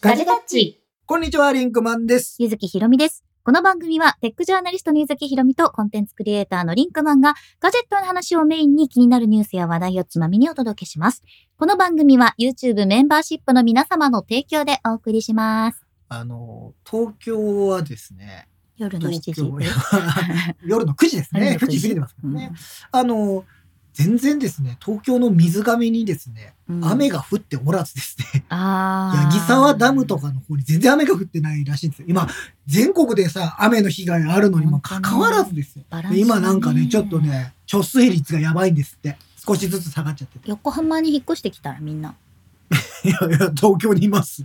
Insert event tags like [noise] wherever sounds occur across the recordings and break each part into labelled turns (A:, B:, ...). A: ガジェタッチ。
B: こんにちは、リンクマンです。
C: ゆずきひろみです。この番組は、テックジャーナリストのゆずきひろみとコンテンツクリエイターのリンクマンが、ガジェットの話をメインに気になるニュースや話題をつまみにお届けします。この番組は、YouTube メンバーシップの皆様の提供でお送りします。
B: あの、東京はですね、
C: 夜の
B: 東
C: 7時。
B: 京は夜の9時ですね。
C: 夜の
B: 9
C: 9
B: 時
C: 時
B: 過ぎてますけど
C: うん
B: ね。あの、全然ですね、東京の水上にですね、
C: うん
B: 雨が降っておらずですね、
C: あー
B: 八木沢ダムとかの方に全然雨が降ってないらしいんですよ。今、全国でさ、雨の被害あるのにもかかわらずですよ。
C: バラン
B: で
C: ス
B: 今なんかね、
C: が
B: ちょっと。ね、貯水率がやばいんですって。少しずつ下がっちゃってて。
C: 横浜に引っ越してきたらみ
B: [laughs]
C: んな、
B: いやいや、東京にいます。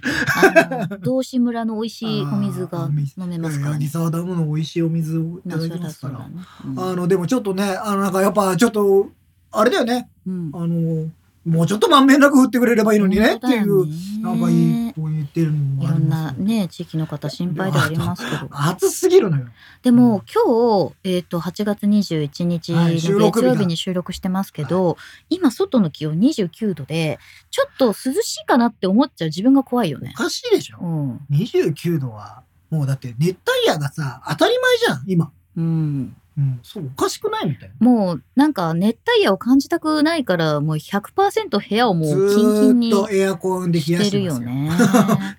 C: あの道志村の美味しいお水が飲めますから
B: 八木
C: ね。
B: 沢ダムの美味しいお水をい
C: ま
B: た
C: あ
B: だ
C: そ
B: い
C: れ
B: てま
C: は
B: すか
C: そう
B: ら。
C: だね。
B: あの、でもちょっとね、あの、なんかやっぱちょっと、あれだよね、
C: うん
B: あの、もうちょっとまんべんなく振ってくれればいいのにねってい
C: 本当
B: う、
C: だよね
B: なんかいいこう言ってるの
C: い
B: もあ
C: ろ
B: り
C: ん
B: ま
C: な
B: すけど。
C: ね、地域の方心配ではありますけど。
B: 暑すぎるのよ。
C: でも、今日、えっ、と、8月21日の
B: はい
C: 月
B: 収録日だ
C: 曜日に収録してますけど、今、外の気温29度で、ちょっと涼しいかなって思っちゃう自分が怖いよね
B: お。かしいでしょ
C: うん。
B: 29度は、もうだって熱帯夜がさ、当たり前じゃん、今。
C: うん。
B: うん、そう、おかしくないみたいな。
C: もう、なんか、熱帯夜を感じたくないから、もう100%部屋をも
B: ず
C: う、キンキン
B: ーっ
C: に
B: とエアコンで冷や
C: して
B: して
C: る
B: ま
C: よ
B: すよ。 [laughs]
C: ね。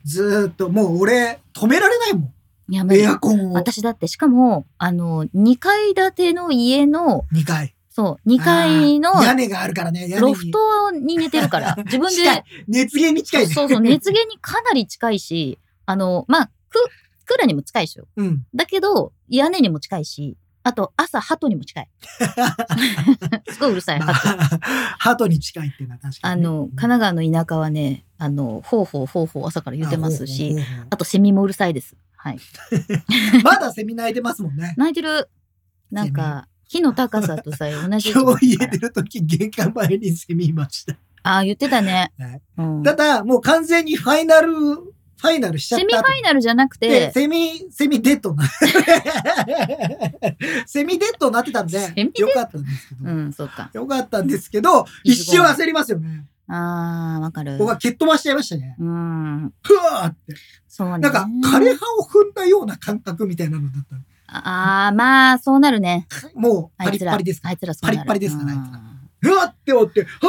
B: ずーっと、もう俺、止められないも
C: いや
B: ん。
C: 無理
B: エアコンを。
C: 私だって、しかも、あの、2階建ての家の、
B: 2階。
C: そう、2階の
B: あー屋根があるからね、屋根
C: ロ
B: に
C: フトに寝て
B: [laughs]
C: るから、自分
B: 近い
C: で、
B: 熱源に近いね。
C: そうそう、熱源にかなり近いし、あの、まあ、ククーラーにも近いですよ。
B: うん。
C: だけど、屋根にも近いし、あと、朝、鳩にも
B: [laughs]
C: 近い。すごいうるさい、
B: まあ
C: 鳩。
B: [laughs] ハトに近いっていうのは確か
C: あ
B: にね、
C: の、神奈川の田舎はね、あの、ほうほうほうほう朝から言ってます
B: あ。ほう
C: し、
B: ほうほうほ
C: あと、セミもうるさいです。はい。
B: うまだセミ鳴いてますもん
C: [laughs]
B: ね。
C: 泣いてる。なんか、木の高さとさ、同じ。
B: 今日家出る時玄関前にセミいました。
C: ああ、言ってたね
B: はい。
C: うん
B: ただ、もう完全にファイナル、ファイナルしちゃっ
C: セ
B: た
C: ミフ
B: と。
C: ァイナルじゃなく
B: で
C: て、
B: セミ、セミデッドな。 [laughs] セミデッドになってたんで
C: セミ、デ
B: よかったんですけど。
C: うん、そうか。
B: よかったんですけど、一瞬焦りますよね。
C: ああ、わかる。
B: 僕は蹴っ飛ばしちゃいましたね。
C: うん。
B: ふわーって。
C: そうね。
B: なんか、枯葉を踏んだような感覚みたいなのだったの。
C: ああ、まあ、そうなるね。
B: もう、
C: あ
B: パ
C: い
B: リ
C: つ
B: ッ
C: ら。
B: パリですか
C: あいつらそうなる。
B: パリッパリですから
C: うん
B: あいつらうわって思って、はあ、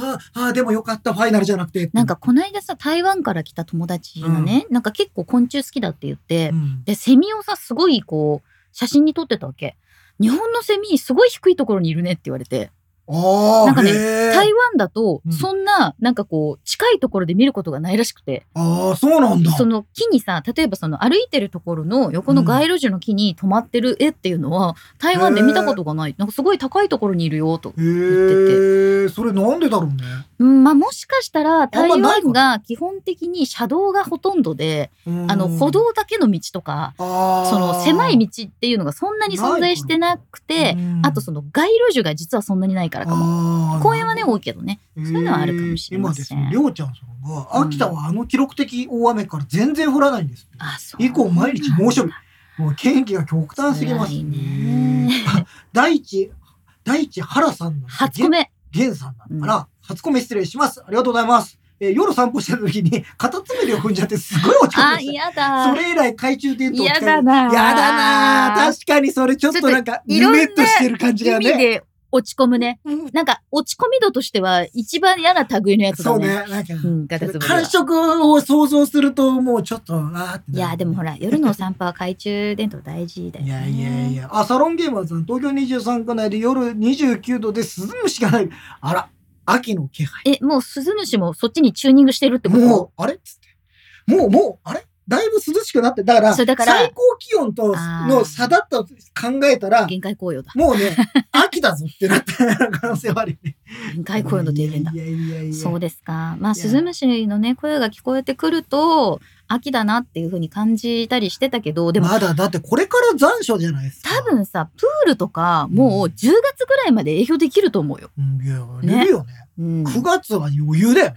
B: はあ、はあ、でもよかった、ファイナルじゃなくて。
C: なんか、、こないださ、台湾から来た友達がね、なんか結構昆虫好きだって言って
B: う、ん、
C: で、セミをさ、すごいこう、写真に撮ってたわけ。日本のセミ、すごい低いところにいるねって言われて、
B: ああ、
C: なんかね
B: へえ
C: 台湾だと
B: う、ん
C: そんな、なんかこう、近いところで見ることがないらしくて、
B: ああ、そうなんだ。
C: その木にさ、例えばその歩いてるところの横の街路樹の木に止まってる絵っていうのは、台湾で見たことがない。なんかすごい高いところにいるよ、と。
B: へえ、それなんでだろうね。
C: うん、まあもしかしたら
B: あんま
C: 台
B: ないの
C: 湾が基本的に車道がほとんどで、
B: うん
C: あの歩、道だけの道とか、
B: ああ
C: その狭い道っていうのがそんなに存在してなくて、あとそ
B: の、
C: の街路樹が実はそんなにないからかも。
B: ああ
C: 公園はね、多
B: い。
C: いけどね。
B: そう
C: そういうのはあるかもしれません
B: 今ですね、りょうちゃんさんが、秋田はあの記録的大雨から全然降らないんです。
C: あ、そう。
B: 以降、毎日猛暑日。もう、天気が極端すぎます。
C: 辛いね
B: あ [laughs] 大地、大地原さんの
C: 初コメ。
B: 源さんだから、初コメ失礼します。ありがとうございます。えー夜散歩してた時に、 [laughs] カタツムリを踏んじゃって、すごい落ち込ん
C: あ、
B: でし
C: 嫌
B: た。
C: だ。
B: それ以来、懐中電灯を使
C: 嫌
B: い
C: だな。
B: やだなあ確かにそれちょっとなんか、
C: ち
B: ゆ
C: ょっと
B: めっとしてる感じが
C: 意味
B: ね。
C: で落ち込むね。なんか、落ち込み度としては一番嫌な類のやつ
B: そ
C: だ
B: うね
C: ね。。
B: なんか、
C: うん、ガタツムリは
B: 感触を想像すると、もうちょっと、あーってなる。
C: いやでも
B: [laughs]
C: ほら夜のお散歩は懐中電灯大事だよ
B: い
C: ね。
B: やいやいや。あ、サロンゲーマーさん、東京23区内で夜29度で涼むしかない。あら、秋の気配。
C: えもうスズムシもそっちにチューニングしてるってこと
B: もう、あれっつって。もう、もう、あれだいぶ涼しくなって、だから、
C: そうだから
B: 最高気温と
C: あー
B: の差だったと考えたら、
C: 限界紅葉だ。
B: もうね、 [laughs] 秋だぞってなってる可能性はあるよね。
C: 限界紅葉の低減だ
B: い。やいやいや
C: そうですか。ま
B: いや
C: あスズムシのね声が聞こえてくると秋だなっていうふうに感じたりしてたけどでも
B: まだだってこれから残暑じゃないですか。
C: 多分さプールとかもう10月ぐらいまで営業できると思うよ。
B: うん。いや、
C: ね
B: いるよね。
C: うん、
B: 9月は余裕だよね。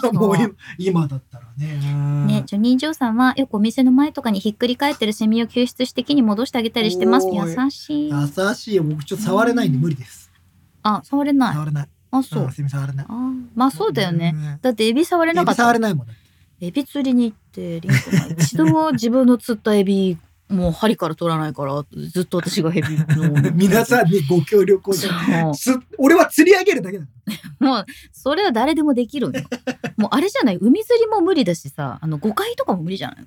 C: そう
B: もう今今だったらね。うん
C: ね、ジョニー・ジョーさんはよくお店の前とかにひっくり返ってるセミを救出して木に戻してあげたりしてます。
B: おーい
C: 優しい。
B: 優しいよ。僕ちょっと触れないんで無理です。
C: あ、触れない。
B: 触れない。。
C: あ、そううん
B: セミ触れない。
C: あーまあそうだよね。
B: ん。
C: だってエビ触れ
B: エ
C: なか
B: ビ
C: った
B: 触
C: も
B: れ
C: ん。
B: ないもんね。
C: エビ釣りに行って、リンクマン一度も自分の釣ったエビ、もう針から取らないから、ずっと私がヘビ
B: [laughs]
C: の。
B: 皆さんにご協力を
C: そう
B: す俺は釣り上げるだけだ
C: もう、それは誰でもでき
B: [laughs]
C: るのよ。もうあれじゃない、海釣りも無理だしさ、あの、誤解とかも無理じゃない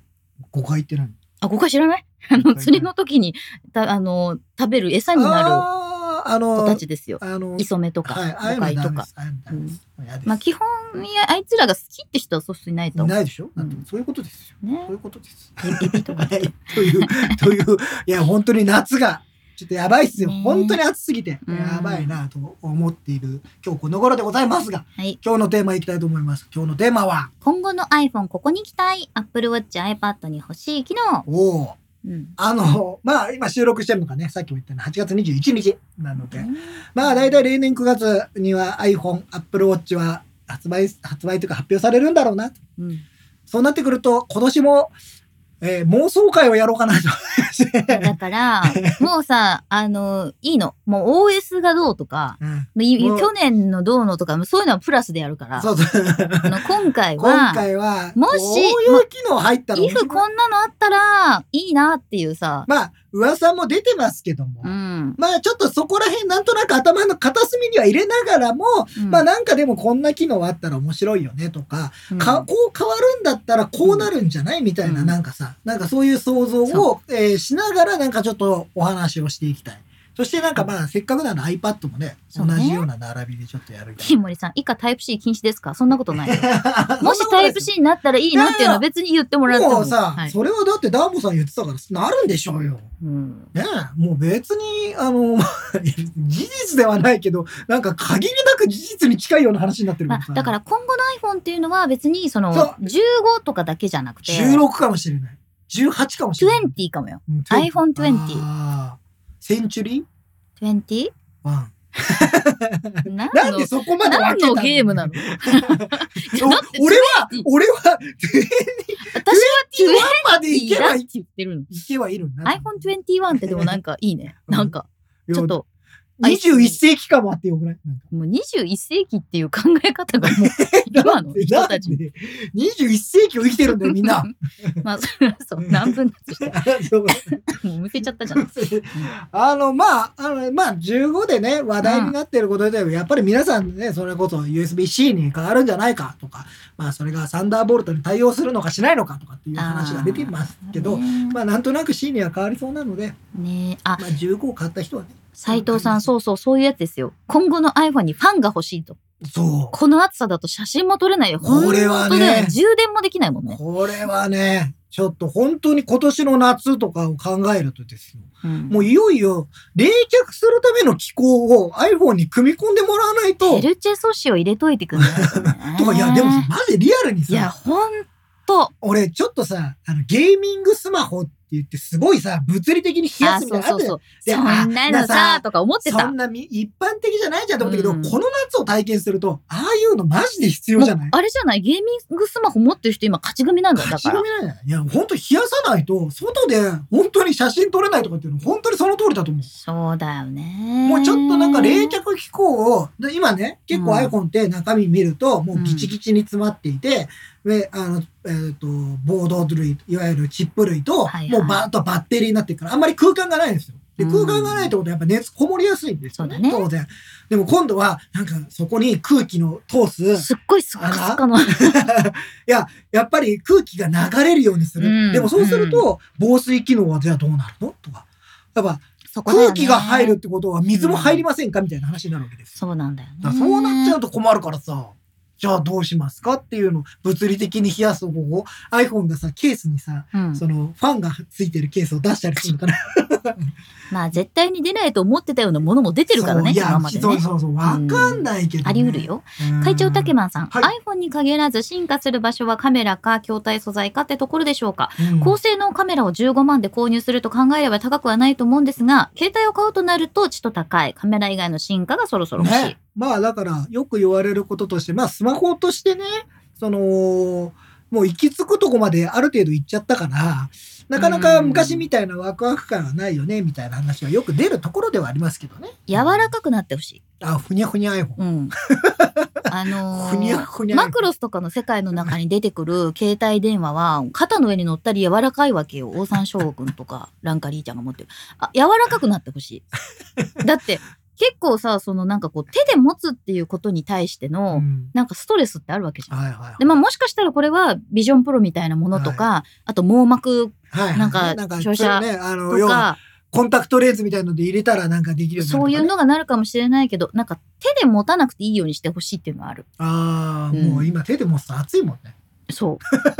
B: 誤解って何
C: あ、誤解知らないあ
B: 誤解
C: の、
B: ね
C: 釣りの時に、た、あの、食べる餌になる
B: あーあの
C: 子たちですよ。
B: あの
C: 磯目とか、
B: はいああいうの
C: 誤解
B: ダ
C: と
B: メで
C: か。
B: すああいうのダメです嫌です
C: まあ、基本、いやあいつらが好きって人はそういないと
B: い
C: 思
B: ないでしょだって
C: うん
B: そういうことですよ
C: う。
B: そ
C: ね
B: う。いうことです
C: エエビとか。
B: はいという [laughs] といういや本当に夏がちょっとやばいっすよ
C: ね
B: 本当に暑すぎて
C: うん
B: やばいなと思っている今日この頃でございますが
C: はい。
B: 今日のテーマいきたいと思います今日のテーマは
C: 今後の iPhone、ここに期待。Apple Watch、iPad に欲しい機能。
B: おお
C: うん。
B: あのまあ今収録してるのがねさっきも言ったように8月21日なのでまあ大体例年9月には iPhone、Apple Watch は発売、発売というか発表されるんだろうな。
C: うん。
B: そうなってくると、今年も、えー妄想会をやろうかなと。
C: だ
B: [laughs]
C: から、もうさ、あの、いいの。もう OS がどうとか、
B: うん
C: い
B: もう
C: 去年のどうのとか、そういうのはプラスでやるから、
B: そうそう。
C: あの今回
B: 今
C: は、
B: 回は、
C: もし
B: こういう機能入ったら
C: イ
B: 面白
C: フ
B: い、
C: こんなのあったら、いいなっていうさ、
B: まあ、噂も出てますけども。
C: うん。
B: まあちょっとそこら辺なんとなく頭の片隅には入れながらも、
C: うん
B: まあなんかでもこんな機能あったら面白いよねとか、
C: うん
B: かこう変わるんだったらこうなるんじゃないみたいな、
C: うん
B: なんかさなんかそういう想像を
C: そ、
B: えーしながらなんかちょっとお話をしていきたいそしてなんかまあせっかくなら iPad もね
C: そ
B: 同
C: うね
B: じような並びでちょっとやる
C: 金森さん、以下タイプ C 禁止ですかそんなこと
B: [laughs]
C: ない。もし
B: そんなこと
C: タ
B: ない
C: イ
B: で
C: プ
B: すよ
C: C になったらいいなっていうのは別に言ってもらっても。
B: もうさ、
C: はい
B: それはだってダンボさん言ってたからなるんでしょうよ
C: うん
B: ねえもう別にあの [laughs] 事実ではないけどなんか限りなく事実に近いような話になってる
C: ま
B: からさ
C: あ、だから今後の iPhone っていうのは別にその
B: そう
C: 15とかだけじゃなくて
B: 16かもしれない18かもしれない
C: 20かもよ。
B: うん
C: iPhone20
B: あーセンチュリー [laughs]
C: 20?
B: ワ
C: 何
B: ン。なん
C: の
B: でそこまで分けた
C: 何のゲーム
B: [laughs]
C: なの
B: お
C: だって
B: 俺は
C: 20、
B: 俺は、
C: 私
B: チュワン
C: は
B: までい
C: 20
B: け
C: だ
B: ば
C: っ
B: い
C: て言ってるの。
B: いけばいるんだ。
C: iPhone21 ってでもなんかい
B: [laughs]
C: いね。なんか、ちょっ
B: い
C: と、
B: や。21世紀感もあってよくないなんか
C: もう21世紀っていう考え
B: [laughs]
C: 方がもう、
B: な
C: 今
B: ん
C: の
B: で
C: 人たち
B: なんで21世紀を生きてるんだよ、みんな。。
C: [laughs] まあ、それはそう、何分ずつして、
B: そう
C: もう向けちゃったじゃん。
B: あの、まあ、あの、まあ、15でね、話題になっていることで、やっぱり皆さんね、それこそ USB-C に変わるんじゃないかとか、まあ、それがサンダーボルトに対応するのかしないのかとかっていう話が出てますけ [laughs] ど、
C: ね
B: まあ、なんとなく C には変わりそうなので、
C: ねえ、あ、
B: まあ、15を買った人はね。
C: 斉藤さん、そうそう、そういうやつですよ。今後の iPhone にファンが欲しいと。
B: そう。
C: この暑さだと写真も撮れないよ。
B: これはね
C: 本当だよ充電もできないもんね。
B: これはね、ちょっと本当に今年の夏とかを考えるとですよ。
C: うん
B: もういよいよ冷却するための機構を iPhone に組み込んでもらわないと
C: ヘ。ルチェ素子を入れといてくん [laughs] ないとね
B: とか、いや、でもさ、マジリアルに
C: いや、
B: さ、
C: ほんと。
B: 俺ちょっとさ、あの、ゲーミングスマホって言ってすごいさ、物理的に冷や
C: あ、
B: すみ
C: そ
B: たいうなのあ
C: そ
B: っ
C: う
B: たじゃ
C: そ
B: ん
C: う。そんなのさ、とか思って
B: そ
C: た。
B: ん
C: も
B: なみ一般的じゃないじゃんと思ったけど、
C: うん
B: この夏を体験すると、ああいうのマジで必要
C: う
B: じゃない
C: あれじゃないゲーミングスマホ持ってる人今勝ち組なんだよだ
B: 立ち
C: か
B: 止め
C: ら。
B: られない。いや、本当冷やさないと、外で本当に写真撮れないとかっていうの、本当にその通りだと思う。
C: そうだよね。
B: もうちょっとなんか冷却機構を、で今ね、結構
C: うん
B: iPhone って中身見ると、もううんギチギチに詰まっていて、で、あの、えっ、と、ボード類、いわゆるチップ類と、
C: はいはい
B: もうバーッとバッテリーになってるから、あんまり空間がないんですよ。で、
C: うん
B: 空間がないってことはやっぱ熱こもりやすいんですよ、
C: そうだね
B: 当然。でも今度は、なんかそこに空気の通す、
C: すっごいすっかすかの。
B: いや、やっぱり空気が流れるようにする。
C: うん
B: でもそうすると、防水機能はじゃあどうなるのとか。やっぱ
C: そこだよね
B: 空気が入るっ。てことは水も入りませんかみたいな話になるわけですよ。
C: [laughs] そうなんだよね
B: だからそうなっちゃ
C: う。
B: うと困るからさ。じゃあどうしますかっていうのを物理的に冷やす方法 iPhone がさケースにさ、
C: うん、
B: そのファンがついてるケースを出したりするのかな
C: まあ絶対に出ないと思ってたようなものも出てるから
B: そ
C: ね、
B: ういや
C: 今まで
B: そう
C: ね。
B: そうそうわかんないけどね、
C: あり得るよ。
B: うん
C: 会長竹満さん、
B: は
C: iPhone に限らず進化する場所はカメラか筐体素材かってところでしょうか。
B: うん
C: 高性能カメラを15万で購入すると考えれば高くはないと思うんですが、携帯を買うとなるとちと高い。カメラ以外の進化がそろそろ欲しい。
B: ね、まあだからよく言われることとしてまあスマホとしてねそのもう行き着くとこまである程度行っちゃったからなかなか昔みたいなワクワク感はないよねみたいな話はよく出るところではありますけどね
C: 柔らかくなってほしい。
B: [laughs] あふにゃふにゃ iPhone
C: うん。あの
B: ふにゃふにゃ。
C: マクロスとかの世界の中に出てくる携帯電話は肩の上に乗ったり柔らかいわけよ。オオサンショウウオくんとかランカリーちゃんが持ってる。あ、柔らかくなってほしい。だって結構さ、そのなんかこう手で持つっていうことに対して
B: う
C: の
B: ん
C: なんかストレスってあるわけじゃん。
B: はいはいはい
C: でまあ、もしかしたらこれはビジョンプロみたいなものとか、あと網膜
B: はいはい
C: なんか照射
B: ね、あの
C: と
B: 要は
C: か
B: コンタクトレンズみたいので入れたらなんかできるよ
C: そう
B: に
C: い
B: な
C: う
B: るとかね
C: のがなるかもしれないけどなんか手で持たなくていいようにしてほしいっていうのはある
B: ああ、
C: うん
B: もう今手で持つと熱いもんね
C: そう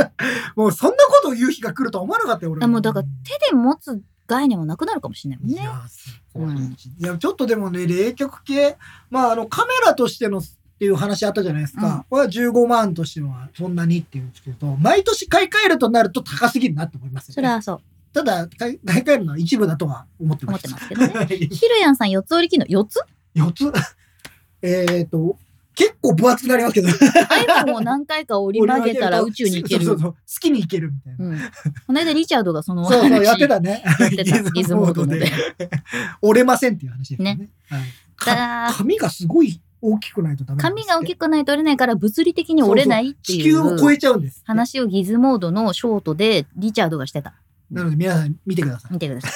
B: もうそんなことを言う日が来るとは思わなかったよ俺
C: あもうだから手で持つ概念もなくなるかもしれないもん
B: い
C: ね。
B: やすごい,、
C: うん
B: いやちょっとでもね冷却系まああのカメラとしてのっていう話あったじゃないですか、これは15万としてはそんなにっていうんですけど毎年買い替えるとなると高すぎるなって思います
C: そ
B: よ
C: れ
B: ね、
C: はそう
B: ただ買い買い替えるのは一部だとは思って
C: 思
B: ま
C: っ
B: す
C: てますけどね。
B: [laughs]
C: ひるやんさん四つ折り機能四つ
B: 4つ [laughs] えっと結構分厚くなりますけど
C: ?iPhone を何回か折り曲げ
B: [laughs]
C: たら宇宙に行ける。
B: そうそうそう好きに行けるみたいな、
C: うん、この間リチャードがその
B: そう
C: [laughs]
B: そうやって
C: だ
B: たね
C: や
B: [laughs]
C: ってたリズムモードで。
B: 折れませんっていう話ですね
C: ね
B: はい
C: から
B: か髪がすごい大きくないとダメなんで
C: 紙
B: すって
C: が大きくないと折れないから物理的に折れないって
B: 地
C: い
B: 球を超
C: う
B: えちゃうんですって。
C: 話をギズモードのショートでリチャードがしてた。
B: なので皆さん見てください。 [laughs]
C: 見てくださ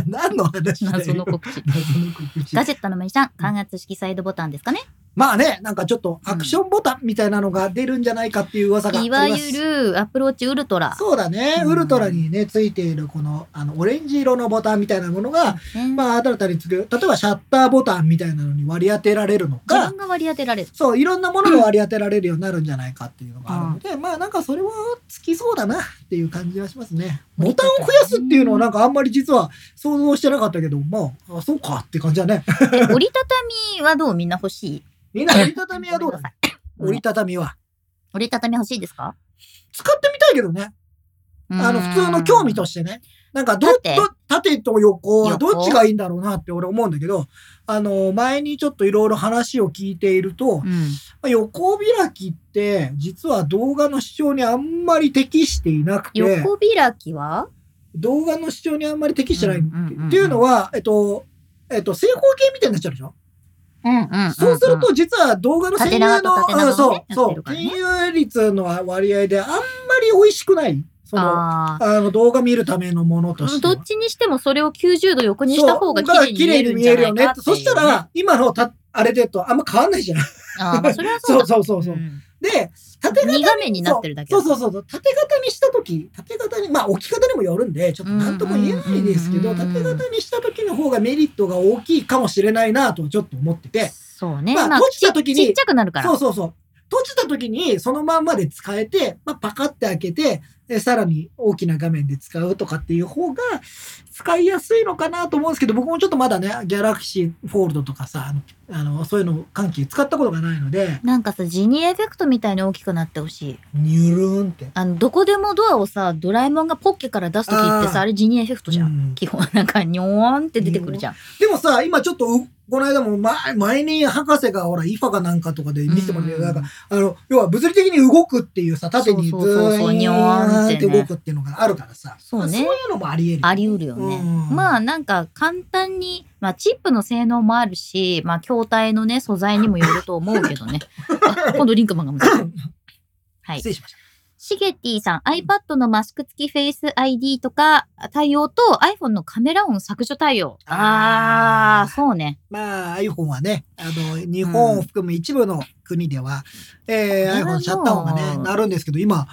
C: い。
B: 何の [laughs] 話だよ
C: 謎の告知。
B: 謎の告知
C: ガジェットの森
B: [laughs]
C: さん、感圧式サイドボタンですかね。
B: まあね、なんかちょっとアクションボタンみたいなのが出るんじゃないかっていう噂があり
C: いわ
B: ます。
C: ゆるアプローチウルトラ。
B: そうだね、
C: うん
B: ウルトラにね、ついているこの、あの、オレンジ色のボタンみたいなものが、
C: ね
B: まあ、新たにつく、例えばシャッターボタンみたいなのに割り当てられるの
C: 自
B: か
C: 分、が割り当てられる。
B: そう、いろんなものが割り当てられるようになるんじゃないかっていうのがあるので、まあなんかそれはつきそうだなっていう感じはしますね。ボタンを増やすっていうのはなんかあんまり実は想像してなかったけど、まあ、あそうかって感じだね。
C: で折りたたみはどうみんな欲しい
B: みんな折りたたみはどうだね
C: ごめん
B: 折
C: なさい
B: りたたみは。
C: 折りたたみ欲しいですか
B: 使ってみたいけどね。あの、普通の興味と
C: して。
B: してね。なんかど、ど
C: 縦
B: 縦と横は
C: 横
B: どっちがいいんだろうなって俺思うんだけど、あの、前にちょっといろいろ話を聞いていると、
C: うん。
B: まあ横開きって実は動画の視聴にあんまり適していなくて
C: 横開きは
B: 動画の視聴にあんまり適してない、
C: うんうんうんうん
B: っていうのは、えっとえっと、正方形みたいになっちゃうでしょ、
C: うんうん。
B: そうすると実は動画の占有
C: 縦長と
B: の、
C: 縦長の
B: う
C: ね
B: んそう
C: やっ
B: そ
C: て
B: う
C: るから
B: 占
C: ね
B: 有率の割合であんまり美味しくないそのあ
C: ああ。
B: の動画見るためのものとして
C: ど
B: は
C: っちにしてもそれを90度横にした方が
B: そう
C: 綺麗に見えるんじゃないかってい
B: そ
C: う
B: した、ら今のたあれでとあんま変わんないじゃん
C: あーまあそれはそ
B: そうう [laughs]
C: だ。
B: そうそうそう、
C: ん
B: で縦型
C: 二画面になってるだけ
B: そ
C: だ
B: うそうそうそう縦型にした時縦型にまあ置き方にもよるんでちょっと何とも言えないですけど
C: うんうんうんう
B: 縦
C: ん
B: 型にした時の方がメリットが大きいかもしれないなとちょっと思ってて
C: そうね。
B: まあ閉じた時に
C: ちちっちゃくなるから。
B: そうそうそう閉じた時にそのまんまで使えて、まあ、パカって開けてえさらに大きな画面で使うとかっていう方が使いやすいのかなと思うんですけど僕もちょっとまだねギャラクシーフォールドとかさあのあのそういうの関係使ったことがないので
C: なんかさ、ジニエフェクトみたいに大きくなってほしい。
B: ニュルーンって。
C: あの、どこでもドアをさ、ドラえもんがポッケから出す時って
B: あー
C: さ、あれジニエフェクトじゃん。
B: うん
C: 基本なんか、にょーんって出てくるじゃん。
B: でもさ、今ちょっとう、この間も前、前に博士がほら、イファかなんかとかで見せてもらって、
C: うん
B: なんか、あの、要は物理的に動くっていうさ、縦にず
C: そうそうそうそう
B: ー
C: にょ
B: ん
C: ー
B: っ
C: んっててね
B: 動くっていうのがあるからさ、
C: そうね
B: いうのもあり得る。
C: あり得るよね。
B: うん
C: まあなんか簡単に、まあチップの性能もあるし、まあ筐体のね、素材にもよると思うけどね。
B: [laughs]
C: あ今度リンクマンが戻る。はい
B: 失。礼しました。
C: シゲティさん、iPad のマスク付きフェイス ID とか対応と iPhone のカメラ音削除対応。あ
B: あー
C: あ、そうね。
B: まあ、iPhone はね、あの、日本を含む一部の国では、え
C: これ
B: ー、
C: はもう
B: iPhone シャッター音がね、なるんですけど、今、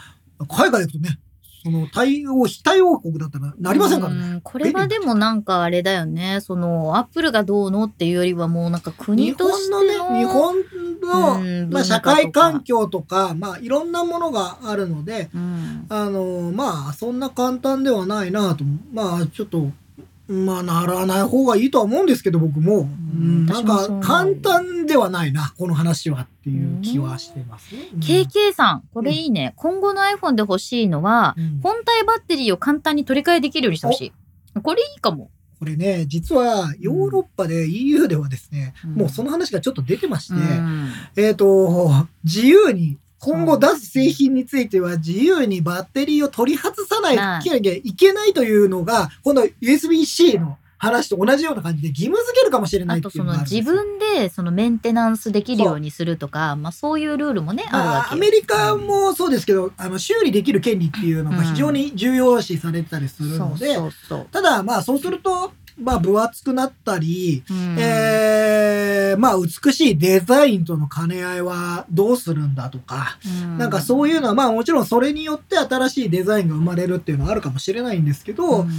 B: 海外行くとね、その、対応、非対応国だったらなりませんからね。
C: うんこれはでもなんかあれだよね。その、アップルがどうのっていうよりはもうなんか国
B: 日
C: と
B: 本
C: しての
B: のね、日本の、
C: うん
B: まあ、
C: 文化とか
B: 社会環境とか、まあ、いろんなものがあるので、
C: うん
B: あの、まあ、そんな簡単ではないなと、まあ、ちょっと、まあ、ならない方がいいとは思うんですけど、僕も。うんな
C: 私
B: ん
C: もそう
B: か、簡単ではないな、この話はっていう気はしてますね。うん
C: KK さん、これいいね。今後の iPhone で欲しいのは、
B: うんこ
C: 本体バッテリーを簡単に取り替えできるようにしてほしい。これいいかも。
B: れね、実は、ヨーロッパで EU ではですね、
C: うん
B: もうその話がちょっと出てまして、
C: うん
B: えっ、と、自由に、今後出す製品については自由にバッテリーを取り外さない
C: まあ
B: きゃいけないというのが、この USB-C の話と同じような感じで義務付けるかもしれないっ
C: あ
B: て
C: と
B: い
C: そう
B: の
C: の
B: があるんです
C: 自
B: よ
C: 分でそのメンテナンスできるようにするとか、まあそういうルールもね、あるわ
B: まあ、
C: け。
B: アメリカもそうですけど、あの修理できる権利っていうのが非常に重要視されてたりする
C: そ
B: の
C: う
B: で、
C: そうそう。
B: ただまあそうすると、まあ分厚くなったり、
C: うん
B: えーまあ美しいデザインとの兼ね合いはどうするんだとか、なんかそういうのはまあもちろんそれによって新しいデザインが生まれるっていうのはあるかもしれないんですけど、
C: うん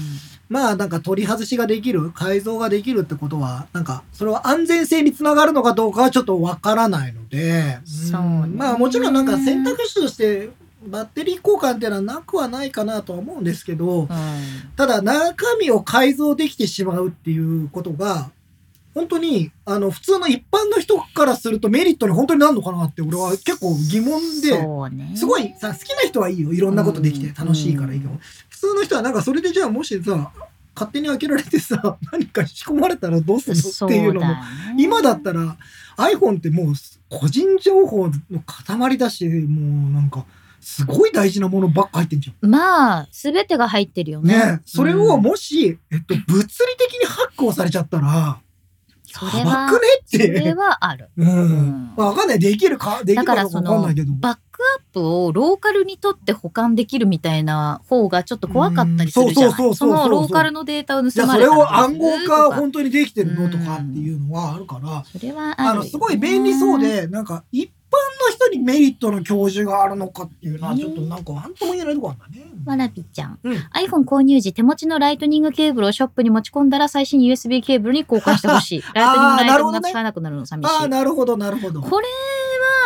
B: まあなんか取り外しができる、改造ができるってことは、なんかそれは安全性につながるのかどうかはちょっとわからないので、
C: そうね
B: んまあもちろんなんか選択肢としてバッテリー交換っていうのはなくはないかなとは思うんですけど
C: う、ん
B: ただ中身を改造できてしまうっていうことが、本当にあの普通の一般の人からするとメリットに本当になるのかなって俺は結構疑問で、
C: そうね。
B: すごいさ好きな人はいいよいろんなことできて
C: うん
B: 楽しいからいいけど、
C: うん
B: 普通の人はなんかそれでじゃあもしさ勝手に開けられてさ [laughs] 何か引き込まれたらどうするのっていうのも今だったら iPhone ってもう個人情報の塊だしもうなんかすごい大事なものばっか入ってんじゃん。
C: まあ、すべてが入ってるよね。
B: ねえそれを
C: うん
B: もし、えっと、物理的にハックをされちゃったら、
C: それ
B: やば
C: は
B: くねっ
C: それ
B: て。
C: はある。
B: うん
C: ん
B: まあわかんない。できるか、でき
C: だ
B: るかど
C: から
B: うか
C: そ
B: わかん
C: の
B: ないけど。
C: バックアップをローカルにとって保管できるみたいな方がちょっと怖かったりするじゃ
B: うんそ
C: ん。
B: うそ
C: そ
B: うそうそう
C: のローカルのデータを
B: じ
C: 盗
B: ゃあ
C: ま
B: そ
C: れ
B: れ
C: た
B: を
C: ら
B: 暗
C: どうする
B: 号化
C: とか
B: 本当にできてるのとかっていうのはあるから、
C: それはあ
B: あ
C: るよ
B: の
C: ね
B: すごい便利そう。で、なんか一般の人にメリットの教授があるのかっていうのはちょっとなんかなんとも言えないとこあるんだね。
C: わらびちゃん。
B: うん
C: iPhone 購入時、手持ちのライトニングケーブルをショップに持ち込んだら最新 USB ケーブルに交換して
B: [laughs]
C: ほしい。ライトニングライトが使えなくなるの寂し
B: ああ、
C: い。
B: なるほど、なるほど。
C: これ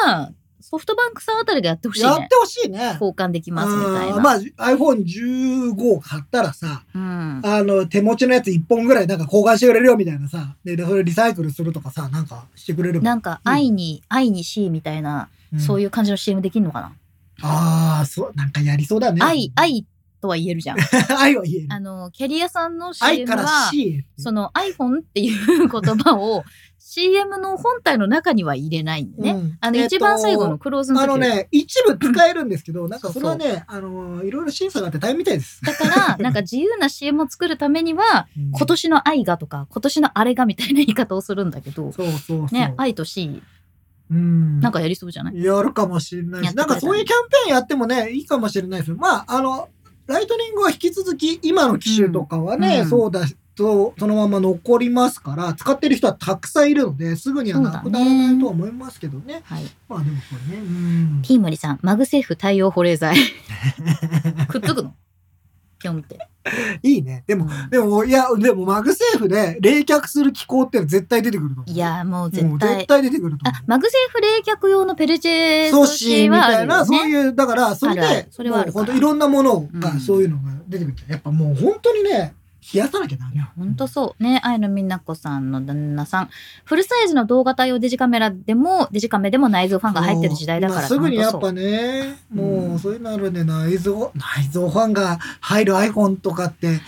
C: は、ソフトバンクさんあたりでやってほしい
B: やっ
C: ね
B: て。ほしいね。
C: 交換できますみたい
B: あー
C: な。
B: まあ iPhone15 買ったらさ、
C: うん。
B: あの手持ちのやつ1本ぐらいなんか交換してくれるよみたいなさ、ででそれリサイクルするとかさ、なんかしてくれれば。
C: なんか、愛に、愛に C みたいな、そう
B: いう。
C: いう感じの CM できるのかな、
B: ああ、そう、なんかやりそうだね。
C: 愛、。愛とは言えるじゃん。
B: [laughs] 愛は言え
C: あ
B: る。
C: の、キャリアさんの
B: 愛
C: CM
B: から
C: は、
B: C へ。
C: その iPhone っていう言葉を CM の本体の中には入れないんでね。
B: うん
C: あの、
B: えっと
C: 一番最後のクローズの時
B: あのね、一部使えるんですけど、なんか
C: そ
B: そうれ
C: そう
B: はね、あのー、いろいろ審査があって大変みたいです。
C: だから、なんか自由な CM を作るためには、今年の愛がとか、今年のあれがみたいな言い方をするんだけど、
B: そうそうそう。
C: ね、愛と C、
B: うん。
C: なんかやりそうじゃない、
B: やるかもしれない
C: やっ
B: し、
C: てくれ
B: なん
C: たね
B: かそういうキャンペーンやってもね、いいかもしれないですよ。まあ、あの、ライトニングは引き続き、今の機種とかはね、
C: うん
B: そうだと、そのまま残りますから、使ってる人はたくさんいるので、すぐにはなくならないとは思いますけどね。
C: はい。
B: まあでもこれね、うん。
C: ピーマリさん、マグセーフ対応保
B: [laughs]
C: 冷剤。くっつくのぴょんって。
B: いいね。でも、
C: うん
B: でも、いや、でもマグセーフで冷却する機構って絶対出てくるの。
C: いやー、もう
B: も
C: 絶
B: う
C: 対
B: 絶。対出てくると思う
C: あ、マグセーフ冷却用のペルチェ
B: ソ
C: 素
B: シー
C: 子
B: み
C: はあ
B: た
C: る
B: いな、
C: よ
B: そう
C: ね。
B: いう、だから、それ
C: あるある
B: で、
C: それはあ
B: も
C: る
B: う
C: から
B: 本当いろんなもの
C: うん
B: が、そういうのが出てくる。やっぱもう本当にね、冷やさなきゃダメ。
C: 本当そう。ね、愛のみなこさんの旦那さん。フルサイズの動画対応デジカメラでも、デジカメでも内蔵ファンが入ってる時代だから、
B: そう今すぐにや
C: ほ
B: っ
C: んと
B: ぱ
C: そう
B: ね、
C: う
B: も
C: ん
B: うそういうのあるんで、内蔵、内蔵ファンが入る iPhone とかって、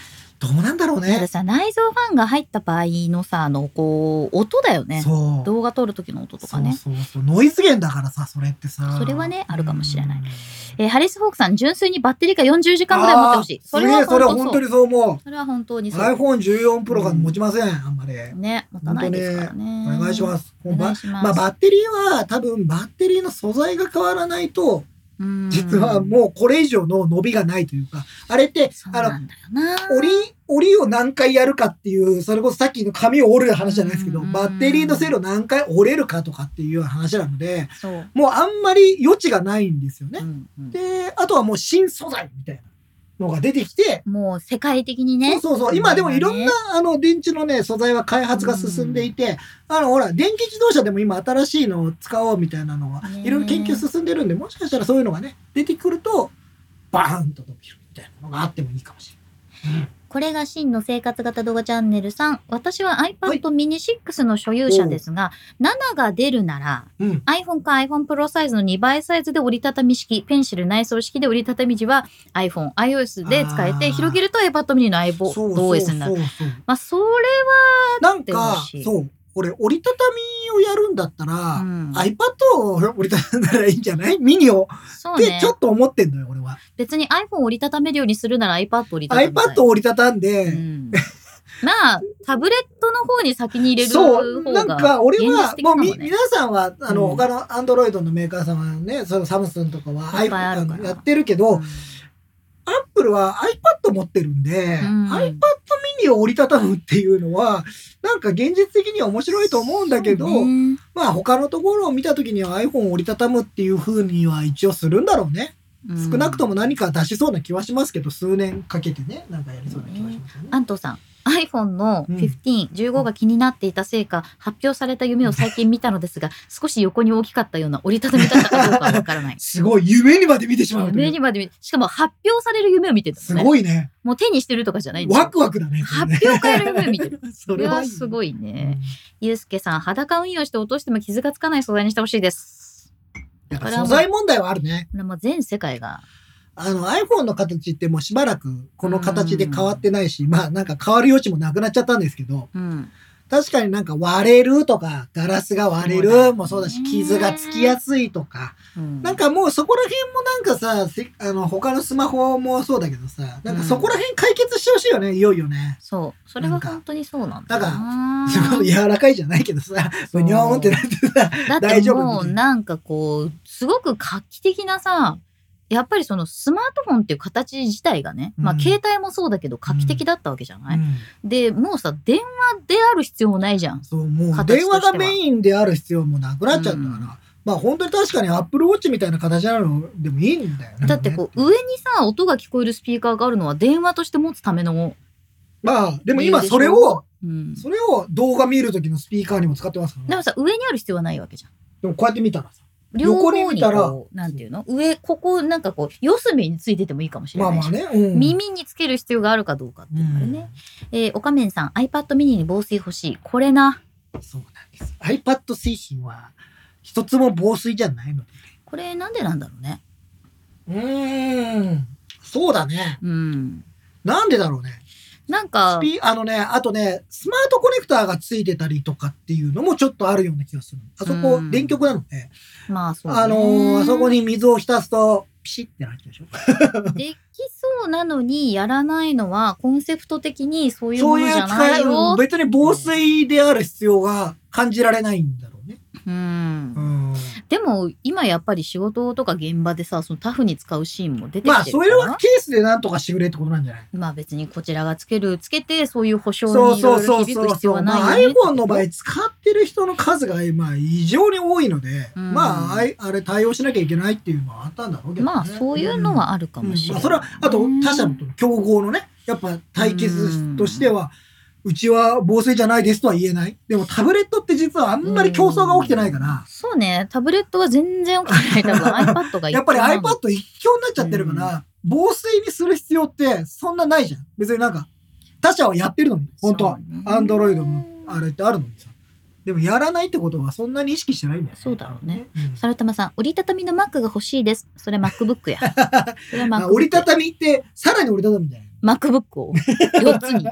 B: どうなんだろう
C: ただ
B: ね。
C: さ、内蔵ファンが入った場合のさ、あの、こう、音だよね。
B: そう。
C: 動画撮る時の音と
B: そ
C: か
B: う
C: ね。
B: そうそう。ノイズ源だからさ、それってさ。
C: それはねあるかもしれない
B: うん。
C: えーハリス・ホークさん、純粋にバッテリーが40時間ぐらい持ってほしい。
B: あ
C: そ
B: ー
C: れ
B: すげ
C: は
B: えそれは
C: 本
B: 本当
C: 当そう。
B: にそう思う。
C: それは本当にそう。
B: iPhone14 Pro が持ちません、あんまり。
C: ね、持たないですからね。。
B: お願いしますす。
C: お
B: もうば
C: 願いします。
B: まあ、バッテリーは多分バッテリーの素材が変わらないと
C: うん
B: 実はもうこれ以上の伸びがないというかあれって
C: そうな
B: あ
C: んだよな。
B: の折り折りを何回やるかっていうそれこそさっきの紙を折る話じゃないですけど
C: うん
B: バッテリーの線路を何回折れるかとかっていうような話なので
C: そう。
B: もうあんまり余地がないんですよ
C: う
B: ね。
C: んうん
B: であとはもう新素材みたいなのが出てきて
C: もう世界的にね。
B: そうそうそう。今でもいろん
C: ね
B: な、あの、電池のね、素材は開発が進んでいて、あの、ほら、電気自動車でも今新しいのを使おうみたいなのは
C: ね、
B: いろいろ研究進んでるんで、もしかしたらそういうのがね、出てくると、バーンと伸びるみたいなのがあってもいいかもしれない。
C: これが真の生活型動画チャンネルさん。私は
B: は
C: iPad
B: い
C: mini 6の所有者ですが、7が出るなら、
B: うん。
C: iPhone か iPhone Pro サイズの2倍サイズで折りたたみ式、ペンシル内装式で折りたたみ時は iPhone、iOS で使え
B: あ
C: て、
B: ー
C: 広げると iPad mini の iPhone、OS になる。
B: そうそうそう
C: まあ、それ
B: なん
C: 欲
B: か
C: しい、
B: そう。俺、折りたたみをやるんだった
C: は、
B: ら、
C: うん
B: iPad を折りたたんだらいいんじゃないミニを。
C: そう
B: って
C: ね
B: ち。ょっと思ってんのよ、俺は。
C: 別に iPhone 折りたためるようにするなら iPad 折りたたみたい。
B: iPad を折りたたんで、
C: うんまあ、タブレットの方に先に入れる方が
B: そう、なんか俺
C: 現
B: は
C: 実、的
B: もう
C: かも
B: み
C: ね
B: 皆さんは、あの、
C: うん
B: 他のアンドロイドのメーカーさんはね、そのサムスンとかは
C: いっぱいあるから
B: iPhone やってるけど、アップルは iPad 持ってるんで、
C: うん
B: iPad mini を折りたたむっていうのは、なんか現実的には面白いと思うんだけど、
C: そうね
B: まあ他のところを見た時には iPhone を折りたたむっていう風には一応するんだろうね。
C: うん
B: 少なくとも何か出しそうな気はしますけど、数年かけてね、なんかやりそうな気はしますよね。
C: 安藤さん iPhone の15、15が気になっていたせいか発表された夢を最近見たのですが少し横に大きかったような折りたたみだったかどうかはわからない
B: [laughs] すごい、夢にまで見てしまうとい
C: 夢
B: う。
C: にまで見しかも発表される夢を見てた
B: す
C: のね
B: ごいね。
C: もう手にしてるとかじゃないんですよ
B: ワクワクだね。
C: 発表会の夢を見てる
B: [laughs] そ
C: これは
B: ね
C: すごい
B: う
C: ね
B: ん
C: ゆうすけさん裸運用して落としても傷がつかない素材にしてほしいです
B: やっぱ素材問題はあるね。
C: これはもう全世界が
B: あの iPhone の形ってもうしばらくこの形で変わってないし、まあなんか変わる余地もなくなっちゃったんですけど、
C: うん
B: 確かになんか割れるとか、ガラスが割れ
C: そうだね
B: るもそうだし、傷がつきやすいとか、
C: うん
B: なんかもうそこら辺もなんかさ、せあの他のスマホもそうだけどさ、なんかそこら辺解決してほしいよね、いよいよね。
C: そうそれは本当にそうなんだ
B: なんか [laughs]
C: な
B: すごい柔らかいじゃないけどさ、
C: そ
B: ブ
C: う
B: ニョーンってなってさ、
C: だっ
B: 大
C: て
B: 丈夫
C: もうなんかこうすごく画期的なさやっぱりそのスマートフォンっていう形自体がね、ま
B: う
C: あ
B: ん
C: 携帯もそうだけど画期的だったわけじゃない、
B: うん
C: でもうさ電話である必要もないじゃん。
B: そう、もう
C: 形として
B: 電
C: は
B: 話がメインである必要もなくなっちゃったから、
C: うん
B: まあ本当に確かに Apple Watch みたいな形なのでもいいんだよね。
C: だってこう上にさ音が聞こえるスピーカーがあるのは電話として持つための、
B: まあ、でも
C: いい
B: 今
C: でしょ
B: それを、
C: うん、
B: それを動画見るときのスピーカーにも使ってますから
C: でもさ上にある必要はないわけじゃん。
B: でもこうやって見たらさ、
C: 両方
B: 横に
C: に
B: 見たら
C: こうなんていうの上ここなんかこう四隅についててもいいかもしれ
B: まあ
C: ないし、
B: まあね、うん。
C: 耳につける必要があるかどうかっていうのがね、えー、おかめんさん iPad mini に防水欲しいこれな
B: うんそうなんです。iPad 製品は一つも防水じゃないので。
C: これなんでなんだろうね
B: うーん。そうだね。
C: うん
B: なんでだろうね。
C: なんか
B: スピあのね、あとね、スマートコネクターがついてたりとかっていうのもちょっとあるような気がする。あそこ
C: うん
B: 電極なので、
C: まあそうね
B: あのーあそこに水を浸すと、ピシッってなっちゃうでしょ。
C: できそうなのにやらないのはコンセプト的にそういう
B: そ
C: も
B: うい
C: の
B: う
C: じゃな
B: 使
C: い
B: い、う
C: よ
B: ん別に防水である必要が感じられないんだろうね。
C: うん
B: うん。
C: でも今やっぱり仕事とか現場でさそのタフに使うシーンも出てきてる
B: ま
C: か
B: あ、
C: ら
B: それはケースでなんとかしてくれってことなんじゃない
C: まあ別にこちらがつけるつけてそういう保証
B: そう
C: にい
B: そ
C: ろ
B: う
C: いろ
B: そう
C: 響く
B: そう
C: 必要
B: そう、
C: は
B: まあ、
C: ないよねってこと
B: iPhone の場合使ってる人の数がまあ異常に多いので、
C: うん
B: まああいあれ対応しなきゃいけないっていうのはあったんだろうけど、ね、
C: まあそういうのはあるか
B: うん、
C: もし
B: ま
C: れな
B: あ、
C: い、
B: それはあと他社との競合のねやっぱ対決としては、うちは防水じゃないですとは言えないでもタブレットって実はあんまり競争が起きてないから、
C: そうね、タブレットは全然起きてない。
B: [laughs]
C: 多分 iPad が一
B: やっ
C: 番
B: ぱり
C: なの
B: iPad 一強になっちゃってるから、防水にする必要ってそんなないじゃん。別になんか、他社はやってるのに、本当は。アンドロイドもあれってあるのにさ。でもやらないってことはそんなに意識してないんだよね。
C: そうだろうね。
B: ん
C: サルタマさん、折りたたみの Mac が欲しいです。それ
B: [laughs]
C: MacBook や。それは MacBook
B: あ折りたたみって、さらに折りたたみじゃない
C: MacBook を4つに。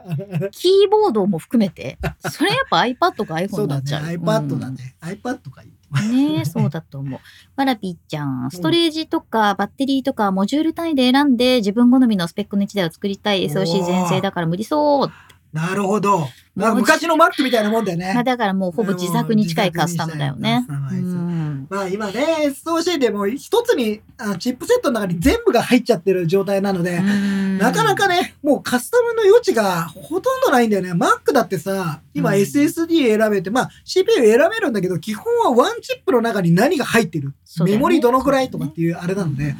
C: キーボードも含めて。それやっぱ iPad か iPhone
B: そう
C: にな
B: だ
C: っ
B: ね。
C: ちゃう。
B: iPad だね。iPad がいい。
C: うん。ねえそうだと思う。わらぴーちゃん、ストレージとかバッテリーとかモジュール単位で選んで自分好みのスペックの1台を作りたい SOC 全盛だから無理そう。
B: なるほど。まあ、昔の Mac みたいなもんだよ
C: まあ
B: ね。
C: だからもうほぼ自作に近いカスタムだよね。
B: もう自作
C: う
B: にしたいカスタマイズ
C: ん
B: まあ今ね、SOC でも一つにあのチップセットの中に全部が入っちゃってる状態なので、なかなかね、もうカスタムの余地がほとんどないんだよね。Mac だってさ、今
C: うん
B: SSD 選べて、まあ CPU 選べるんだけど、基本はワンチップの中に何が入ってる、
C: そうだ
B: メ
C: よね
B: モリどのくらいとかっていうあれなので、
C: うん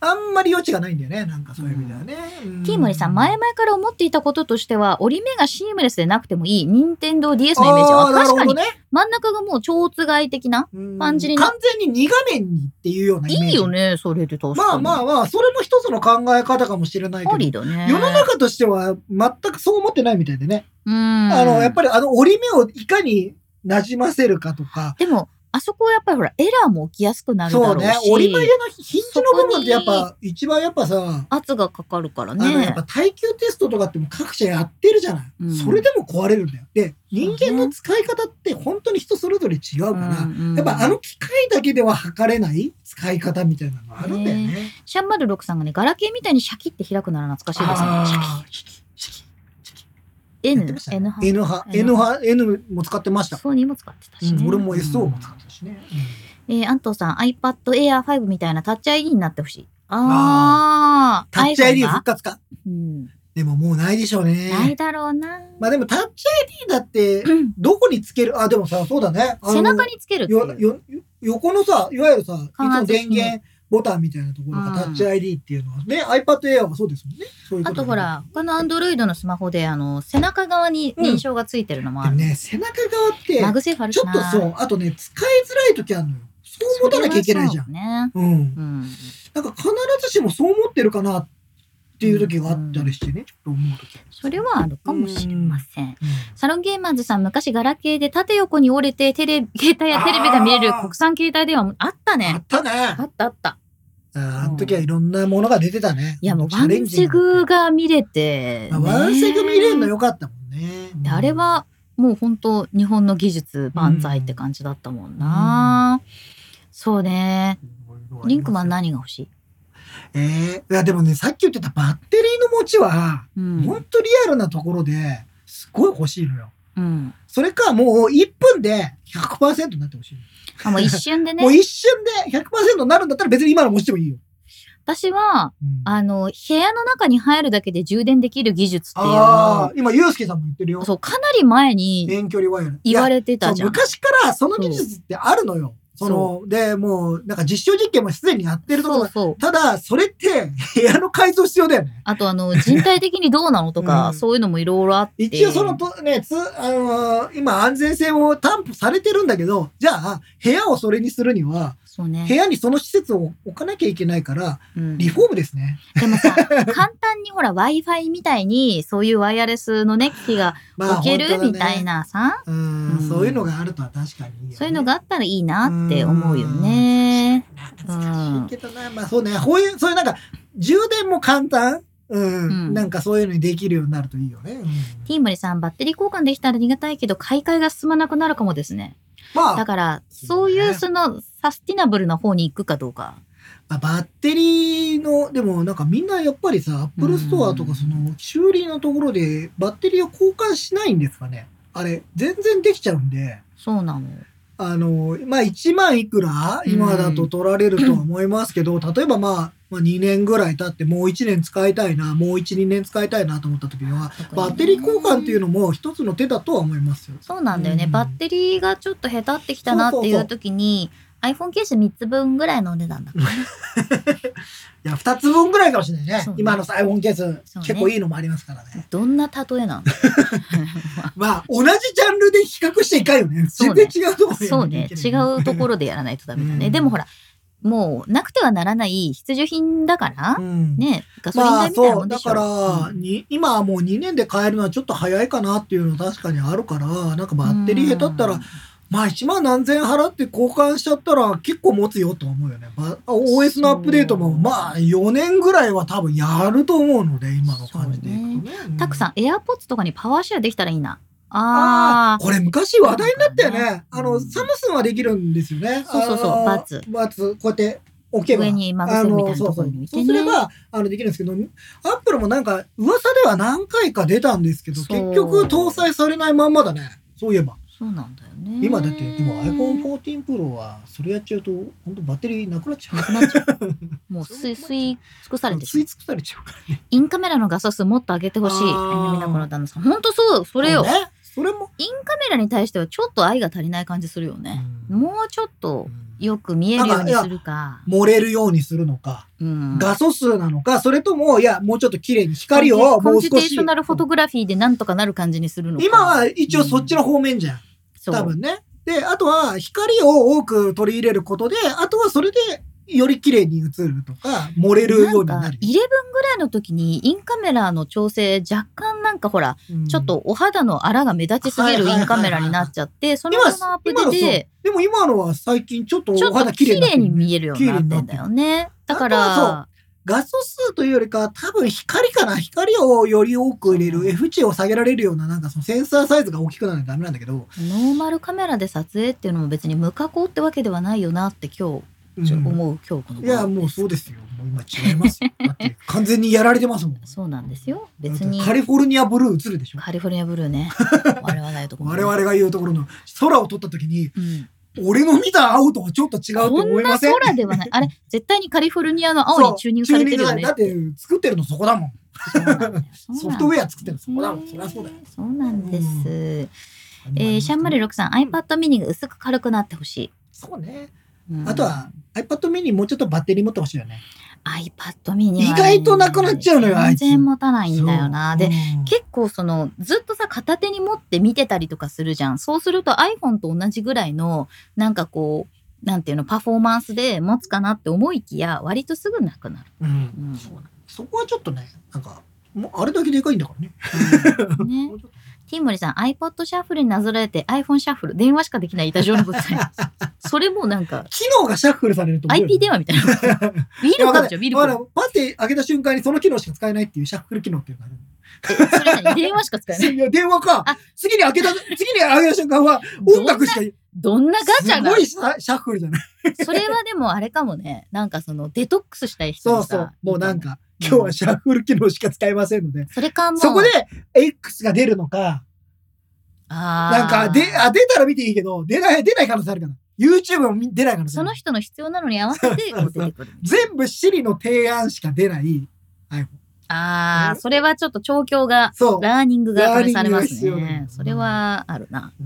B: あんまり余地がないんだよね。なんかそういう意味ではね。
C: ティーモリさん、前々から思っていたこととしては、折り目がシームレスでなくてもいい、任天堂 DS のイメージは、
B: あーなる
C: 確か
B: ほど
C: に
B: ね
C: 真ん中がもう超つがい的な。
B: うん
C: 感じにな
B: 完全に2画面にっていうようなイメージ。
C: いいよ。ね、それで確
B: ま
C: か
B: あ
C: に。
B: まあまあ、それも一つの考え方かもしれないけ
C: あ
B: ど。
C: りだね。
B: 世の中としては全くそう思ってないみたいでね。
C: うん。
B: あ
C: あ
B: の、やっぱ
C: り。
B: りあの折り目をいかに馴染ませるかとか、
C: でも、あそこはやっぱりほら、エラーも起きやすくなるだろ
B: そう
C: うし。
B: ね、折り目のヒンジの部分ってやっぱ一番やっぱさ、
C: 圧がかかるから
B: あのや
C: ね
B: っぱ。耐久テストとかっても各社やってるじゃない、
C: うん
B: それでも壊れるんだよ。で、人間の使い方って本当に人それぞれ違うから、やっぱあの機械だけでは測れない使い方みたいなのあるんだよね。
C: シャンマル6さんがね、ガラケーみたいにシャキって開くなら懐かしいですね。シャキ
B: シャキシャキや
C: N
B: ってました、
C: N
B: ね。
C: 派
B: N 派、N
C: N
B: 派、N も使ってました。
C: そうにも使ってたし、ね
B: うん俺も SO
C: うん
B: も使ってたしね。
C: えー、安藤さん iPad Air 5みたいなタッチ ID になってほしいああ
B: タッチ ID 復
C: が、
B: 活か。
C: うん、
B: でももうないでしょう
C: ない
B: ね。
C: だろうな、
B: まあでもタッチ ID だって、
C: うん
B: どこにつけるあ、でもさ、そうだね。あの
C: 背中につけるってい
B: よ
C: う
B: よよ横のさ、いわゆるさ、いつ
C: 感
B: も
C: 覚的
B: 電
C: に
B: 源ボタンみたいなところがタッチ ID っていうのは、ね、iPad Air はそうですもんね。そういう
C: あ
B: ことだ
C: とほ
B: ね、
C: ら他の Android のスマホであの背中側に認証がついてるのもあ
B: で
C: る、
B: もね、背中側って、
C: マグセーフある
B: ち
C: し
B: ょっ
C: な
B: とそう、あとね、使いづらい時あるのよ。そう持たなきゃいけないじゃん。
C: それは
B: うん。
C: そうね
B: なんか必ずしもそう思ってるかなっていう時があったりしてね、ちょっと思う時。
C: うん、それはあるかもしれません
B: うん
C: サロンゲーマーズさん、昔、ガラケーで縦横に折れて、テレビ、携帯やテレビが見れる
B: あー
C: 国産携帯電話もあった
B: あ
C: ね。
B: ったね。
C: あ
B: あ
C: ったあった。
B: あの時はいろんなものが出てたね。
C: いや、もう
B: チ
C: ワ
B: ャレ
C: ン
B: ジ
C: セ
B: ング
C: グが見れて、
B: あワンセグ見れるの
C: よ。
B: よかったもんね。うん
C: であれは、もう本当日本の技術万歳って感じだったもんな。そうね。リンクマン何が欲しい
B: えーいやでもねさっき言ってたバッテリーの持ちは、
C: うん。
B: ほんとリアルなところですごい欲しいのよ
C: うん。
B: それかもう1分で100%になってほしい、
C: あ、もう一瞬で
B: もう
C: ね。
B: 一瞬で100%になるんだったら別に今の持ちでもいいよ、
C: 私は、
B: うん
C: あの、部屋の中に入るだけで充電できる技術っていう
B: あ
C: の
B: ー今ユうスケさんも言ってるよ
C: を、そう、かなり前に
B: 遠距離ワイヤレス
C: 言わ
B: いや
C: れてたじ
B: そう
C: ゃん。
B: 昔からその技術ってあるのよそのでもうなんか実証実験もすでにやってるところ
C: そう
B: が
C: そう。
B: ただそれって [laughs] 部屋の改造必要だよね
C: あとあの人体的にどうなのとか、
B: うん
C: そういうのもいろいろあって
B: 一応そのとねつ、あのー今安全性を担保されてるんだけどじゃあ部屋をそれにするには
C: そうね
B: 部屋にその施設を置かなきゃいけないから
C: うん
B: リフォームですね、
C: でもさ簡単にほら w i f i みたいにそういうワイヤレスのね機器が
B: まあ
C: 置ける、
B: 本当だね
C: みたいなさ
B: うん
C: うん
B: そういうのがあるとは確かにいいよね
C: そういうのがあったらいいなって思うよね。
B: [laughs] 難しいけどな、まあそうねこういうそういうなんか充電も簡単うん、
C: うん
B: なんかそういうのにできるようになるといいよね、うん
C: ティーモリさんバッテリー交換できたらありがたいけど買い替えが進まなくなるかもですね。
B: ま
C: だ
B: あ、
C: からそういうそのサスティナブルな方に行くかどうか。
B: まあバッテリーのでもなんかみんなやっぱりさアップルストアと
C: う
B: か
C: ん
B: その修理のところでバッテリーを交換しないんですかねあれ全然できちゃうんで
C: そうなの。
B: あのまあ1万いくら
C: うん
B: 今だと取られるとは思いますけ
C: [clears throat]
B: ど、例えばまあまあ2年ぐらい経ってもう1年使いたいなもう12年使いたいなと思った時にはバッテリー交換っていうのも一つの手だとは思いますよ。
C: そうなんだよね、
B: うん
C: バッテリーがちょっと下手ってきたなっていう時に iPhone ケース3つ分ぐらいのお値段だから
B: いや2つ分ぐらいかもしれないね
C: そうね
B: 今のさ iPhone ケース、
C: そうね
B: 結構いいのもありますからね。
C: [laughs] どんな例えなんだ
B: まあ、同じジャンルで比較していかんよね。
C: そ
B: 全
C: うね
B: 然違うところでや
C: そう
B: な
C: んね
B: きゃい
C: 違
B: けないう
C: ところでやらないとダメだね、
B: うん
C: でもほらもうなくてはならない必需品だから、
B: うん
C: ねガソリン
B: まあ
C: 代みたいな
B: そ
C: も
B: うん
C: で
B: だ
C: しょ、
B: から、
C: うん
B: に今はもう2年で買えるのはちょっと早いかなっていうの確かにあるからなんかバッテリー下手ったら、
C: うん
B: まあ1万何千払って交換しちゃったら結構持つよとは思うよね、まあ、OS のアップデートも
C: そう
B: まあ4年ぐらいは多分やると思うので今の感じでいくとねう
C: たくさん AirPods とかにパワーシェアできたらいいな
B: あ
C: あ
B: あ
C: ー
B: これ昔話題になったよね
C: そうだね
B: あのサムスンはできるんですよね
C: そうそうそう
B: あの
C: バツ
B: バツこうやって置けば
C: 上にマグセーフみたいなところに置いて
B: あ
C: ね
B: のそうそうそうすればあのできるんですけどアップルもなんか噂では何回か出たんですけど
C: そう
B: 結局搭載されないまんまだねそういえば
C: そうなんだよね
B: 今だってでも iPhone14 Pro はそれやっちゃうと本当バッテリーなくなっちゃう
C: なくなっちゃ
B: [laughs]
C: うもう吸い吸い尽くされてしまう
B: 吸い尽くされちゃうからね
C: インカメラの画素数もっと上げてほしい。
B: あー
C: みんなこの旦那さん。ほんとそう、それよ。
B: そうねそれも、
C: インカメラに対してはちょっと愛が足りない感じするよね。もうちょっ
B: う
C: と
B: ん
C: よく見えるようにするか。
B: 漏れるようにするのか
C: うん。
B: 画素数なのかそれともいやもうちょっと綺麗に光を
C: コ
B: も
C: ン
B: う
C: ピュ
B: 少
C: コンピューテー
B: し
C: ショナルフォトグラフィーでなんとかなる感じにするのか。
B: 今は一応そっちの方面じゃん、
C: そう
B: 多分ねであとは光を多く取り入れることであとはそれでより綺麗に映るとか漏れるように
C: な
B: なん
C: か
B: る、
C: 11ぐらいの時にインカメラの調整若干なんかほら、
B: うん
C: ちょっとお肌の荒が目立ちすぎるインカメラになっちゃって、その
B: 今
C: 後のアップ
B: 今のそう
C: デで、
B: でも今のは最近ちょっと
C: ちょ
B: お
C: っと
B: 肌綺
C: 綺
B: 麗になってる
C: 麗に見えるようになってんだよね。だか
B: あとはそう
C: ら、
B: 画素数というよりか多分光かな光をより多く入れ
C: そう
B: る F 値を下げられるようななんかそのセンサーサイズが大きくなるのダメなんだけど
C: ノーマルカメラで撮影っていうのも別に無加工ってわけではないよなって今日
B: うん
C: ちょ思う今日この
B: いや、もうそうですよ。もう今違い
C: [laughs]
B: ますよ。だって完全にやられてますもん。
C: そうなんですよ。別
B: だっ
C: に
B: てカリフォルニアブルー映るでしょ。
C: カリフォルニアブル
B: [laughs]
C: ーね。我々だと思う
B: 我々が言うところの空を撮った時に、
C: うん、
B: 俺の見た青とはちょっと違うと
C: こ
B: 思
C: ん
B: いま
C: な
B: せん
C: 空ではない。あれ、絶対にカリフォルニアの青に注入されてるよね
B: そう注入されだっ。て作ってるのそこだもん。
C: そうなんだよ
B: ソフトウェア作ってるのそ
C: そう
B: こ
C: な
B: だ
C: ん
B: もん。
C: だ
B: そりゃそうだよ。
C: そうなんです。えーシャンマ
B: マ
C: ル
B: ル
C: 六さん、iPad mini が薄く軽くなってほしい。
B: そうね。
C: うん
B: あとは iPad mini もうちょっとバッテリー持ってほしいよね。
C: iPad mini はね
B: 意外となくなっちゃうのよあい
C: 全
B: つ
C: 然持たないんだよな。で、
B: うん
C: 結構そのずっとさ片手に持って見てたりとかするじゃんそうすると iPhone と同じぐらいのなんかこうなんていうのパフォーマンスで持つかなって思いきや割とすぐなくなる、
B: うん
C: うん
B: そうねそこはちょっとね、なんか、もうあれだけでかいんだからね。
C: うんね
B: もうちょっと
C: [laughs] ティモリさん iPod シャッフルになぞらえて iPhone シャッフル電話しかできない板状の物体
B: [laughs]
C: それもなんか
B: 機能がシャッフルされると思うよ
C: IP 電話みた
B: [laughs]
C: いなビールかじゃんビール
B: だから
C: か
B: パッて開けた瞬間にその機能しか使えないっていうシャッフル機能っていうのがある
C: えそれ何電話しか使
B: [laughs]
C: えない
B: いや電話か
C: あ。
B: 次に開けた、
C: [laughs]
B: 次に開けた瞬間は音楽しか
C: どんなガチャ
B: す
C: が
B: ごいシャシャッフルじゃない。
C: それはでもあれかもねなんかそのデトックスしたい人
B: そ
C: に
B: う
C: さ
B: そう。もうなんか、
C: うん
B: 今日はシャッフル機能しか使えませんので。
C: それかもう
B: そこで X が出るのか、な
C: なん
B: か、で、あ、出たら見ていいけど、出ない、出ない可能性あるから。YouTube も見出ない可能性
C: そ
B: あ
C: の
B: る。
C: 人の必要なのに合わせてこ
B: [laughs]
C: う出てくる。
B: 全部 Siri の提案しか出ない。
C: ああ、それはちょっと調教が、
B: そう。
C: ラーニングが試され
B: ラーニング
C: ます
B: が必要だ
C: ね
B: よ。
C: それはあるな。
B: う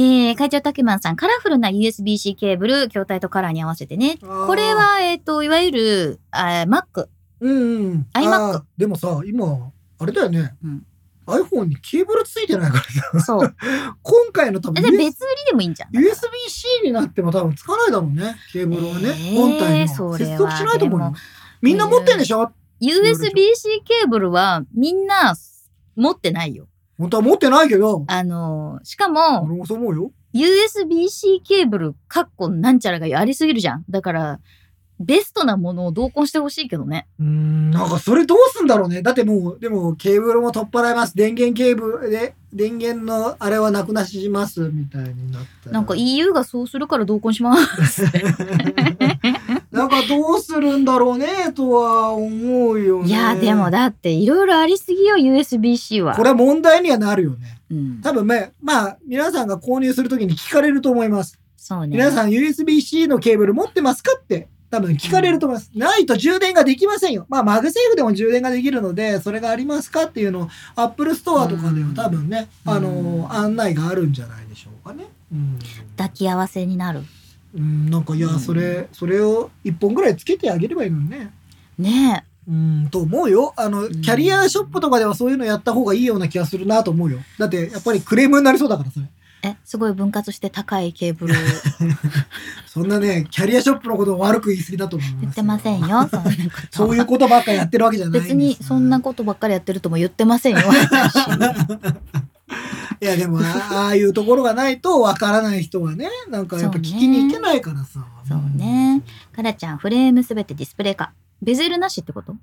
B: ん
C: えー、会長たけまんさん、カラフルな USB-C ケーブル、筐体とカラーに合わせてね。これ、は、えっ、と、いわゆる、あー Mac。
B: うんうん。
C: iMac
B: あーでもさ、今、あれだよね
C: うん。
B: iPhone にケーブルついてないからさ、
C: そう。
B: [laughs] 今回の多
C: え
B: 分
C: で、別売りでもいいんじゃん。
B: USB-C になっても多分使わないだろうね。ケーブルはね。
C: えー
B: 本体に
C: そ
B: は
C: れは
B: 接続しないと思う
C: で
B: よ
C: も。
B: みんな持ってんでしょ、
C: USB-C ケーブルは、みんな、持ってないよ。
B: 本当は持ってないけど。
C: あのー、しかも、
B: 俺もそう思うよ。
C: USB-C ケーブル、かっこなんちゃらがありすぎるじゃん。だから、ベストなものを同梱してほしいけどね。
B: うーん、なんかそれどうすんだろうね。だってもう、でもケーブルも取っ払います。電源ケーブルで、電源のあれはなくなします。みたいになったら
C: なんか EU がそうするから同梱します。
B: [laughs] なんかどうするんだろうね、とは思うよね。
C: いやーでも。だっていろいろありすぎよ、USB-C は。
B: これは問題にはなるよね。
C: うん、
B: 多分ね、まあ、皆さんが購入するときに聞かれると思います。
C: そうね。
B: 皆さん USB-C のケーブル持ってますかって多分聞かれると思います。ないと充電ができませんよ。まあマグセーフでも充電ができるので、それがありますかっていうのを Apple Store とかでは多分ね、
C: うん
B: あ
C: うん
B: の、案内があるんじゃないでしょうかね。うん。
C: 抱き合わせになる。
B: うん、なんかいや
C: うん、
B: それ、それを1本ぐらいつけてあげればいいのにね。
C: ね
B: うん、と思うよ。あの、
C: ん
B: キャリアショップとかではそういうのやった方がいいような気がするなと思うよ。だってやっぱりクレームになりそうだから、それ。
C: え。え、すごい分割して高いケー
B: [laughs]
C: ブル
B: そんなね、キャリアショップのことを悪く言い過ぎだと思いますよ。
C: 言ってませんよ。そんなこと
B: [laughs] そういうことばっかやってるわけじゃないんです
C: 別にそんなことばっかりやってるとも言って
B: [laughs]
C: ませんよ。
B: いやでもあああいうところがないとわからない人はねなんかやっぱ聞きに行けないからさ
C: そうねカラちゃん、フレームすべてディスプレイ化。ベゼルなしってこと
B: うん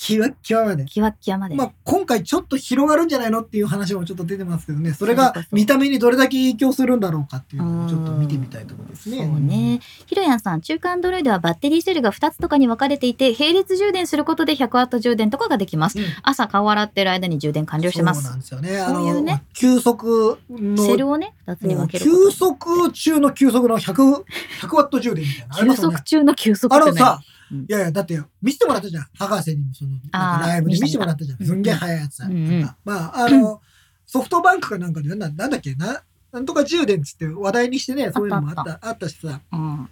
B: キワッキワまで、
C: キワッキワまで。
B: まあ、今回ちょっと広がるんじゃないのっていう話もちょっと出てますけどねそれ
C: そう
B: が
C: そうそう
B: 見た目にどれだけ影響するんだろうかっていうのをちょっと見てみたいところですね。
C: そうね。ひろやんさん、中間ドロイドはバッテリーセルが2つとかに分かれていて、並列充電することで 100W 充電とかができます。
B: うん
C: 朝顔洗ってる間に充電完了してま
B: そうな
C: す。
B: んですよね。あ
C: そういう
B: の、
C: ね
B: 休息
C: セル
B: の、
C: をね、2つに分ける
B: 休
C: こと。
B: 息中の休息の100、100ワット充電みたいなのあり
C: 休
B: ますよね
C: 息。中の休息
B: あ
C: って
B: の
C: ね。
B: さ
C: うん、
B: いやいや、だって見せてもらったじゃん。博士にもその、なん
C: あー
B: かライブで見
C: 見
B: せて
C: せても
B: も
C: ら
B: ら
C: っ
B: ったたじゃん。すんげえ速いやつ
C: う
B: だ。
C: んうん
B: なんかまあ、あの、ソフトバンクかなんかで、ななんだっけ、な、なんとか充電っつって話題にしてね、そういうのもあった、
C: あ
B: あったしさ、
C: うん。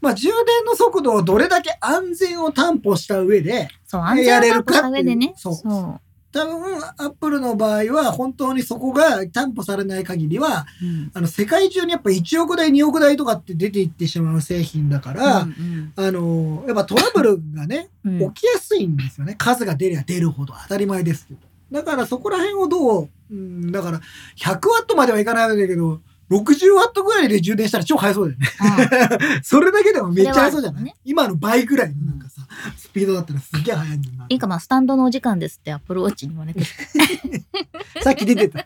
B: まあ充電の速度をどれだけ安全を担保した上で、
C: そう、安全を担保した
B: やれるかっ
C: 上で
B: てい
C: ね。
B: う
C: そ。
B: そうう多分、アップルの場合は、本当にそこが担保されない限りは、
C: うん
B: あの、世界中にやっぱ1億台、2億台とかって出ていってしまう製品だから、
C: うん
B: あの、やっぱトラブルがね、
C: うんうん
B: 起きやすいんですよね。数が出りゃ出るほど当たり前ですけど。だからそこら辺をどう、うん、だから100ワットまではいかないんだけど、60ワットぐらいで充電したら超速そうだよね。 [laughs] それだけでもめっちゃ速そうじゃない、
C: それは
B: 今の倍ぐらいのなんかさ、スピードだったらすげえ速いんだよない
C: いか、まあ、スタンドのお時間ですって、アップルウォッチに言われてる。
B: さっき出てた。し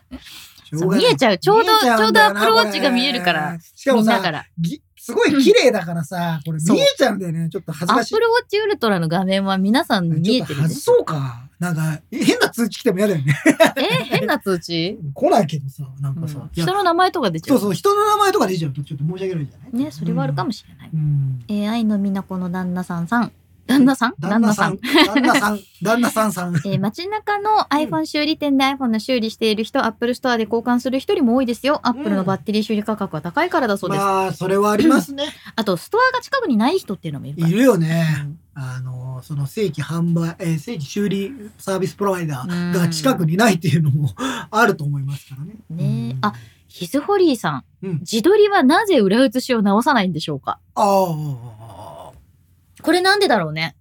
B: ょ
C: そう
B: うがない
C: 見えちゃう。ちょうど、
B: 見え
C: ちょ
B: ゃ
C: うんど
B: だ
C: ア
B: よ
C: ッ
B: な
C: プルウォッチが見えるから。
B: これしか
C: み
B: も
C: んなか
B: さ、
C: ら。
B: ぎすごい綺麗だからさ、これ見えちゃうんだよね。ちょっと恥ず
C: ア
B: か
C: ッ
B: しい
C: プ。ルウォッチウルトラの画面は皆さん見
B: ち
C: え
B: ょってと
C: るで
B: 外
C: しょ。
B: そうか。なんか、え変な通知来ても嫌だよね。 [laughs]
C: えー、変な通知、
B: 来ないけどさ、なんかさ。
C: うん
B: いや
C: 人の名前とか出ち
B: そ
C: ゃ。
B: ううそう、人の名前とかでいいじゃん。ちょっと申し訳ないじゃない
C: ね、それはあるかもしれない。
B: うん
C: AI のみなこの旦那さんさん。旦那さん
B: 旦那さん。。旦那さん。旦那さんさん。
C: [laughs] えー街中の iPhone 修理店で iPhone の修理している人、Apple ストアで交換する人よりも多いですよ。Apple のバッテリー修理価格は高いからだそうです。
B: まあ、それはありますね。
C: あと、ストアが近くにない人っていうのもいるから
B: い。るよね。あの、その正規販売、えー正規修理サービスプロバイダーが近くにないっていうのも [laughs] あると思いますからね。
C: ね
B: うん
C: あ、ヒズホリーさん、
B: うん
C: 自撮りはなぜ裏写しを直さないんでしょうか
B: ああ、
C: これなんでだろうね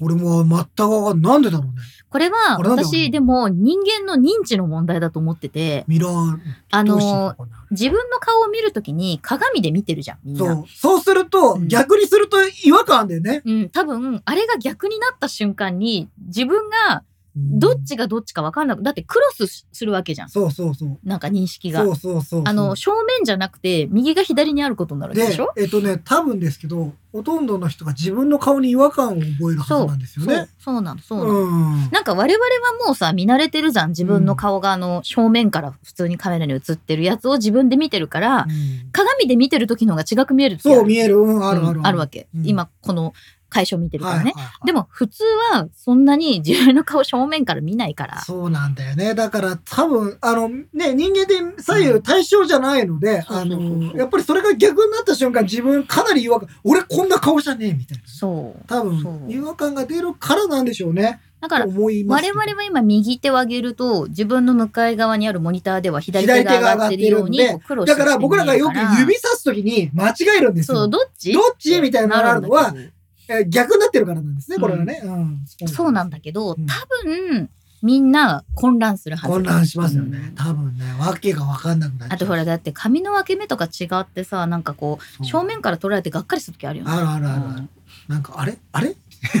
B: 俺も全くわかんない。なんでだろうね。
C: これは
B: これなんでだろう
C: 私でも人間の認知の問題だと思ってて、
B: ミラー、
C: あ
B: どうしてん
C: の
B: の、かな
C: 自分の顔を見るときに鏡で見てるじゃん、みん
B: そ
C: な。
B: う。そうすると、
C: うん
B: 逆にすると違和感あんだよね。
C: うん、多分、あれが逆になった瞬間に、自分がどっちがどっちか分かんなく、だってクロスしするわけじゃん。
B: そうそうそう。
C: なんか認識が
B: そ。うそうそうそう。
C: あの、正面じゃなくて、右が左にあることになるで
B: で
C: しょ、
B: えっとね、多分ですけど、ほとんどの人が自分の顔に違和感を覚えるはずなんですよ
C: そう
B: ね。、
C: そうなの、そうなの。
B: うん。
C: なんか我々はもうさ見慣れてるじゃん自分の顔があの正面から普通にカメラに映ってるやつを自分で見てるから、
B: うん
C: 鏡で見てる時の方が違く見える時
B: そ
C: あ
B: う、
C: る
B: 見える。うん、ある
C: うん
B: ある。
C: わけ、
B: うん
C: 今この会社を見てるから
B: は
C: ね、
B: いはいはい
C: でも普通はそんなに自分の顔正面から見ないから
B: そうなんだよね。だから多分、あの、ね、人間で左右対称じゃないので、
C: そう
B: あ
C: そうそうそう
B: の、やっぱりそれが逆になった瞬間、自分かなり違和感、俺こんな顔じゃねえみたいな。
C: そ
B: 多
C: うそう
B: 分、違和感が出るからなんでしょうね。
C: だから
B: と思います
C: 我
B: けど。
C: 々は今右手を上げると自分の向かい側にあるモニターでは左手が上がってるように
B: 左手
C: こ
B: が
C: う苦労して
B: だから僕らがよく指
C: さ
B: さすときに間違えるんです
C: そう
B: よ。
C: どっち
B: どっちみたいなのがあるのは
C: な
B: えー
C: だけど
B: 逆になってるからなんですね、これはね。うん
C: そうなんだけど、
B: うん
C: 多分みんな混乱するはず
B: 混乱しますよ
C: う
B: ね
C: ん。
B: 多分ね、わけがわかんなくなっちゃう。
C: あとほらだって髪の分け目とか違ってさなんかこ
B: そうう
C: 正面から捉えてがっかりする時あるよね。
B: あるあるあるあ
C: う
B: る
C: ん。
B: なんか、あれあれ [laughs]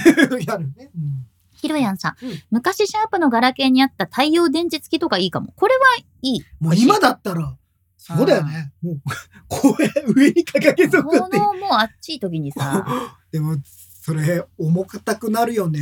B: やるね。うん
C: ひろやんさん、
B: うん
C: 昔シャープのガラケーにあった太陽電池付きとかいいかもこれはいい
B: もう今だったら、そうだよね。もう、 [laughs] こうや上に掲げとく
C: こ
B: って。
C: のもうあっちい時
B: [laughs]
C: にさ
B: でも、それ、重たくなるよね。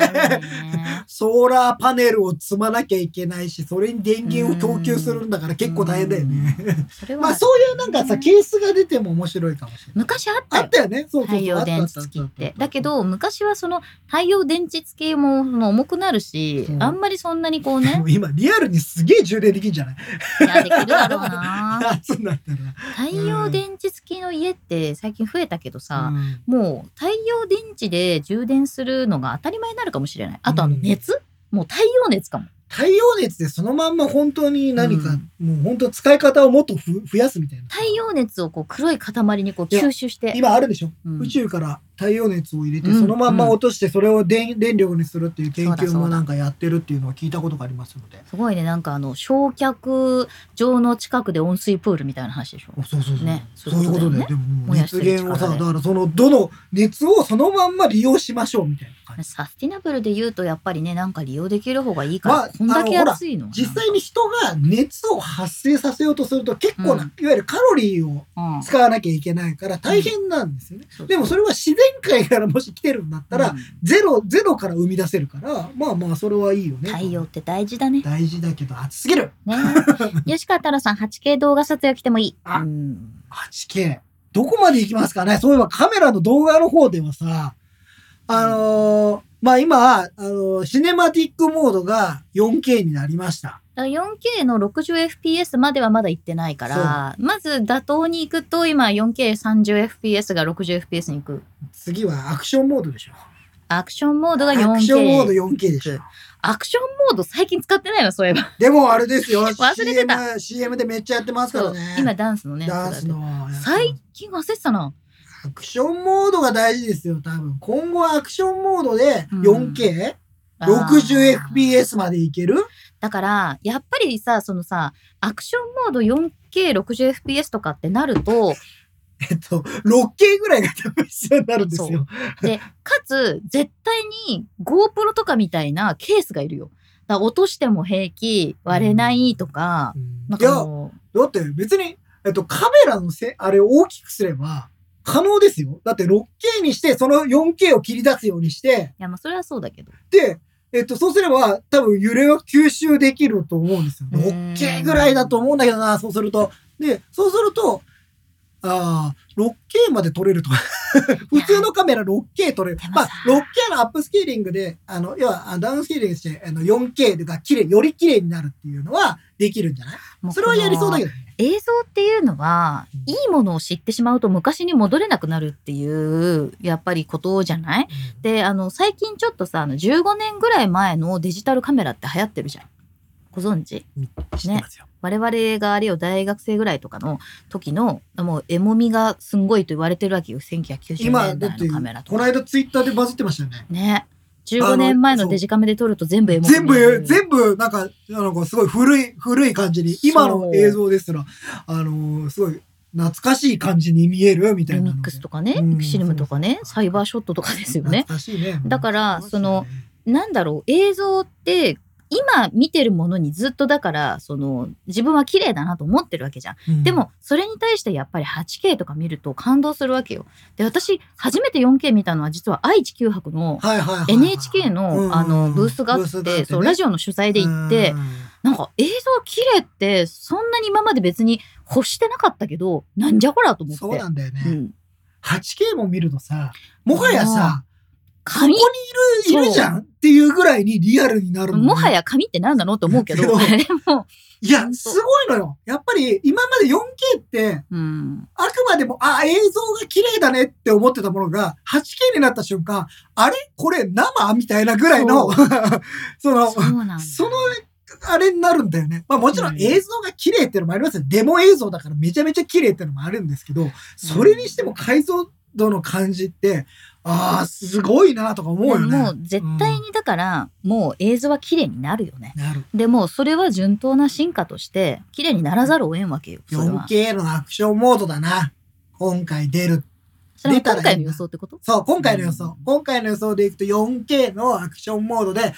C: なるよね
B: ソーラーパネルを積まなきゃいけないし、それに電源を供給するんだから結構大変だよね。
C: それは
B: まあ、そういうなんかさ、ケースが出ても面白いかもしれない。
C: 昔あった
B: あ
C: よ
B: ったよね。そうそうそう
C: 太陽電池付きって。だけ、ど、昔はその太陽電池付きもその重くなるし
B: そ、う
C: あんまりそんなにこ
B: あ
C: う
B: ったあ [laughs] ったあったも、
C: ね
B: う今、リアルにすげえ充電できんじゃない
C: いや、できるだろうな。
B: 夏になったら。
C: 太陽電池付きの家って最近増えたけどさ、
B: うん
C: もう太陽電池で充電するのが当たり前になるかもしれない。あとあの
B: うん
C: 熱、もう太陽熱かも。
B: 太陽熱でそのまんま本当に何か、
C: うん
B: もう本当使い方をもっとふ増やすみたいな。
C: 太陽熱をこう黒い塊にこう
B: いや
C: 吸収して。
B: 今あるでしょ、
C: うん
B: 宇宙から太陽熱を入れて、
C: うん
B: そのまんま落としてそれを電電力にするっていう研
C: そうだ
B: 究
C: そうだ
B: もなんかやってるっていうのは聞いたことがありますので。
C: すごいね、なんかあの、焼却場の近くで温水プールみたいな話でしょ。
B: そうそうそう。
C: ね
B: そういうことで、
C: そういうことだよね
B: でももう
C: 燃やして
B: 熱
C: る力で
B: 源をさ、だからその、どの熱をそのまんま利用しましょうみたいな感じ。
C: サスティナブルで言うとやっぱりねなんか利用できる方がいいから、
B: まあ
C: こんだ
B: あの
C: け
B: ほら
C: 安いの
B: 実際に人が熱を発生させようとすると結構な、
C: うん
B: いわゆるカロリーを
C: うん
B: 使わなきゃいけないから大変なんですよね。
C: そう
B: でもそれは自然界からもし来てるんだったら、
C: うん
B: ゼロ、ゼロから生み出せるから、まあまあ、それはいいよね。
C: 太陽って大事だね
B: 大事だけど、暑すぎる
C: [laughs] ね吉川太郎さん 8K 動画撮影来てもいい
B: あ
C: うん
B: !8K。どこまで行きますかねそういえばカメラの動画の方ではさ、あのーまあ今、あのーシネマティックモードが 4K になりました。
C: だから 4K の 60fps まではまだ行ってないからまず妥当に行くと今 4K30fps が 60fps に行く
B: 次はアクションモードでしょ。
C: アクションモードが 4K
B: アクションモード 4K でしょ。
C: アクションモード最近使ってないのそういえば
B: でもあれですよ。
C: [laughs] 忘れてた
B: CM, CM でめっちゃやってますからね。
C: 今ダンスのね
B: ダンスの。
C: 最近忘れてたな
B: アクションモードが大事ですよ、多分。今後はアクションモードで 4K、
C: あー
B: 60fps までいける [laughs]
C: だから、やっぱりさ、そのさ、アクションモード 4K60fps とかってなると、
B: えっと、6K ぐらいが多分必要になるんですよ。
C: で、かつ、絶対に GoPro とかみたいなケースがいるよ。だから落としても平気、割れないとか、
B: うん
C: なん
B: いや、
C: か
B: だ
C: もう
B: って別にえっと、カメラのせ、あれを大きくすれば、可能ですよ。だって 6K にして、その 4K を切り出すようにして、
C: や、まあ、それはそうだけど。
B: で、えっと、そうすれば、多分揺れは吸収できると思うんですよ。
C: うーん
B: 6K ぐらいだと思うんだけどな、そうすると。で、そうすると、ああ、6K まで撮れると。 [laughs] 普通のカメラ 6K 撮れる
C: で。も
B: まあ
C: さ、
B: 6K のアップスケーリングで、あの、要はあダウンスケーリングして、あの 4K が綺麗、より綺麗になるっていうのはできるんじゃない
C: も
B: それはやりそうだ
C: けど。
B: けどね。
C: 映像っていうのは、いいものを知ってしまうと昔に戻れなくなるっていう、やっぱりことじゃないで、あの、最近ちょっとさ、あの、15年ぐらい前のデジタルカメラって流行ってるじゃん。ご存知
B: 知ってますよ。
C: 我々があれよ大学生ぐらいとかの時のもうエモみがすんごいと言われてるわけよ1990
B: 今、
C: 年
B: だっ
C: 代
B: て
C: のカメラ、と
B: こ
C: か
B: の間ツイッターでバズってましたよね。
C: ね
B: あの
C: 15年前
B: そ
C: の
B: う
C: デジカメで撮ると全部エモ
B: 全
C: みにな
B: 部、
C: る
B: 全部、なんか、なんかすごい古い、古い感じに、今
C: そ
B: の
C: う
B: 映像ですら、あのーすごい懐かしい感じに見えるみたい
C: リ
B: なので。
C: ミックスとかね
B: うん
C: ミクシルムとか
B: そう
C: ね
B: そう
C: サイバーショットとかですよね
B: 懐かしいね。
C: だから
B: 懐しいよね、
C: なんだろう映像って今見てるものにずっとだからその自分は綺麗だなと思ってるわけじゃん
B: うん
C: で、もそれに対してやっぱり 8K とか見ると感動するわけよで私初めて 4K 見たのは実は愛・知九博の
B: はいはいはいはい
C: NHK
B: うん
C: のあのブースがあって、そうラジオの取材で行って、
B: うん
C: なんか映像綺麗ってそんなに今まで別に欲してなかったけどなんじゃこらと思って
B: そうなんだよね。
C: うん、
B: 8K も見るとさ、もはやさ、
C: 紙
B: いるいるじゃんっていうぐらいにリアルになるのね
C: もはや紙って何なのと思うけど
B: けど
C: [laughs] でも、
B: いや
C: ほん、と
B: すごいのよ。やっぱり今まで 4K って、
C: うん、
B: あくまでも、あ、映像が綺麗だねって思ってたものが、8K になった瞬間、あれこれ生みたいなぐらいの、 [laughs] その、
C: そうなんだ
B: [laughs] そのあれになるんだよね。まあもちろ
C: うんん
B: 映像が綺麗ってのもありますよ。デモ映像だからめちゃめちゃ綺麗ってのもあるんですけど、それにしても解像度の感じって、ああ、すごいなとか思うよ
C: でもも
B: ね。
C: う絶対にだから、もう映像は綺麗になるよね
B: なる。
C: でもそれは順当な進化として綺麗にならざるを得んわけよそれは
B: 4K のアクションモードだな。今回出る。
C: それは
B: 出たらいいな
C: 今回の予想ってこと
B: そう、今回の予想。
C: うん
B: 今回の予想でいくと 4K のアクションモードで、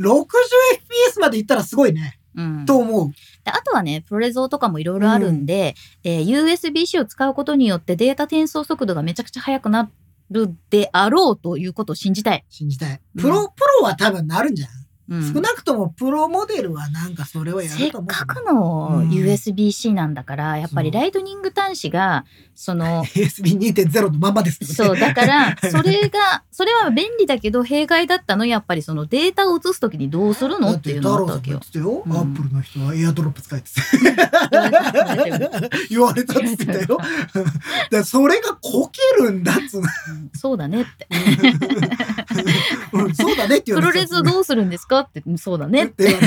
B: 60fps までいったらすごいね。
C: うん
B: と思う。
C: であとはね、プロレゾーとかもいろいろあるんで、えー USB-C を使うことによってデータ転送速度がめちゃくちゃ速くなるであろうということを信じたい。
B: 信じたい。
C: うん
B: プロ、プロは多分なるんじゃん。
C: うん
B: 少なくともプロモデルはなんかそれをや
C: せ
B: る
C: っ
B: と思う。
C: かくの
B: うん
C: USB-C なんだから、やっぱり
B: そう、
C: ライトニング端子が、その
B: USB2.0 のまんまですけどね。
C: そう、
B: [laughs]
C: だから、それが、それは便利だけど、弊害だったの、やっぱりそのデータを移すときにどうするの
B: だ
C: っていうの
B: 太
C: があっ
B: 郎さんも
C: たわけ
B: 言
C: よ
B: っ。てたよ。
C: う
B: ア
C: ん
B: ップルの人はエアドロップ使えてて。
C: 言われた言われた
B: 言われたって言ってた
C: [laughs]
B: よ。で、それがこけるんだっつうの。
C: うんそうだねって。
B: うんそうだねって言わ
C: プロ
B: れて
C: レ
B: た
C: ゾどうするんですかって、うんそうだねっ
B: [laughs] ってて。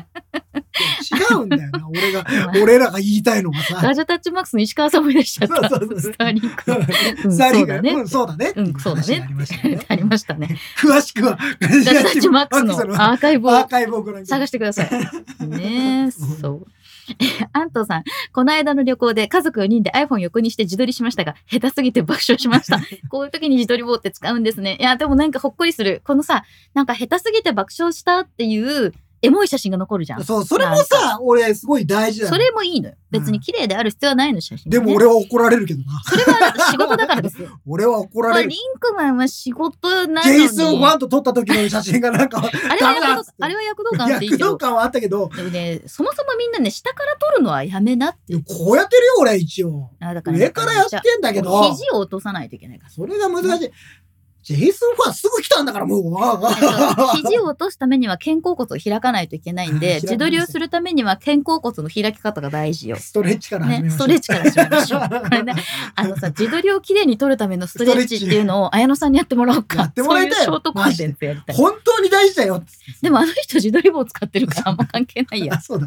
B: 違うんだよ
C: [laughs]
B: な。俺が、俺らが言いたいのがさ。
C: ガジェタッチマックスの石川さんもいらっしゃった。
B: そうそうそう
C: スターリンク。うん
B: サリー
C: そうだ
B: が、
C: ね
B: うん、そうだね。
C: うん、そうだ
B: ってい話になりまし
C: ねった
B: よ
C: て
B: ね
C: ありましたね。 [laughs]
B: 詳しくは、ガジ
C: ガジェタッチマックスのアーカイブ
B: ア
C: を
B: ーカイブをご覧くださ
C: 探
B: い。
C: してくだ
B: [laughs]
C: さい。ねえ、そう。アントさん、この間の旅行で家族4人で iPhone 横にして自撮りしましたが、下手すぎて爆笑し
B: [laughs]
C: ました。こういう時に自撮り棒って使うんですね。いや、でもなんかほっこりする。このさ、なんか下手すぎて爆笑したっていうエモい写真が残るじゃん。
B: そう、それもさ、俺すごい大事だよ
C: それもいいのよ。別に綺麗である必要はないの、写真、
B: でも、俺は怒られるけどな。
C: それは仕事だから
B: [laughs]
C: ですよ。
B: 俺は怒
C: こ
B: ら
C: れ
B: れ
C: リ
B: る。
C: ンクマンは仕事な
B: ジ
C: の
B: ェ
C: に。
B: イソン・ファンと撮った時の写真がなんか、
C: あれは
B: ダ
C: 躍動
B: メだっつっ
C: 感
B: て
C: あれは躍動感あっていい
B: 躍
C: け
B: 動
C: ど。
B: 感はあったけど、
C: でもね、そもそもみんなね、下から撮るのはやめなって
B: でもこうやってるよ、俺は一応。
C: あだからね
B: 上からやってんだけど。
C: 肘を落とさないといけないから。
B: それが難しい。ジェイソンファンすぐ来たんだからもう。 [laughs]
C: 肘を落とすためには肩甲骨を開かないといけないん
B: 開
C: で、
B: きます
C: 自撮りをするためには肩甲骨の開き方が
B: [laughs]
C: 大事よ。
B: ストレッチから始め
C: ね、
B: まし
C: ス
B: ょ
C: ト
B: う
C: レッチからしましょ
B: [laughs]
C: う。これね、あのさ、自撮りをきれいに撮るためのストレッチっていうのを綾野さんにやってもらおうか。
B: やってもらいたいよ
C: そううショートコンテンツやりたい。
B: 本当に大事だよ。
C: でもあの人自撮り棒使ってるからあんま関係な
B: [laughs]
C: いや
B: あ。そうだ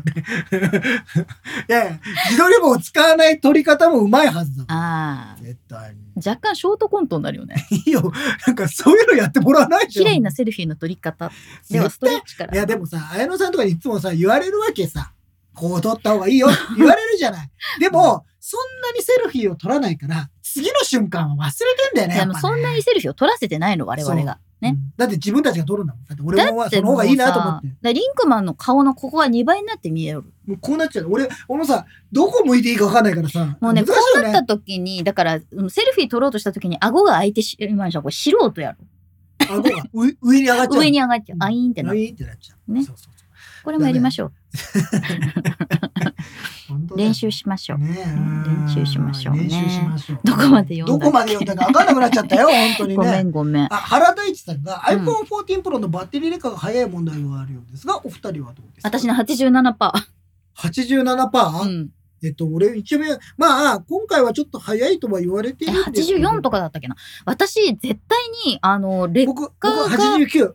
B: ね。いやいや、自撮り棒を使わない撮り方もうまいはずだ。
C: ああ。
B: 絶対に。
C: 若干ショートコントになるよね。
B: [laughs] いいよ。なんかそういうのやってもらわないでしょ
C: 綺麗なセルフィーの撮り方。ではストレッチか
B: い
C: ら。
B: やでもさ、綾野さんとかにいつもさ、言われるわけさ。こう撮った方がいい
C: [laughs]
B: よって言われるじゃない。でも、そんなにセルフィーを撮らないから、次の瞬間は忘れてんだよね。
C: で
B: やっ
C: も
B: ぱね
C: そんなにセルフィーを撮らせてないの我々が。ね。
B: うんだって自分たちが撮るんだもん。だって俺
C: だ
B: もは
C: って
B: その方がいいなと思って
C: もうさ。だからリンクマンの顔のここが2倍になって見える。
B: もうこうなっちゃう。俺、俺もさ、どこ向いていいか分かんないからさ。
C: もうね、
B: 難
C: こ
B: しいうよ
C: なっ
B: ね
C: た時に、だから、うんセルフィー撮ろうとした時に顎が開いてしまいました。これ素人や
B: 顎が上上に上がっちゃ
C: ろ。
B: う。
C: 上に上がっちゃう。
B: うん
C: あいーんってな
B: な
C: る。
B: ってなっちゃう。
C: ね
B: そうそうそ
C: これもやりましょう。
B: う本当だよ
C: 練習しましょう。
B: ねえ
C: ん練習しましょうね
B: 練習しましょう。
C: どこまで読んだっけ
B: どこまで読んだか分かんなくなっちゃったよ、本当に
C: ごめ
B: ね。
C: んごめん。
B: あ原大地さんが
C: うん
B: iPhone14 Pro のバッテリー劣化が早い問題があるようですが、お二人はどうですか
C: 私の87%。う
B: 87%?、
C: ん。
B: えっと、俺一応、まあ、今回はちょっと早いとは言われてい
C: え、
B: るんですけど。
C: 84とかだったっけな。私、絶対に、あの、劣
B: 僕、僕
C: 化が
B: 89。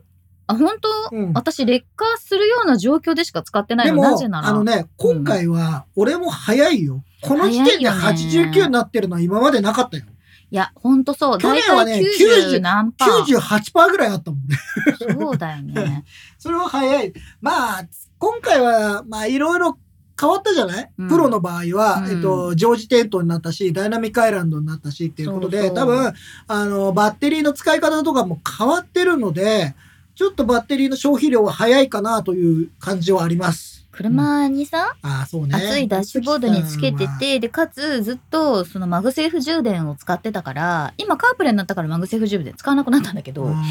C: あ、本当
B: うん
C: 私、劣化するような状況でしか使ってない
B: で
C: の。
B: も、
C: なぜなら。
B: あのね、今回は、俺も早いよ。この時点で
C: 早いよね
B: 89になってるのは今までなかったよ。
C: いや、ほんとそう。
B: 去
C: 大
B: 年は
C: 体
B: ね
C: 90何パー。
B: 98%ぐらいあったもんね。 [laughs]
C: そうだよね。
B: それは早い。まあ、今回は、まあ、いろいろ変わったじゃない、
C: うん
B: プロの場合は、
C: うん
B: えっと、常時点灯になったし、ダイナミックアイランドになったしっていうことで、
C: そうそう
B: 多分、あの、バッテリーの使い方とかも変わってるので、ちょっとバッテリーの消費量は早いかなという感じはあります。
C: 車にさ、
B: ああ、そうね。
C: 熱いダッシュボードにつけてて、で、かつ、ずっと、そのマグセーフ充電を使ってたから、今カープレイになったからマグセーフ充電使わなくなったんだけ
B: う
C: ど、
B: ん、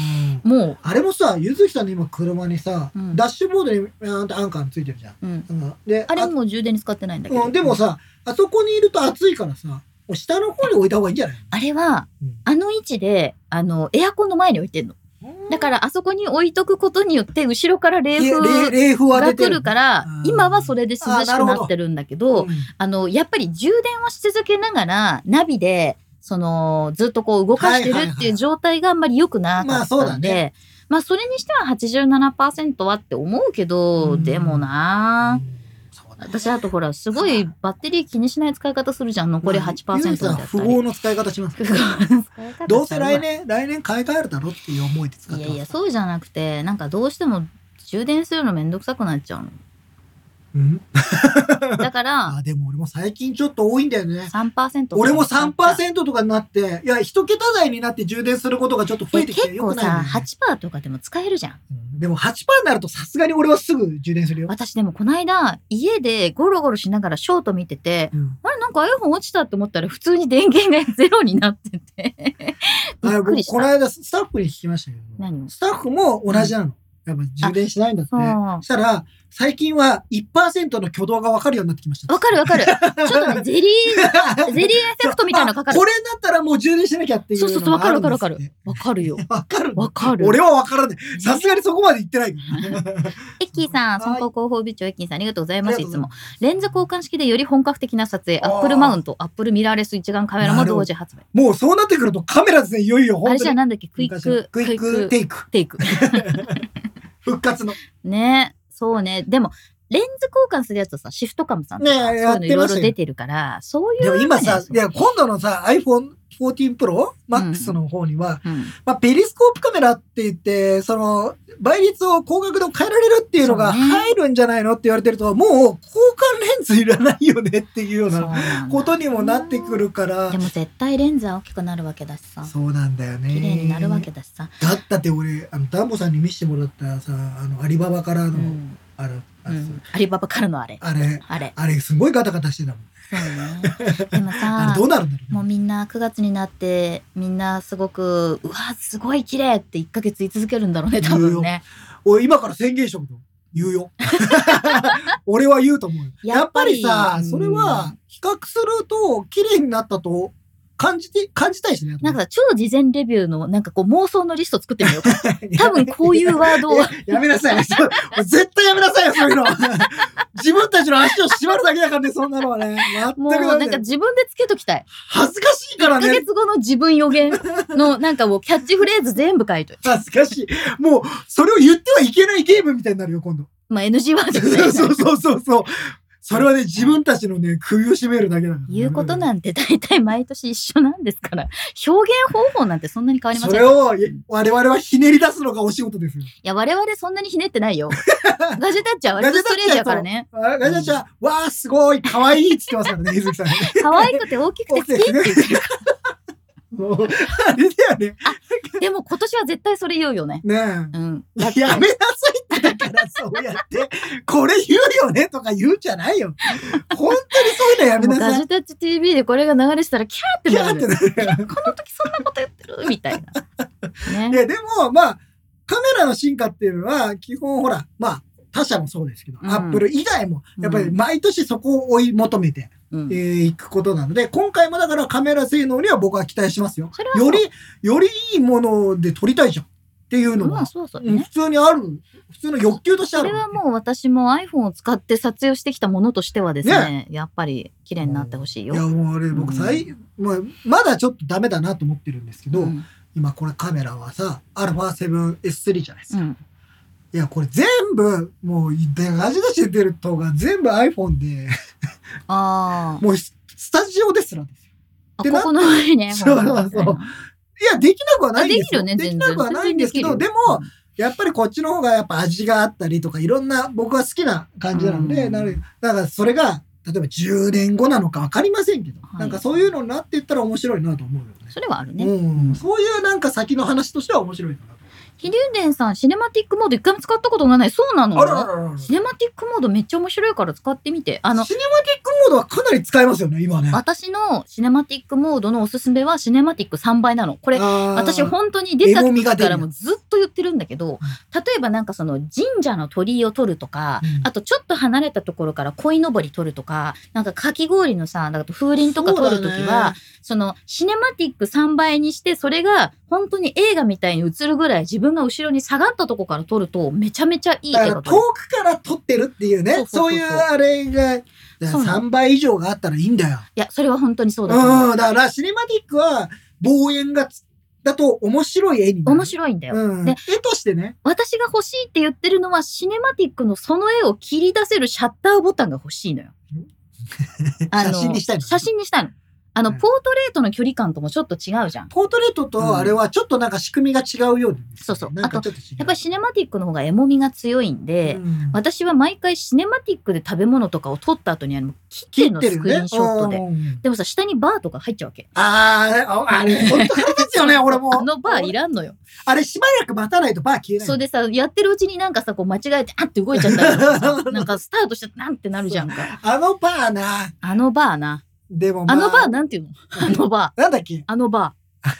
C: も
B: あれもさ、ゆずきさんの今車にさ、
C: うん
B: ダッシュボードにあんたアンカーついてるじゃん。
C: う、うん。
B: うんで、
C: あれもう充電に使ってないんだけど。
B: うん、でもさ、あそこにいると暑いからさ、下の方に置いた方がいいんじゃない
C: あれは
B: うん、
C: あの位置で、あの、エアコンの前に置いてんの。だから、あそこに置いとくことによって、後ろから冷
B: いや
C: 風
B: 冷風を当
C: が
B: てて
C: 来るから
B: うん、
C: 今はそれで涼しくなってるんだけど、
B: うん
C: あの、やっぱり充電をし続けながら、ナビで、その、ずっとこう動かして
B: はいはい
C: る
B: はい
C: っていう状態があんまり良くなか
B: まあ
C: っ
B: そう
C: た
B: だ
C: んで
B: ね、
C: まあ、それにしては87%はって思うけど、
B: うん
C: でもなあ
B: そうだね
C: 私、あとほら、すごいバッテリー気にしない使い方するじゃん。残り
B: まあ
C: 8%
B: ユー
C: み
B: ザ
C: たい
B: ー
C: な。
B: 富豪の使い方します。どうせ来年、来年買い替えるだろうっていう思いで使っ
C: い
B: て
C: や
B: ます。
C: いや、そうじゃなくて、なんかどうしても充電するのめんどくさくなっちゃうの。
B: うん。[laughs]
C: だから、
B: あ、でも俺も最近ちょっと多いんだよね。
C: 3%。
B: 俺も3%とかになって、いや、一桁台になって充電することがちょっと増え
C: え
B: てきて
C: 結
B: よ
C: 構
B: くないんだ
C: さ
B: よ、ね、
C: 8%とかでも使えるじゃん。
B: うんでも8%になるとさすがに俺はすぐ充電するよ。
C: 私でもこの間、家でゴロゴロしながらショート見てて、
B: うん
C: あれなんか iPhone 落ちたって思ったら普通に電源がゼロになってて。
B: あ
C: びっ
B: れ
C: く
B: 僕
C: りし
B: この
C: た。
B: 間スタッフに聞きましたけど、
C: 何を
B: スタッフも同じなの。やっぱ充電しないんだって。
C: あそう
B: そしたら、最近は1%の挙動が分かるようになってきました。
C: わかるわかる。ちょっ
B: [laughs]
C: とね、ゼリー、ゼリーエフェクトみたいなのかか
B: あ
C: る
B: こ。れになったらもう充電しなきゃっていうのが
C: そうそうそうわかるわかるわかる
B: あんですって
C: わかるよ。
B: わかる
C: わかる。
B: 俺はわからない。さすがにそこまで言ってないけど。
C: エッキーさ
B: は
C: ん、
B: い
C: 尊高広報部長エッキーさん、ありがとうござい
B: あり
C: ま
B: が
C: す。
B: とうご
C: いつ
B: ざい
C: も
B: ま。す
C: 連続交換式でより本格的な撮影、
B: あー
C: アップルマウント、アップルミラーレス一眼カメラも同時発売。
B: もうそうなってくるとカメラですね、いよいよ。
C: あ
B: 本
C: れ
B: 当
C: じゃ
B: に
C: あなんだっけクイック、
B: クイックテイク。
C: テイク。
B: 復活の。
C: ねそうね。でも、レンズ交換するやつはさ、シフトカムさんとか、
B: ね
C: そう
B: やっ
C: いうのい
B: て
C: ろ
B: ま
C: い
B: す
C: ろ
B: よ
C: 出てるから、そういう、ね。
B: でも今さ、
C: そう
B: いや、今度のさ、iPhone 14 Pro Max の方には、
C: うん
B: まあ、ペリスコープカメラって言って、その、倍率を高角度変えられるっていうのが
C: そうね
B: 入るんじゃないのって言われてると、もう交換レンズいらないよねっていうよう
C: そう
B: な
C: なんだ
B: ことにもなってくるから
C: で、も絶対レンズは大きくなるわけだしさ、
B: そうなんだよね。
C: 綺麗になるわけだしさ。
B: だったって俺、あの、ダンボさんに見せてもらったさ、あの、アリババから
C: う
B: の、
C: ん。
B: あの、あ
C: う
B: の
C: んアリババからのあれ。
B: あれ、
C: あれ。
B: あれすごいガタガタしてたもん。
C: そうね。でも
B: [laughs] あ
C: さ
B: れ、どうなるんだろうね
C: もうみんな9月になって、みんなすごく、うわ、すごい綺麗って1ヶ月言い続けるんだろうね、多分ね。
B: おい、今から宣言しとくと。言うよ。 [laughs] 俺は言うと思うよ。や
C: や
B: っ
C: っ
B: ぱ
C: ぱ
B: り
C: り
B: さ
C: う、ん
B: それは比較すると綺麗になったと感じて、感じたいしね。
C: なんかさ、超事前レビューの、なんかこう妄想のリスト作って
B: [laughs]
C: みようか。多
B: 多
C: 分こういうワードを
B: や。やめな
C: [laughs]
B: さい。そう絶対やめなさいよ、そういうの。自分たちの足を縛るだけだからね、そんなのはね。全く
C: もう
B: ダメ
C: なん
B: だ
C: か
B: よ
C: 自分でつけときたい。
B: 恥ずかしいから
C: 1ヶ
B: ね。
C: 月後の自分予言のなんかもうキャッチフレーズ全部書いといて。
B: 恥ずかしい。もう、それを言ってはいけないゲームみたいになるよ、今度。
C: まあ NG ワー
B: [laughs]
C: ド
B: そう
C: で。
B: そうそうそうそう。それはね、自分たちのね、首を絞めるだけだから。
C: 言うことなんて大体毎年一緒なんですから、表現方法なんてそんなに変わりま
B: そ
C: せん。
B: れ
C: い
B: をい我々はひねり出すのがお仕事ですよ。
C: や、我々そんなにひねってないよ。ガジェタッチは割とストレートやからね。
B: あガジャちゃん、わー、すごい、可愛いって言ってますからね、ゆずきさん。
C: [laughs]
B: [laughs]
C: 可愛くて大きくて好きって言ってる。
B: もうあれだよね。
C: でも今年は絶対それ言うよね。
B: ね
C: うん。 [laughs]
B: え。やめなさいってだから、そうやって、これ言うよねとか言うんじゃないよ。本当にそういうのやめ
C: も
B: な
C: うガ
B: さ
C: ジ
B: い。
C: ェタッチ TV でこれが流れてたらキャーって
B: い
C: な
B: やっ
C: る。
B: てなる
C: この時そんなこと言ってるみたいな。
B: い
C: ね。
B: や、でも、まあ、カメラの進化っていうのは、基本ほら、まあ、他社もそうですけど、
C: うん
B: アップル以外も、やっぱり毎年そこを追い求めて
C: うん
B: えーいくことなので、今回もだからカメラ性能には僕は期待しますよ。
C: それはそう
B: より、よりいいもので撮りたいじゃんっていうの
C: ま
B: は
C: あ、そうそう
B: うん
C: ね
B: 普。通にある、普通の欲求としてあ
C: そ
B: る
C: れ。はもう私も iPhone を使って撮影をしてきたものとしてはですね、やっぱり綺麗になってほしい
B: い
C: よ。
B: や、もうあれ、僕、最、まあ、まだちょっとダメだなと思ってるんですけど、
C: うん
B: 今これカメラはさ、α7S3 じゃないです
C: う
B: か。
C: ん
B: いや、これ全部、もう、でガジ出して出るとが全部 iPhone
C: [laughs]
B: で、
C: あー
B: もうススタジオですらですよ。
C: あ、
B: て
C: こ
B: な
C: この上
B: [laughs]
C: ね。
B: そうそうそういや、できなくはないんです
C: あ
B: よ。
C: できるよね
B: できなくはないんですけど、
C: 全然全然で
B: で
C: きる
B: も、やっぱりこっちの方がやっぱ味があったりとか、いろんな僕は好きな感じなので、
C: うん
B: なるだからそれが、例えば10年後なのか分かりませんけど、
C: はい
B: なんかそういうのになっていったら面白いなと思うよね。
C: それはあるね。
B: うん、そういうなんか先の話としては面白いかなと。
C: 飛龍伝さん、シネマティックモード一回も使ったことがない。そうなの
B: あららららら。
C: シネマティックモードめっちゃ面白いから使ってみて。あの、
B: シネマティックモードはかなり使えますよね、今ね。
C: 私のシネマティックモードのおすすめはシネマティック3倍なの。これ、
B: 私
C: 私本当に出た
B: エモみが
C: 時
B: 出る
C: からもうずっと言ってるんだけど、例えばなんかその神社の鳥居を取るとか、
B: うん
C: あとちょっと離れたところから鯉のぼり取るとか、なんかかき氷のさ、なんか風鈴とか取るときは、そのシネマティック3倍にして、それが本当に映画みたいに映るぐらい自分が後ろに下がったとこから撮るとめちゃめちゃいい
B: だ
C: 絵
B: か
C: が
B: ら
C: 撮れる。
B: 遠くから撮ってるっていうね、
C: そうそうそうそう
B: そういうあれが、
C: そうなの
B: 3倍以上があったらいいんだよ。
C: いや、それは本当にそううだと思う。
B: ん、だからシネマティックは望遠がつ、だと面白い絵になる。
C: 面白いんだよ。
B: うん、
C: で
B: 絵としてね。
C: 私が欲しいって言ってるのは、シネマティックのその絵を切り出せるシャッターボタンが欲しいのよ。
B: 写真にしたいの
C: 写真にしたいの。あの、
B: うん
C: ポートレートの距離感ともちょっと違うじゃん。
B: ポートレート
C: うん
B: とあれはちょっとなんか仕組みが違うようで、
C: そうそう
B: なんかちょっと違う
C: やっぱりシネマティックの方がエモみが強いんで、
B: うん
C: 私は毎回シネマティックで食べ物とかを撮った後にあの、切手のスクリーンショットで。
B: うん
C: でもさ、下にバーとか入っちゃうわけ。
B: あーあ、あれ、本当腹立つよ
C: [laughs]
B: ね、俺も。
C: あのバーいらんのよ。
B: あれ、しばらく待たないとバー消えない。
C: それでさ、やってるうちになんかさ、こう間違えて、あって動いちゃったりと
B: [laughs]
C: かさなんかスタートしちゃって、なんてなるじゃんか。
B: あのバーな。
C: あのバーな。
B: でも、ま
C: あのバー
B: な。
C: なんていうのあのバー。
B: なんだっけ [laughs]
C: あのバ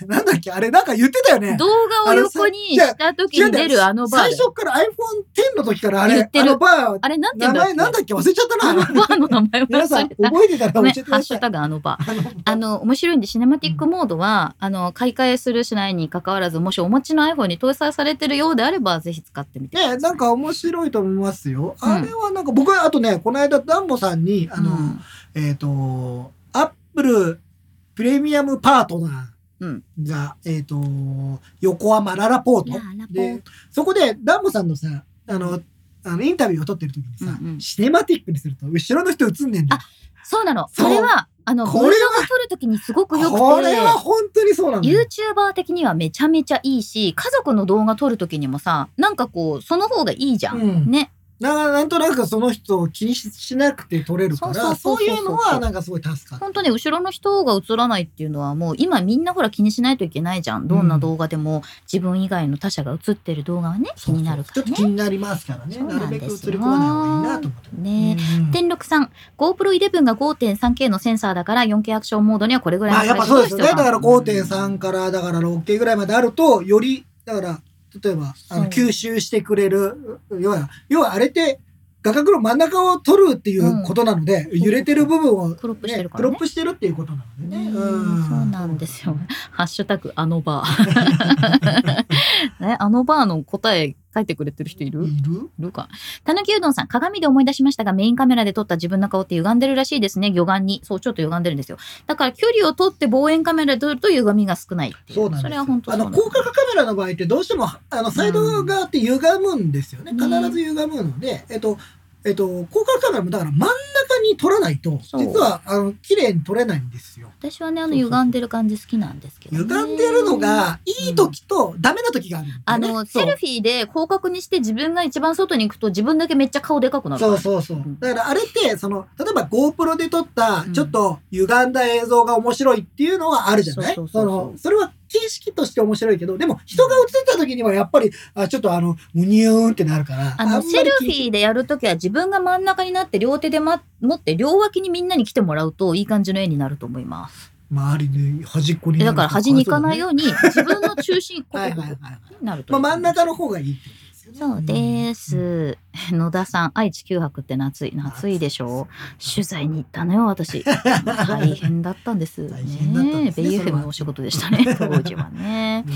B: なんだっけあれ、なんか言ってたよね
C: ー。。動画を横にした時に出るあのバー
B: 最
C: だよ。
B: 初から iPhone10 の時からあ
C: 言
B: れ
C: っ、て
B: あ
C: る
B: のバー、
C: あれなんて言
B: 名
C: うん
B: 前な
C: だっけ
B: んだっけ忘れちゃった
C: あの
B: な。
C: バーの名前
B: 皆さ
C: 忘
B: ん、
C: れた。
B: 覚えてたら
C: ご
B: 教
C: め
B: え
C: ん、
B: てく
C: ハッ
B: だ
C: シ
B: さ
C: ュ
B: い。
C: タグあのバー。あの、面白いんで、シネマティックモードは、あの、買い替えするしないに関わらず、もしお持ちの iPhone に搭載されてるようであれば、ぜひ使ってみてくださ
B: ね、
C: い。
B: なんか面白いと思いますよ。
C: うん
B: あれはなんか、僕はあとね、この間、ダンボさんに、あ
C: う
B: の、
C: ん、
B: えっと、アップルプレミアムパートナ
C: うん
B: ーが、えっと、横浜ララポート。で、そこで、ダンボさんのさ、あの、あのインタビューを撮ってる時にさ、
C: うんうん
B: シネマティックにすると、後ろの人映んねんだよ。
C: そうなの。
B: そう
C: それは、あの、
B: こ
C: こ
B: れは
C: れを撮るときにすごくよく
B: これは
C: て、
B: 本当にそうなんだよ。
C: YouTuber 的にはめちゃめちゃいいし、家族の動画撮るときにもさ、なんかこう、その方がいいじゃ
B: う
C: ん。
B: ん
C: ね。
B: ななんとなくその人を気にししなくて撮れるか
C: そう
B: ら、
C: そうそうそう
B: そういうのはなんかすごい助かる。
C: 本当ね、後ろの人が映らないっていうのはもう今みんなほら気にしないといけないじゃん。どんな動画でも自分以外の他者が映ってる動画はね、気になるか
B: そう
C: ら
B: そうちょっと
C: ね
B: 気。になりますからね。
C: そう
B: な
C: な
B: る
C: ん
B: べ
C: です
B: く
C: よ
B: 映り込まない方がいいなと思って。
C: ね
B: うん
C: 天禄さん、GoPro 11が5.3K のセンサーだから 4K アクションモードにはこれぐらい
B: ま
C: の
B: あやっぱ
C: 解像
B: そう
C: 度
B: ですよね。だから5.3からだから6 k ぐらいまであるとよりだから例えばあの
C: そう
B: 吸収してくれる要は要はあれって画角の真ん中を取るっていうことなので、
C: ん
B: 揺れてる部分を、ね、
C: クロップしてるからね
B: クロップしてるっていうことなのでね。
C: うんそうなんですよ。ハッシュタグあのバー。 [laughs] ね、あのバーの答え書いてくれてる人いる、い
B: いる？
C: るか。たぬきうどんさん、鏡で思い出しましたが、メインカメラで撮った自分の顔って歪んでるらしいですね。魚眼に。そう、ちょっと歪んでるんですよ。だから距離を取って望遠カメラで撮ると歪みが少ないっていう。
B: そうなんですよ
C: れは本当
B: あ
C: そうな
B: の
C: んです
B: 高角カメラの場合ってどうしてもあのサイド側って歪むんですよね、
C: うん
B: 必ず歪むので、えっとえっと、高角カメラもだから真ん中に撮らないと
C: そう
B: 実はあの綺麗に撮れないんですよ。
C: 私はね、あの
B: そうそうそう
C: 歪んでる感じ好きなんですけど、ね。
B: 歪んでるのがいい時とダメな時があるん
C: あ
B: だよね、
C: の、
B: そう
C: セルフィーで広角にして自分が一番外に行くと自分だけめっちゃ顔でかくなるから。
B: そうそうそう
C: うん
B: だからあれってその例えば GoPro で撮った
C: うん
B: ちょっと歪んだ映像が面白いっていうのはあるじゃない、
C: そうそう
B: そ
C: そうそう
B: のそれは綺識として面白いけど、でも人が映った時にはやっぱり、あちょっとあの、むにゅーんってなるから。
C: あの、
B: んまり
C: セル
B: 気
C: フィーでやるときは自分が真ん中になって両手で、ま、持って両脇にみんなに来てもらうといい感じの絵になると思います。
B: 周りに端っこに
C: えだから端に行かないよ
B: う
C: うに自分の中心、ここ
B: はいはいはい
C: に
B: はい。
C: なると
B: ま
C: い
B: あ真ん
C: い
B: 中の方がいいってことですよね。
C: そうです。野田さん、愛知九博って夏い、夏いでしょ取材に行ったの
B: [laughs]
C: よ、私。大変だったんですね。
B: 大変だったんですね
C: ベイ
B: それ
C: FM
B: は
C: のお仕事でしたね、当時はね
B: う。ん。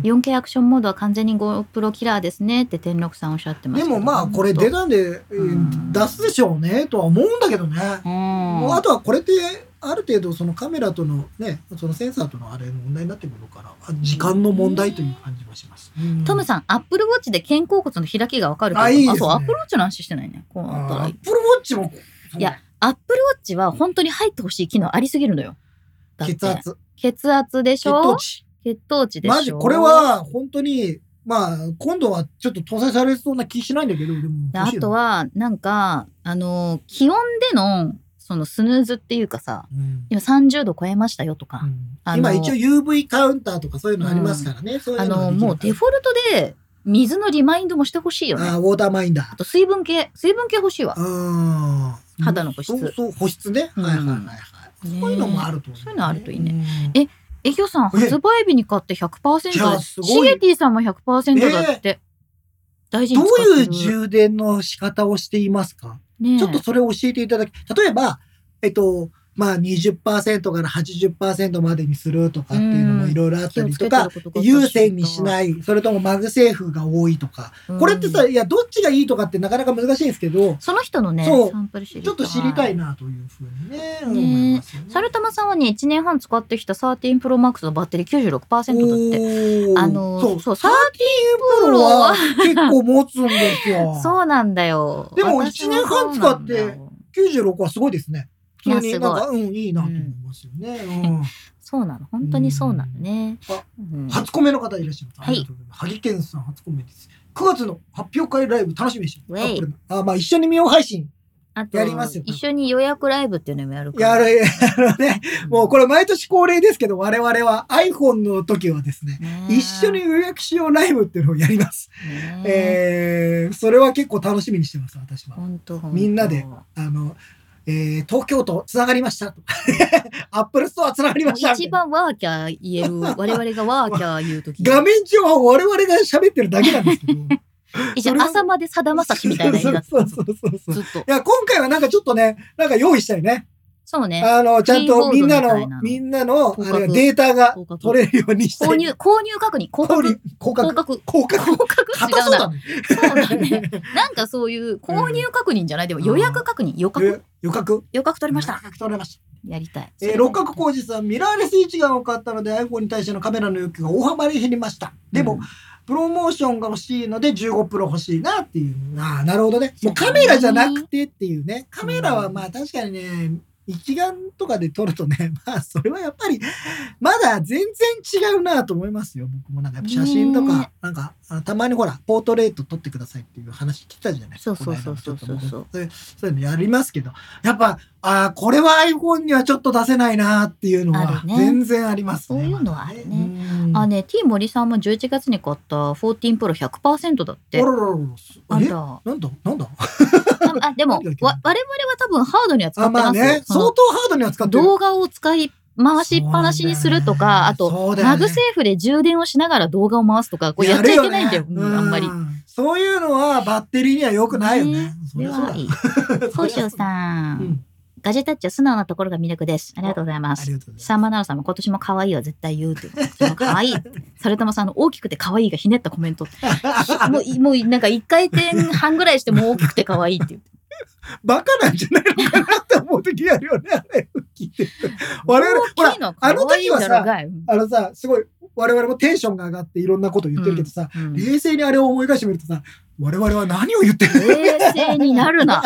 C: 4K アクションモードは完全に GoPro キラーですねって天禄さんおっしゃってま
B: で
C: したけど
B: もまあこれ出たんでえ
C: ん
B: ー出すでしょうねとは思うんだけどね。
C: うん
B: もうあとはこれってある程度そのカメラとのねそのセンサーとのあれの問題になってくるからあ時間の問題という感じはします。うん
C: トムさん、アップルウォッチで肩甲骨の開きがわかるけど、
B: あいいですね
C: そう、アップルウォッチの話してないね。こうなったら
B: ア
C: い
B: ッ
C: い。
B: プルウォッチも
C: いやアップルウォッチは本当に入ってほしい機能ありすぎるのよ。だって
B: 血。圧
C: 血圧でし
B: 血糖
C: ょ
B: 値
C: 血糖値でしょ
B: マジこれは本当にまあ今度はちょっと搭載されそうな気しないんだけどでも
C: であと、は、なんか、あの、気温での、そのスヌーズっていうかさ、
B: 欲しいよね
C: 今30度超えましたよと
B: う
C: か、
B: ん
C: あの
B: 今一応 UV カウンターとかそういうのありますからね、そういう
C: あ
B: のが
C: の、
B: できる
C: もうデフォルトで水のリマインドもしてほしいよね。
B: あーウォーターマインダー
C: あと水分計、水分計欲しいわ。
B: うん
C: 肌の保湿
B: そうそう保湿ね、
C: うん
B: はいはいはいはい、
C: ね
B: そういうのもあると思う、
C: そういうのあるといいね
B: うん
C: ええひょさん、
B: え
C: 発売日に買って100%
B: いや
C: だ。
B: す
C: シ
B: ごい
C: ゲティさんも100%だって。大事
B: ど
C: に使ってる。
B: ういう充電の仕方をしていますか、
C: ねえ
B: ちょっとそれを教えていただき例えばえっとまあ20%から80%までにするとかっていうのもいろいろあったりとか、有線にし
C: い。
B: ないそれともマグセーフが多いとか、これってさ
C: うん
B: いやどっちがいいとかってなかなか難しいんですけど
C: その人のね、
B: そう
C: サンプル知りたい。
B: ちょっと知りたい。なというふうにね
C: ね
B: 思いますよね。
C: サルタマさんはね、1年半使ってきた13 Pro Max のバッテリー96%だって。
B: おー
C: あのー
B: そう
C: そう。
B: 13プロは結構持つんですよ
C: [laughs] そうなんだよ。
B: でも
C: 私
B: 一年半使って
C: そうなんだよ
B: 96はすごいですね。
C: い
B: 普
C: や
B: 通になんか、うん、いいなと思いますよね。うん
C: そうなの。本当にそうなのね。
B: うんあ
C: うん
B: 初コメの方いらっしゃいます。
C: はい
B: ありがとうございます。ハリケンさん初コメです。9月の発表会ライブ楽しみにして
C: ウェイ
B: る。あ、まあ一緒に見よう配信。
C: あと
B: やりますよ
C: 一緒に予約ライブっていうのもやるから。
B: やる、あのね、もうこれ毎年恒例ですけど、我々は iPhone の時はですね、
C: ねえ
B: 一緒に予約しようライブっていうのをやります。
C: ね
B: え
C: え
B: ー、それは結構楽しみにしてます、私は。
C: 本当
B: みんなで。あの、えー東京都つながりましたとか。 [laughs] アップルストアつながり
C: 本
B: ました
C: 当も
B: みた
C: う
B: い
C: 一
B: な
C: 番ワーキャー言える、
B: [laughs]
C: 我々がワーキャー言うとき。
B: 画面上は我々が喋ってるだけなんですけ
C: [laughs]
B: ど。
C: 一応朝までさだまさしみたいな絵だっ
B: そう
C: た。
B: そ
C: ず
B: うそうそう。い
C: っと。
B: や、今回はなんかちょっとね、なんか用意したいね。
C: そうね。
B: あの、ちゃんとみんな
C: キーボードみたい
B: の、
C: な
B: みんなの、あ
C: 広
B: れ
C: 角
B: データが
C: 広角
B: 取れるようにしたい。
C: 購入、購入確認。
B: 購入。
C: 広角
B: 広
C: 広
B: 角。
C: 角。
B: 広角。
C: 広角
B: 硬
C: 違う
B: そう
C: な。
B: だね。
C: そうだね。なんかそういう購入確認じゃない。でも予約確認。予
B: え
C: 約。
B: 予告。
C: 予約取りまし
B: 予
C: た。
B: 告取れました。
C: やりたい。
B: えー、六角浩二さん、ミラーレス一眼を買ったので iPhone に対してのカメラの欲求が大幅に減りました。でも、
C: うん
B: プロモーションが欲しいので15プロ欲しいなっていう。ああ、なるほどね。もうカメラじゃなくてっていうね。カメラはまあ確かにね、一眼とかで撮るとね、まあそれはやっぱり、まだ全然違うなと思いますよ。僕もなんかやっぱ写真とか
C: ね、
B: なんか、あたまにほら、ポートレート撮ってくださいっていう話来たじゃない
C: そうそうそうそうそう
B: この間もちょっと僕そういうそういうのやりますけど、やっぱ、ああ、これは iPhone にはちょっと出せないなっていうのは
C: あるね
B: 全然ありますね。
C: そういうのはあるね
B: うん
C: あ、ね、T 森さんも11月に買った14 Pro 100%だっ
B: あ
C: て
B: ら。らら
C: あ
B: ら。
C: ん
B: え
C: た。
B: なんだなんだ
C: あ、でも、わ
B: 何がいけない
C: 我々は多分ハードには使
B: あ、
C: って
B: まあ
C: ますよ。
B: ね、
C: そ
B: 相
C: の
B: 当ハードには使ってる。
C: 動画を使い回しっぱなしにするとか、あと、
B: と
C: マグセーフで充電をしながら動画を回すとか、これやっちゃいけないんだよ、うんあんまり。。
B: そういうのはバッテリーには良くないよね
C: ね。
B: そりゃそうだ。 [laughs]
C: 高潮さ、
B: うんん
C: ガジェタッチは素直なところが魅力です。ありがとうございま
B: あり
C: す。
B: がとうござ
C: サ
B: い
C: ン
B: ま
C: マナロさんも今年も可愛いは絶対言
B: [laughs]
C: うっていう。今年も可愛い。サルタマさんの大きくて可愛いがひねったコ
B: [laughs]
C: メント。もうい、もうなんか一回転半ぐらいしてもう大きくて可愛い
B: [laughs]
C: っていう。
B: す。バカなんじゃないのかなって思う時あるよね。あれ聞いてると我々、ほ
C: 大
B: ら
C: きい、のは可愛いんだろうが。
B: あのさ、すごい、我々もテンションが上がっていろんなこと言ってるけどさ、
C: うんうん
B: 冷静にあれを思い返してみるとさ、我々は何を言ってる
C: 冷静になるな。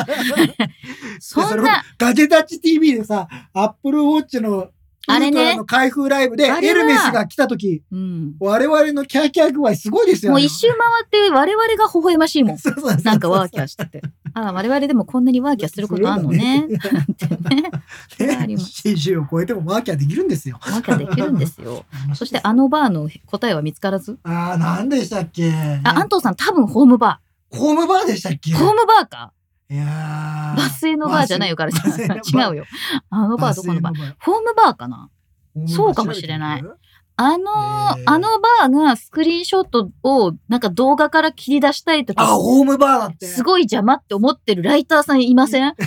C: そ
B: で
C: ん
B: れ
C: な、
B: ガジェタッチ TV でさ、アップルウォッチの、
C: あ
B: ウ
C: れね
B: ルトラの開封ライブで、
C: あれ
B: エ
C: は
B: ルメスが来た時、
C: うん。
B: 我々のキャーキャー具合すごいですよね。
C: もう一周回って我々が微笑ましいもん。
B: そうそうそうそう [laughs]
C: なんかワーキャーしてて。あら、我々でもこんなにワーキャーすることあるのね。
B: ね
C: ねあります
B: 40を超えてもワーキャーできるんですよ。
C: ワーキャーできるんですよ。そしてあのバーの答えは見つからず。
B: ああ、何でしたっけ
C: あ、安藤さん多分ホームバ
B: ホームバーでしたっけ
C: ー。ホームバーか。
B: いやー
C: バスへのバーじゃないよ、から
B: バスへのバー
C: 違うよ。あのバーどこのバーホームバーかなそうかもしれない。あの、
B: へー
C: あのバーがスクリーンショットをなんか動画から切り出したいと
B: あ、
C: か、
B: ホームバーだって。
C: すごい邪魔って思ってるライターさんいませ
B: [laughs]
C: ん [laughs]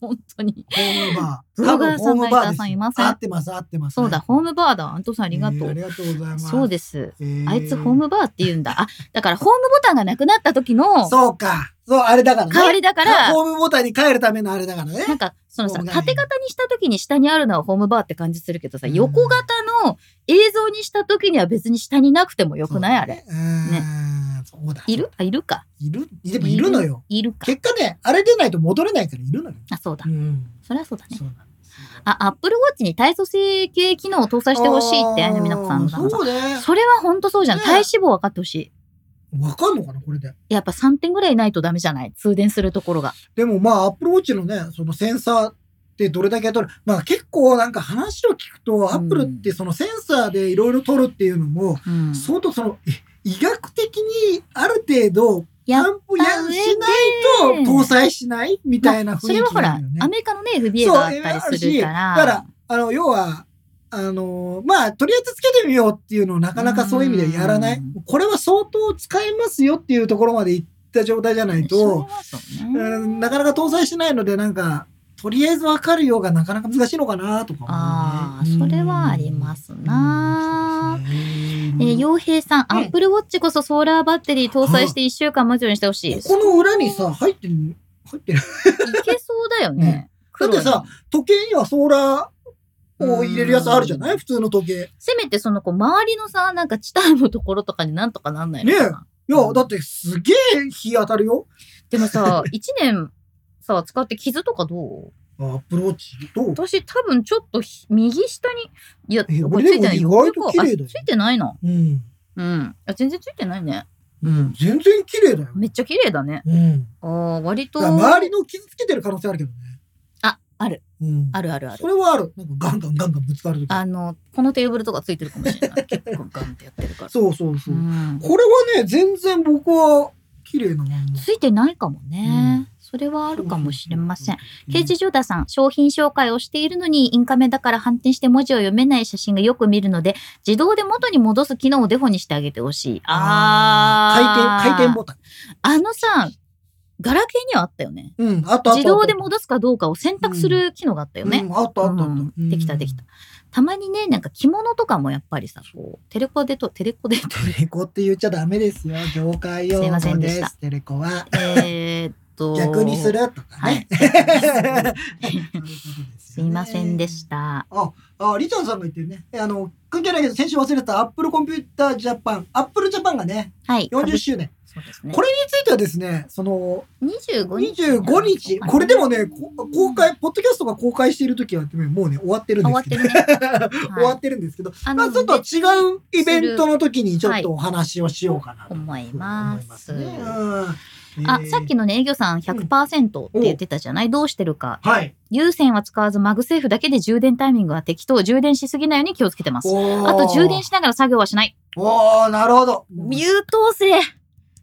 C: 本当に。
B: ホームバー。
C: ブロガーさん
B: 多分ホバ
C: ライターさんいません
B: 合ってます、合ってます。
C: そうだ、ホームバーだ。安藤さんありがと
B: えーあ
C: う
B: り。がとうございます。
C: そうです。
B: えー
C: あいつホームバーって言うんだ。あ、だからホームボタンがなくなった時の
B: そうか。そう、あれだからね。
C: 代わりだから、
B: ホームボタンに変えるためのあれだからね。
C: なんか、そのさ、
B: そうね
C: 縦型にした時に下にあるのはホームバーって感じするけどさ、
B: うん
C: 横型の映像にした時には別に下になくてもよくないあれ。
B: うーん。そうだ。
C: いるあ、いるか。
B: いるでもいるのよ。
C: いるか。
B: 結果ね、あれでないと戻れないからいるのよ。
C: あ、そうだ
B: う。ん。
C: そりゃそうだね。
B: そうなんですよ
C: あ、アップルウォッチに体組成計機能を搭載してほしいって、あやねみなこさんの旦那さ
B: そうね
C: ん。。それはほんとそうじゃん。
B: ね
C: 体脂肪分かってほしい。
B: わかんのかな、これで。
C: やっぱ3点ぐらいないとダメじゃない通電するところが。
B: でもまあ、アップルウォッチのね、そのセンサーってどれだけ取る。まあ結構なんか話を聞くと、アップルってそのセンサーでいろいろ取るっていうのも、
C: うん。
B: 相当その、え医学的にある程度、
C: やっ
B: 担保や
C: た上で
B: しないと搭載しないみたいな
C: そ
B: 雰囲
C: れは
B: 気
C: ほら、
B: なのよね。
C: アメリカのね、FBA があったりする
B: そう FBA
C: から。
B: あるしだからあの、要は、あのまあ、とりあえずつけてみようっていうのをなかなかそういう意味ではやらない
C: うん。
B: これは相当使えますよっていうところまでいった状態じゃない
C: それ
B: と、
C: はそうね
B: うんなかなか搭載しないので、なんか、とりあえずわかるようがなかなか難しいのかなとか思うね、
C: ああ、それはありますな
B: う
C: ー。
B: ん。そうです
C: え
B: ね
C: ー、洋平さん、
B: うん
C: アップルウォッチこそソーラーバッテリー搭載して1週間待つようにしてほしい。い
B: ここの裏にさ、入ってる、入ってる。
C: けそうだよね。
B: だってさ
C: 黒い、
B: 時計にはソーラーを入れるやつあるじゃない普通の時計。
C: せめてそのこう周りのさ、なんかチタンのところとかになんとかなんないのかな。
B: いや、だってすげえ日当たるよ。
C: でも
B: [laughs]
C: さ、1年さ、使って傷とかどう
B: アップローチと。
C: 私多分ちょっとひ右下に、いや、
B: え
C: これついてない。
B: 俺でも意外と
C: 横
B: 綺麗だよ
C: あついてないな。
B: うん。
C: うん。あ全然ついてないね。
B: うん。全然綺麗だよ。
C: めっちゃ綺麗だね。
B: うん。
C: ああ、割と。
B: だから周りの傷つけてる可能性あるけどね。
C: あ、ある。
B: うん。
C: あるあるある
B: そ。れはある。なんかガンガンガンガンぶつかるとき。
C: あの、このテーブルとかついてるかも
B: [laughs]
C: しれない。結構ガンってやってるから。
B: そうそうそうう。
C: ん
B: これはね、全然僕は綺麗なもの。
C: ついてないかもね。それはあ
B: あ
C: るかもしれません。。
B: ケ
C: 刑
B: ージ
C: 事ジョーダさん、商品紹介をしているのに、インカメだから反転して文字を読めない写真がよく見るので、自動で元に戻す機能をデフォにしてあげてほしい。あー。
B: 回転、回転ボタン。
C: あのさ、ガラケーにはあったよね。
B: うん。あとあと。
C: 自動で
B: っ
C: 戻すかどうかを選択する機能があった
B: た
C: よね。
B: うん。あったあったあ
C: う
B: っ
C: ん
B: た。うん
C: できたできた。たまにね、なんか着物とかもやっぱりさ、こう、テレコでと、テレコで
B: [laughs]
C: と、
B: テレコって言っちゃダメですよ。業界用
C: すいませ
B: 語
C: んで
B: で
C: した
B: す。テレコは。
C: えーっと、
B: 逆にするとか
C: は
B: ね [laughs]
C: い。。すいませんでし。た。
B: あ、リチャードさんが言ってるね。えあの、関係ないけど、先週忘れてたアップルコンピュータージャパン、アップルジャパンがね、
C: はい。
B: 40周年。
C: そうですね。
B: これについてはですね、その、
C: 25日。
B: 25日、これでもね、こ公開、ポッドキャストが公開している時は、もうね、終わってるん
C: 終
B: で
C: わ
B: す
C: っ
B: け
C: て
B: ど [laughs]
C: る。ね。
B: 終わってるんですけど、
C: あ
B: まあちょっと
C: 別
B: 違うイベントの時にちょっ
C: はい
B: とお話をしようかなと
C: 思います
B: 思いますねうん
C: あ
B: え、ー
C: さっきのね、営業さん100%って言ってたじゃないどうしてるか。
B: はい。
C: 有線は使わずマグセーフだけで充電タイミングは適当。充電しすぎないように気をつけてます。あ
B: あ
C: と充電しながら作業はしない。
B: おー、なるほど。
C: 優等生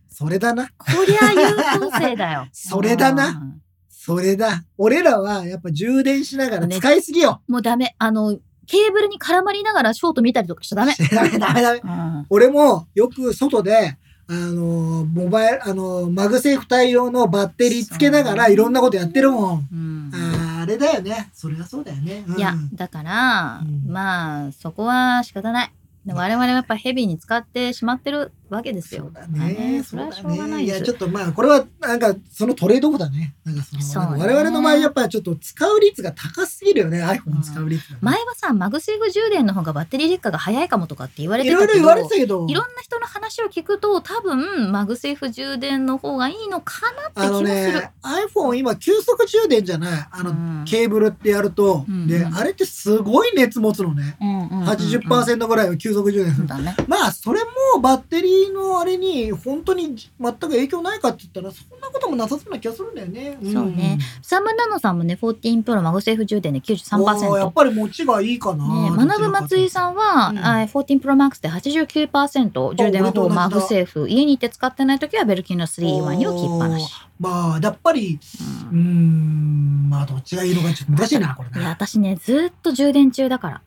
B: それだな。
C: こりゃ優等生だよ。
B: [laughs] それだな
C: うん。
B: それだ。俺らはやっぱ充電しながら
C: ね
B: 使いすぎよ。
C: もうダメ。あの、ケーブルに絡まりながらショート見たりとかしちゃダメ。
B: [laughs] ダメダメダメ。
C: うん。
B: 俺もよく外で、あのー、モバイル、あのー、マグセーフ対応のバッテリーつけながら
C: そう
B: いろんなことやってるもん。
C: うん
B: あーあれだよね。そりゃそうだよね。うん
C: いや、だから、
B: うん
C: まあ、そこは仕方ない。で我々はやっぱヘビーに使ってしまってるわけです
B: そ
C: よ
B: う。だ
C: まあ
B: ね。
C: それはしょ
B: そうう
C: が
B: だ
C: な
B: ね。い
C: いです
B: や、ちょっとまあ、これはなんか、そのトレードオフだね。なんかその、
C: そうね
B: 我々の場合やっぱちょっと使う率が高すぎるよね。iPhone 使う率が。
C: 前はさ、マグセーフ充電の方がバッテリー劣化が早いかもとかって言わ
B: い
C: れてた
B: ろ
C: け
B: いろ
C: ど、
B: 言われてたけど。
C: いろんな人の話を聞くと、多分、マグセーフ充電の方がいいのかなって
B: あ
C: 気
B: の
C: もする。
B: ね、iPhone 今急速充電じゃないあの、
C: うん
B: ケーブルってやると、
C: うん
B: で、あれってすごい熱持つのね。
C: うんうんうんうん、
B: 80%ぐらいは急速充電す
C: そ
B: る。
C: うだね。
B: まあ、それもバッテリーりのあれに本当に全く影響ないかって言ったらそんなこともなさそうな気がするんだよね。
C: そうねサムナノさんもね、14プロマグセーフ充電で
B: うん。おーや
C: 93%
B: っ。ぱり持ちがいいかな。
C: ね、学ぶ松井さんは、
B: うん
C: あ14 Pro Max で89%充電はほぼマグセーフ家にいて使ってない時はベルキンの3-1に置きっぱなし、
B: まあやっぱり
C: う
B: うー
C: ん
B: んまあどっちがいいのかちょっと難しいなこれ
C: い
B: ね。
C: や私ねずっと充電中だから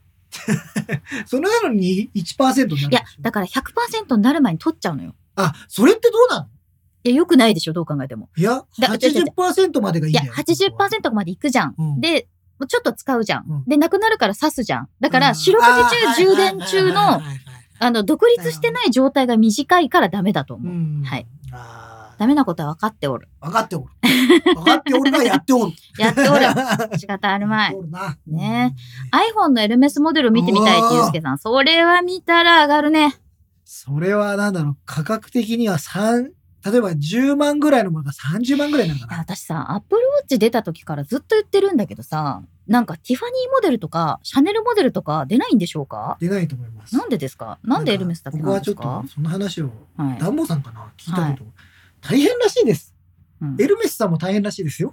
B: それなのに1%になるん
C: い
B: で
C: や
B: しょ
C: だから100%になる前に取っちゃうのよ
B: あそれってどうなの
C: いやよくないでしょどう考えても
B: いや
C: だ
B: 80%までがいい
C: い
B: ん
C: や
B: だよ。
C: 80%までいくじゃん、
B: うん
C: でもうちょっと使うじゃん、
B: うん
C: でなくなるから刺すじゃんだから
B: うん
C: 四六時中
B: あー
C: 充電
B: はいはい
C: 中
B: はい
C: の
B: はいはい
C: あの独立してない状態が短いからダメだと思う、
B: うん
C: はい。
B: あー
C: ダメなことは分かっておる
B: 分かっておる。分かっておるがやっておる。
C: やって [laughs] おる仕方あるまい
B: [laughs] おるな。
C: ね iPhone のエルメスモデルを見てみたいってゆうすけさん。それは見たら上がるね。
B: それはなんだろう、価格的には3、例えば10万ぐらいのものが30万ぐらいなのか
C: いや
B: な。
C: 私さ、Apple Watch 出た時からずっと言ってるんだけどさ、なんかティファニーモデルとか、シャネルモデルとか出ないんでしょうか
B: 出ないと思います。
C: なんでですかなんでエルメスだけなんです
B: 僕はちょ
C: か
B: っとその話を、
C: はい。
B: ダンボさんかな聞いたこと。大変らしいです。
C: うん
B: エルメスさんも大変らしいですよ。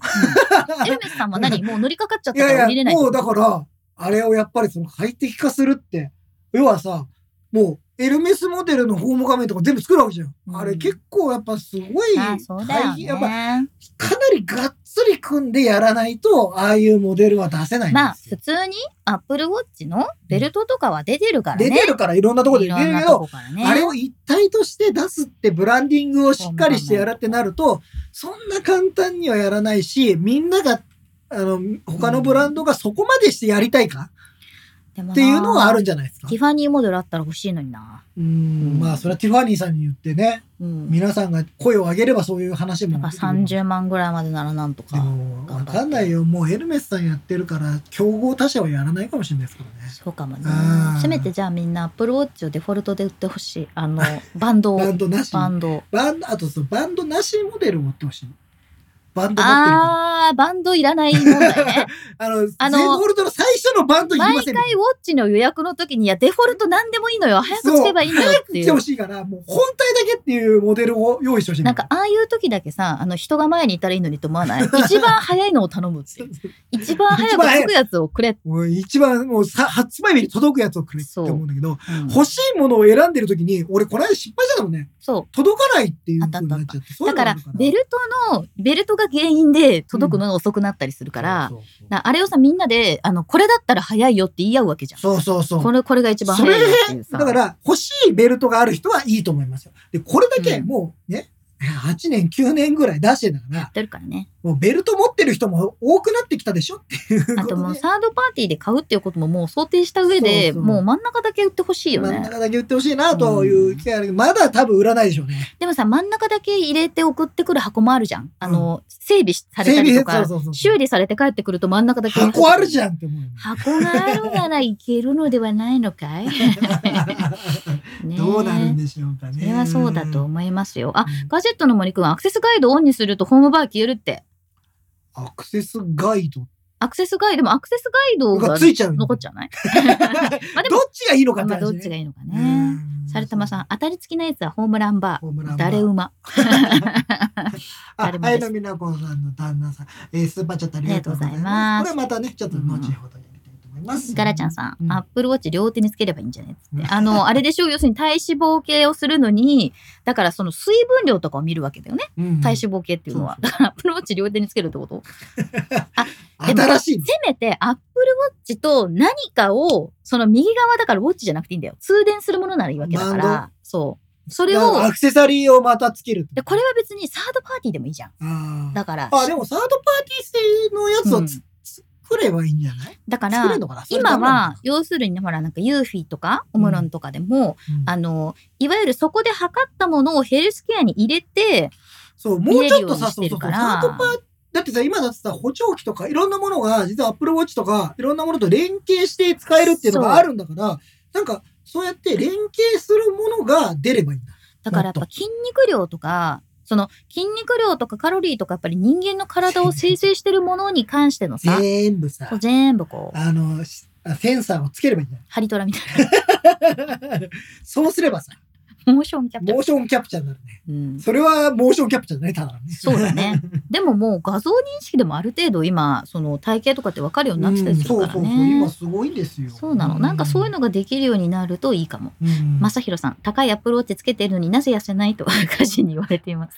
C: エルメスさん
B: [laughs]
C: は何もう乗りかかっちゃっ
B: い
C: たから
B: や
C: 降りれ
B: い
C: な
B: や、
C: いって
B: も
C: こ
B: う
C: と
B: だから、あれをやっぱりその快適化するって、要はさ、もうエルメスモデルのホーム画面とか全部作るわけじゃん。
C: うん
B: あれ結構やっぱすごい
C: ああそうだよ
B: やっぱ
C: ね。
B: かなりがっつり組んでやらないと、ああいうモデルは出せないん
C: まあ、
B: です
C: 普
B: よ。
C: 通に Apple Watch のベルトとかは出てるからね。
B: 出てるからいろんなところ
C: い
B: で
C: ろ
B: 出てる
C: んな
B: け
C: と
B: ど、
C: こからね。
B: あれを一体として出すってブランディングをしっかりしてやるってなると、そんな簡単にはやらないし、みんなが、あの、他のブランドがそこまでしてやりたいか
C: でもな
B: っていうのはあるんじゃないですか
C: テ。ィファニーモデルあったら欲しいのにな。
B: うん、まあ、それはティファニーさんに言ってね、
C: うん。
B: 皆さんが声を上げればそういう話
C: や
B: も
C: っぱ
B: 出てくる
C: 30万ぐらいまでならなんと
B: で
C: か。
B: も、
C: 頑張
B: わ
C: って
B: かんないよ。もうエルメスさんやってるから、競合他社はやらないかもしれないですからね。
C: そうかもね
B: あ。ー
C: せめてじゃあみんな Apple Watch をデフォルトで売ってほしい。あの、バンドを
B: バ。ンド [laughs] なし。
C: バンド。
B: バンド、あとそのバンドなしモデルを持ってほしい。バンド持ってるから。
C: あー、バンドいらない問
B: [laughs]
C: 題ね。
B: あの、
C: あの
B: ゼンホルトの最初のバンドいりま
C: 毎
B: せ
C: 回
B: ん
C: ウォッチの予約の時に、いや、デフォルトなんでもいいのよ。早くつけばいいのよって
B: 来
C: い
B: て
C: う
B: ほ。しいから、もう本体だけっていうモデルを用意してほしい。
C: なんか、ああいう時だけさ、あの、人が前にいたらいいのにと
B: [laughs]
C: 思わない一番早いのを頼むっていう。一番早くつくやつをくれ。
B: もう一番、もうさ発売日に届くやつをくれって思うんだけど、
C: うん
B: 欲しいものを選んでる時に、俺この間失敗したもんね。
C: そう。
B: 届かないっていう風になっちゃって。そうい
C: だ
B: うのが
C: か
B: あ
C: ら
B: る、
C: ベルトの、ベルトが原因で届くのが遅くなったりするから、
B: そうそう
C: なあれをさみんなであのこれだったら早いよって言い合うわけじゃん。
B: そうそうそう。
C: これこれが一番早いよっていうさ。
B: だから、欲しいベルトがある人はいいと思いますよ。で、これだけ
C: うん
B: もうね、8年、9年ぐらい出してんだから、
C: てるからね。
B: もうベルト持ってる人も多くなってきたでしょっていう
C: あ
B: こと
C: もう
B: [laughs] とで。
C: サードパーティーで買うっていうことももう想定した上で
B: そうそう
C: もう真ん中だけ売ってほしいよ
B: 真ん
C: ね。
B: 中だけ売ってほしいなという気があるけど、まだ多分売らないでしょうね。
C: でもさ真ん中だけ入れて送ってくる箱もあるじゃん。あの、整備されたりと
B: そう
C: か
B: そうそう
C: 修理されて帰ってくると真ん中だけ
B: 箱ある
C: ゃん。
B: じゃんって思うよね。
C: 箱があるならいけるのではないのかい、ねえ
B: [laughs] どうなるんでしょうかね。
C: それはそうだと
B: うん。
C: 思いますよ。あ、ガジェットの森くん、アクセスガイドオンにするとホームバー消えるって。
B: アクセスガイド
C: アクセスガイド、でもアクセスガイド
B: が
C: が
B: ついちゃうの。
C: 残っ
B: ど
C: ちゃわない [laughs] ま
B: [laughs]
C: あでも、
B: っちがいいのか
C: まあどっちが
B: い
C: いいのかね。。サルタマさん、当たり付きのやつはホームランバ
B: ホームラ
C: ー。
B: ンバー
C: 誰馬。
B: あ、
C: 誰もです
B: 綾野美奈子さんの旦那さん、えー、スーパーチャットありがとうございます。
C: あり
B: これまたね、ちょっと後ほどやりたいと思います。
C: ガラちゃんさ
B: うん
C: ん、アップルウォッチ両手につければいいんじゃないっつっ
B: う
C: て。
B: ん
C: あの、あれでしょ要するに体脂肪計をするのに、だからその水分量とかを見るわけだよね。
B: うん
C: 体脂肪計っていうのは。
B: そ
C: だからアップルウォッチ両手につけるってこと肪
B: 新しいね。
C: せめてアップルウォッチと何かを、その右側だからウォッチじゃなくていいんだよ。通電するものならいいわけだか
B: バ
C: ら。そう。それ
B: あ
C: を
B: ア、クセサリーをまたつけるって
C: で、これは別にサードパーティーでもいいじゃん。
B: あー
C: だから、
B: あ、でもサードパーティー製のやつをつ、
C: うん
B: 作ればいいんじゃない
C: だか
B: 作れ
C: ら
B: る、のかなそれダ
C: 今
B: メなの
C: は
B: か、
C: 要するに、ほら、なんか、ユーフィーとか、オムロンとかでも、
B: な
C: あの、いわゆるそこで測ったものをヘルスケアに入れて、
B: そう、もうちょっとさ、そう
C: 見
B: そう
C: えるようにしてる
B: そう、
C: から
B: サードパーだってさ、今だってさ、補聴器とか、いろんなものが、実はアップルウォッチとか、いろんなものと連携して使えるっていうのがあるんだから、なんか、そうやって連携するものが出ればいいんだ。
C: だからやっぱ
B: もっ
C: 筋肉量とか、その筋肉量とかカロリーとかやっぱり人間の体を生成してるものに関してのさ、
B: 全部さ
C: こう、全部こう、
B: あの、しあセンサーをつければいいんだよ。
C: ハリトラみたいな。
B: [laughs] そうすればさ、
C: モーションキャプチャ
B: モ
C: ー
B: ー。ションキャプチャーになるね。
C: うん、
B: それはモーションキャプチャーだね、ただのね。
C: そうだ
B: [laughs]
C: ね。でももう画像認識でもある程度今、その体型とかって分かるようになってたりするから
B: うんそうそうそう今
C: ね。
B: すごいんですよ。
C: そうなの。なんかそういうのができるようになるといいかも。
B: うん、うん
C: まさひろさん、高いアップルウォッチつけてるのになぜ痩せないと歌詞に言われて
B: [laughs]
C: います。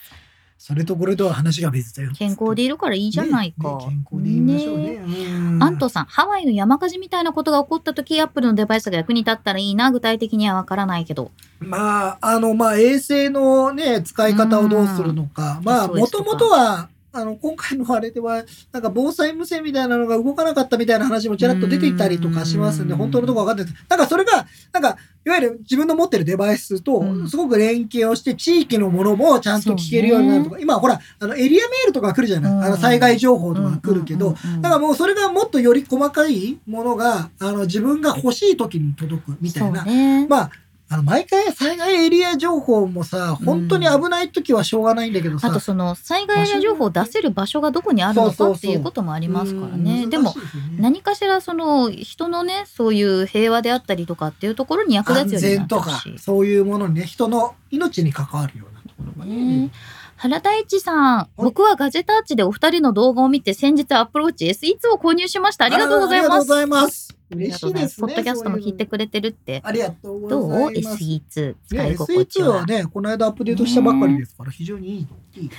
B: それとこれとは話が別だよ。
C: 健康でいるからいいじゃないか。
B: ねね健康でいましょうね。
C: ね
B: うん
C: アントさん、ハワイの山火事みたいなことが起こった時、アップルのデバイスが役に立ったらいいな、具体的にはわからないけど。
B: まあ、あの、まあ、衛星のね、使い方をどうするのか。まあ、
C: SOS
B: もともとは、あの、今回のあれでは、なんか防災無線みたいなのが動かなかったみたいな話もちらっと出ていたりとかしますんで、
C: うん
B: 本当のとこわかんないです。なんかそれが、なんか、いわゆる自分の持ってるデバイスと
C: うん
B: すごく連携をして地域のものもちゃんと聞けるようになるとか、今ほら、あのエリアメールとか来るじゃない、
C: うん
B: あの災害情報とか来るけど、
C: うんうんうんうん、
B: だからもうそれがもっとより細かいものが、あの自分が欲しい時に届くみたいな
C: そうね。
B: まあ、あの毎回災害エリア情報もさ、本当に危ない時はしょうがないんだけどさ、
C: あとその災害の情報を出せる場所がどこにあるの
B: そう
C: か
B: そう
C: っ
B: そ
C: て
B: う
C: いうこともありますから
B: う
C: ね。
B: ん
C: で
B: 難
C: も、
B: しいすよね
C: 何かしらその人のねそういう平和であったりとかっていうところに役
B: 安
C: 立つようにな
B: 全
C: って
B: と
C: ほ
B: か
C: しい。
B: そういうものにね、人の命に関わるようなところが
C: ね
B: ね。
C: 原田一さん、僕はガジェタッチでお二人の動画を見て先日アップローチ SE2 を購入しました。ありがとうござい
B: ありが
C: ま
B: とうご
C: す。
B: ざいます。
C: あり
B: 嬉
C: がと
B: し
C: う
B: い
C: ござい
B: で
C: ますす。
B: ね。
C: ポッドキャストも聞いてくれてるって。
B: ありがとうござい
C: どう
B: ます。
C: ?SE2 使い心地
B: SE2
C: は
B: は。ね、この間アップデートしたばっかりですから、非常にいい。い
C: [laughs]
B: い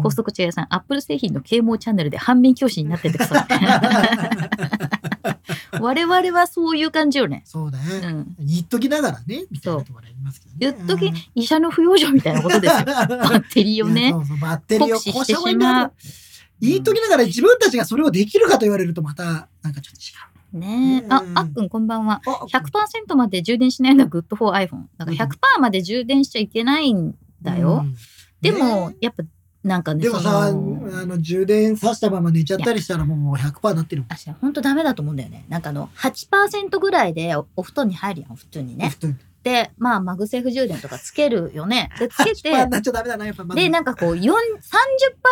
C: 高速チェアさん、アップル製品の啓蒙チャンネルで反面教師になっててくさ
B: [laughs]
C: い。我々はそういう感じよね。
B: そうだ
C: う
B: ね。
C: ん。
B: 言っときながらね、みたいなところありますけどね。
C: 言っとき
B: うん、
C: 医者の不養生みたいなこ
B: [laughs]
C: とですよ。バッテリーを
B: いや
C: ね
B: そ。うそうバッテリーを
C: 酷使
B: こうし
C: し
B: てた方がいい
C: し
B: んだ
C: ま
B: な
C: う
B: と。言いときながら自分たちがそれをできるかと言われるとまた、なんかちょっ
C: ねえ。あ
B: う、ん
C: あっくんこんばんは。
B: と違う。
C: 100%まで充電しないのは Good for iPhone。だから100%まで充電しちゃいけないんだよ。
B: うん
C: でも
B: ね、
C: やっぱ、なんかね、
B: でもさ、あ
C: その
B: の、充電さしたまま寝ちゃったりしたらもう100%なってるもん。
C: 私、ほんとダメだと思うんだよね。なんかあの、8%ぐらいでおお布団に入るやん、普通にね。
B: 普通に
C: で、まあ、マグセーフ充電とかつけるよね。で、つけ
B: 100%
C: て
B: に、なっちゃダメだな、やっぱまだ
C: で、なんかこう、4 30%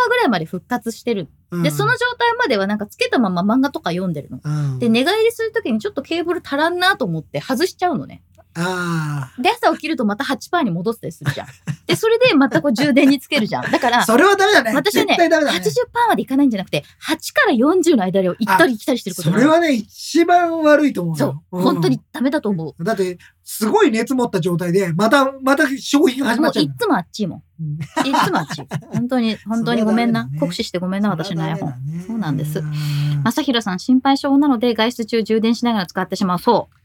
C: ぐらいまで復活してる。
B: うん
C: で、その状態まではなんかつけたまま漫画とか読んでるの。
B: うん
C: で、寝返りするときにちょっとケーブル足らんなと思って外しちゃうのね。
B: あ
C: で、朝起きるとまた8%に戻ったりするじゃん。で、それでまたこう充電につけるじゃん。だか
B: あ。
C: ら、
B: それはダメだね。
C: 私はね
B: 絶対ダメだね。
C: 80%までいかないんじゃなくて、8から40の間で行ったり来たりしてること
B: そ
C: にな
B: れ
C: る
B: はね、一番悪いと思う
C: そ
B: よ
C: う。。
B: ん
C: 本当に。ダメだと思う。
B: だって、すごい熱持った状態で、また、また消費が始ま
C: も
B: っ
C: う
B: ちゃう
C: い
B: んだよ。
C: つもあっちいも
B: うん
C: ん。いつもあっ
B: [laughs]
C: ちい。本当に、本当にごめん
B: そ
C: な
B: れはダメだ。ね
C: 酷使してごめんな、私の iPhone。そうなんですま
B: ま
C: さひろさん、心配性なので外出中充電しながら使ってしまう。そう。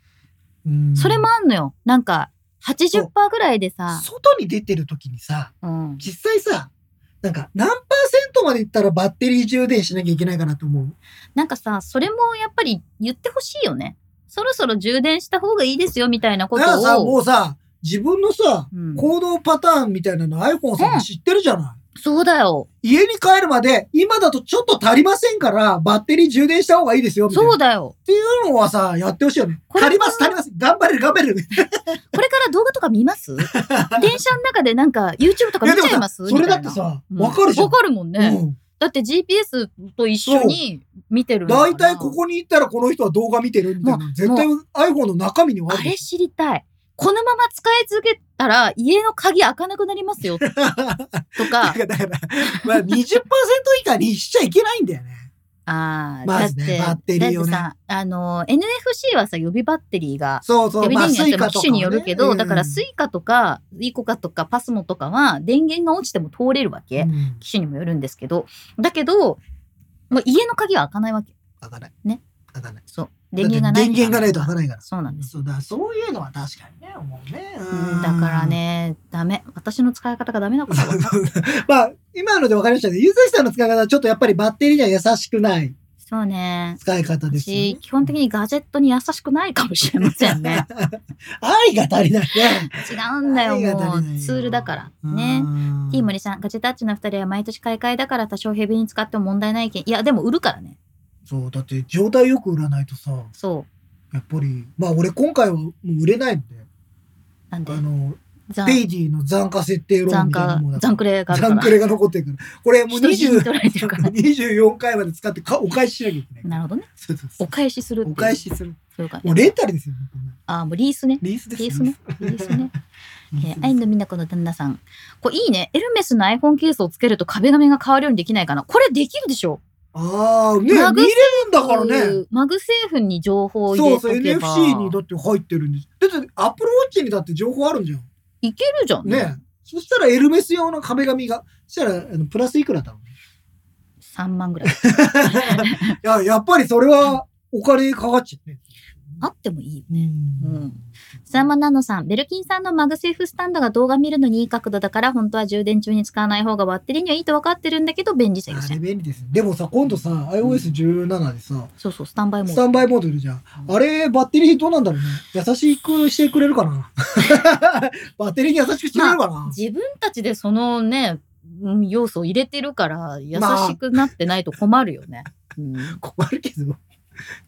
C: それもあんのよ。なんか、80%ぐらいでさ、
B: 外に出てる時にさ
C: うん。
B: 実際さなんか何パーセントまでいったらバッテリー充電しなきゃいけないかなと思う
C: なんかさ、それもやっぱり言ってほしいよね。そろそろ充電した方がいいですよ、みたいなこ
B: だからさ
C: とを。
B: もうさ自分のさ
C: うん
B: 行動パターンみたいなの iPhone さんも知ってるじゃない、
C: そうだよ。
B: 家に帰るまで今だとちょっと足りませんからバッテリー充電した方がいいですよみたいな
C: そ
B: っ
C: うだよ。
B: ていうのはさやってほしいよね
C: これ
B: 足ります足ります頑張れる頑張れるい
C: これから動画とか見ま
B: [laughs]
C: す電車の中でなんか YouTube とか見
B: やでも
C: ちゃい
B: さ
C: ます
B: それだって
C: みたいな
B: さ
C: うん
B: わかるじゃん
C: わかるもんね。
B: うん
C: だって GPS と一緒に見てるんだか
B: 大
C: ら
B: 体ここに行ったらこの人は動画見てるみたいな。絶対 iPhone の中身にはあ
C: あ
B: る。
C: れ知りたい。このまま使い続けたら家の鍵開かなくなりますよ
B: [laughs]
C: とか。
B: だから、まあ20%以下にしちゃいけないんだよね。
C: ああ、だ
B: ま
C: っ
B: ず
C: て、
B: ねバッテリーをね
C: だってさ、あの、NFC はさ、予備バッテリーが、
B: そう
C: 予
B: そう。
C: 備
B: まあ、
C: 電
B: ス
C: 源
B: イ
C: ってま
B: カ
C: あ
B: とか
C: 機種
B: もね、
C: によるけど、だからス
B: イ
C: イカとか、イコカとかパスモとかは電源が落ちても通れるわけ。
B: うん
C: 機種にもよるんですけど、だけど、まあ、家の鍵は開かないわけ。
B: 開かない。
C: ね。
B: 開かない。
C: そう。電源がない。
B: 電源がないと開かないから。
C: そうなんです。
B: そうだ、そういうのは確かにね、思うね。
C: うんだから。ね、ダメ。私の使い方がダメなことが分かった
B: [laughs] まあ、今ので分かりましたね。ゆずきさんの使い方はちょっとやっぱりバッテリーには優しくない
C: そうね。
B: 使い方ですよね
C: 私、。基本的にガジェットに優しくないかもしれません [laughs] ね。
B: 愛が足りないね。
C: 違うんだよ、
B: 愛が
C: も。
B: 足りないう
C: ツールだから。ね。。ティーモリさん、ガジェタッチの二人は毎年買い替えだから多少ヘビに使っても問題ないけん。いや、でも売るからね。
B: そう、だって状態よく売らないとさ、
C: そ
B: やっぱり、まあ俺今回はもう売れないんで、
C: う。なんで
B: あ、の、
C: 残
B: ペイディの残価設定論
C: 残
B: みたいな
C: 価
B: もの、だ
C: 残クレがある
B: 残
C: か
B: ク
C: ら。
B: レが残ってるから。これもう
C: 人質に
B: 20
C: 取られてるから。
B: 24回まで使ってかお返ししなきゃいけない。
C: なるほどね。
B: そうそうそ
C: お
B: う
C: 返しするってい
B: お
C: う。
B: 返しする。
C: そそうか。
B: もうレンタルですよ、こんな
C: あー、もうリースね。
B: リースです
C: リ
B: よ
C: ースね。リースね。え
B: リース
C: ー、アイのみなこの旦那さん。これいいね。エルメスの iPhone ケースをつけると壁紙が変わるようにできないかな。これできるでしょ
B: ああ、ね、見れる
C: マグセ
B: んだから
C: こうい
B: ね。
C: うマグセーフに情報を入
B: そうそ
C: れ
B: う、
C: とけば
B: NFC にだって入ってるんです。だって、アップルウォッチにだって情報あるんじゃん。
C: いけるじゃん。
B: ね。そしたら、エルメス用の壁紙が。そしたら、あのプラスいくらだろうね。
C: 3万ぐらい。
B: いや、やっぱりそれは、お金かかっちゃうね。
C: あってもいいよ
B: う
C: ね。うん。サーマンナノさん、ベルキンさんのマグセーフスタンドが動画見るのにいい角度だから、本当は充電中に使わない方がバッテリーにはいいと分かってるんだけど、便利さよ
B: あ
C: し
B: れ。便利ですね。でもさ、今度さ、iOS17 でさ、
C: そうそう、スタンバイモ
B: ス
C: ー
B: タ
C: ド。
B: ンバイモードいるじゃん。あれ、バッテリーどうなんだろうね。優しくしてくれるか [laughs] なバッテリーに優しくしてくれるかな、
C: 自分たちでそのね、うん要素を入れてるから、優しくなってないと困るよね。うん
B: 困るけど、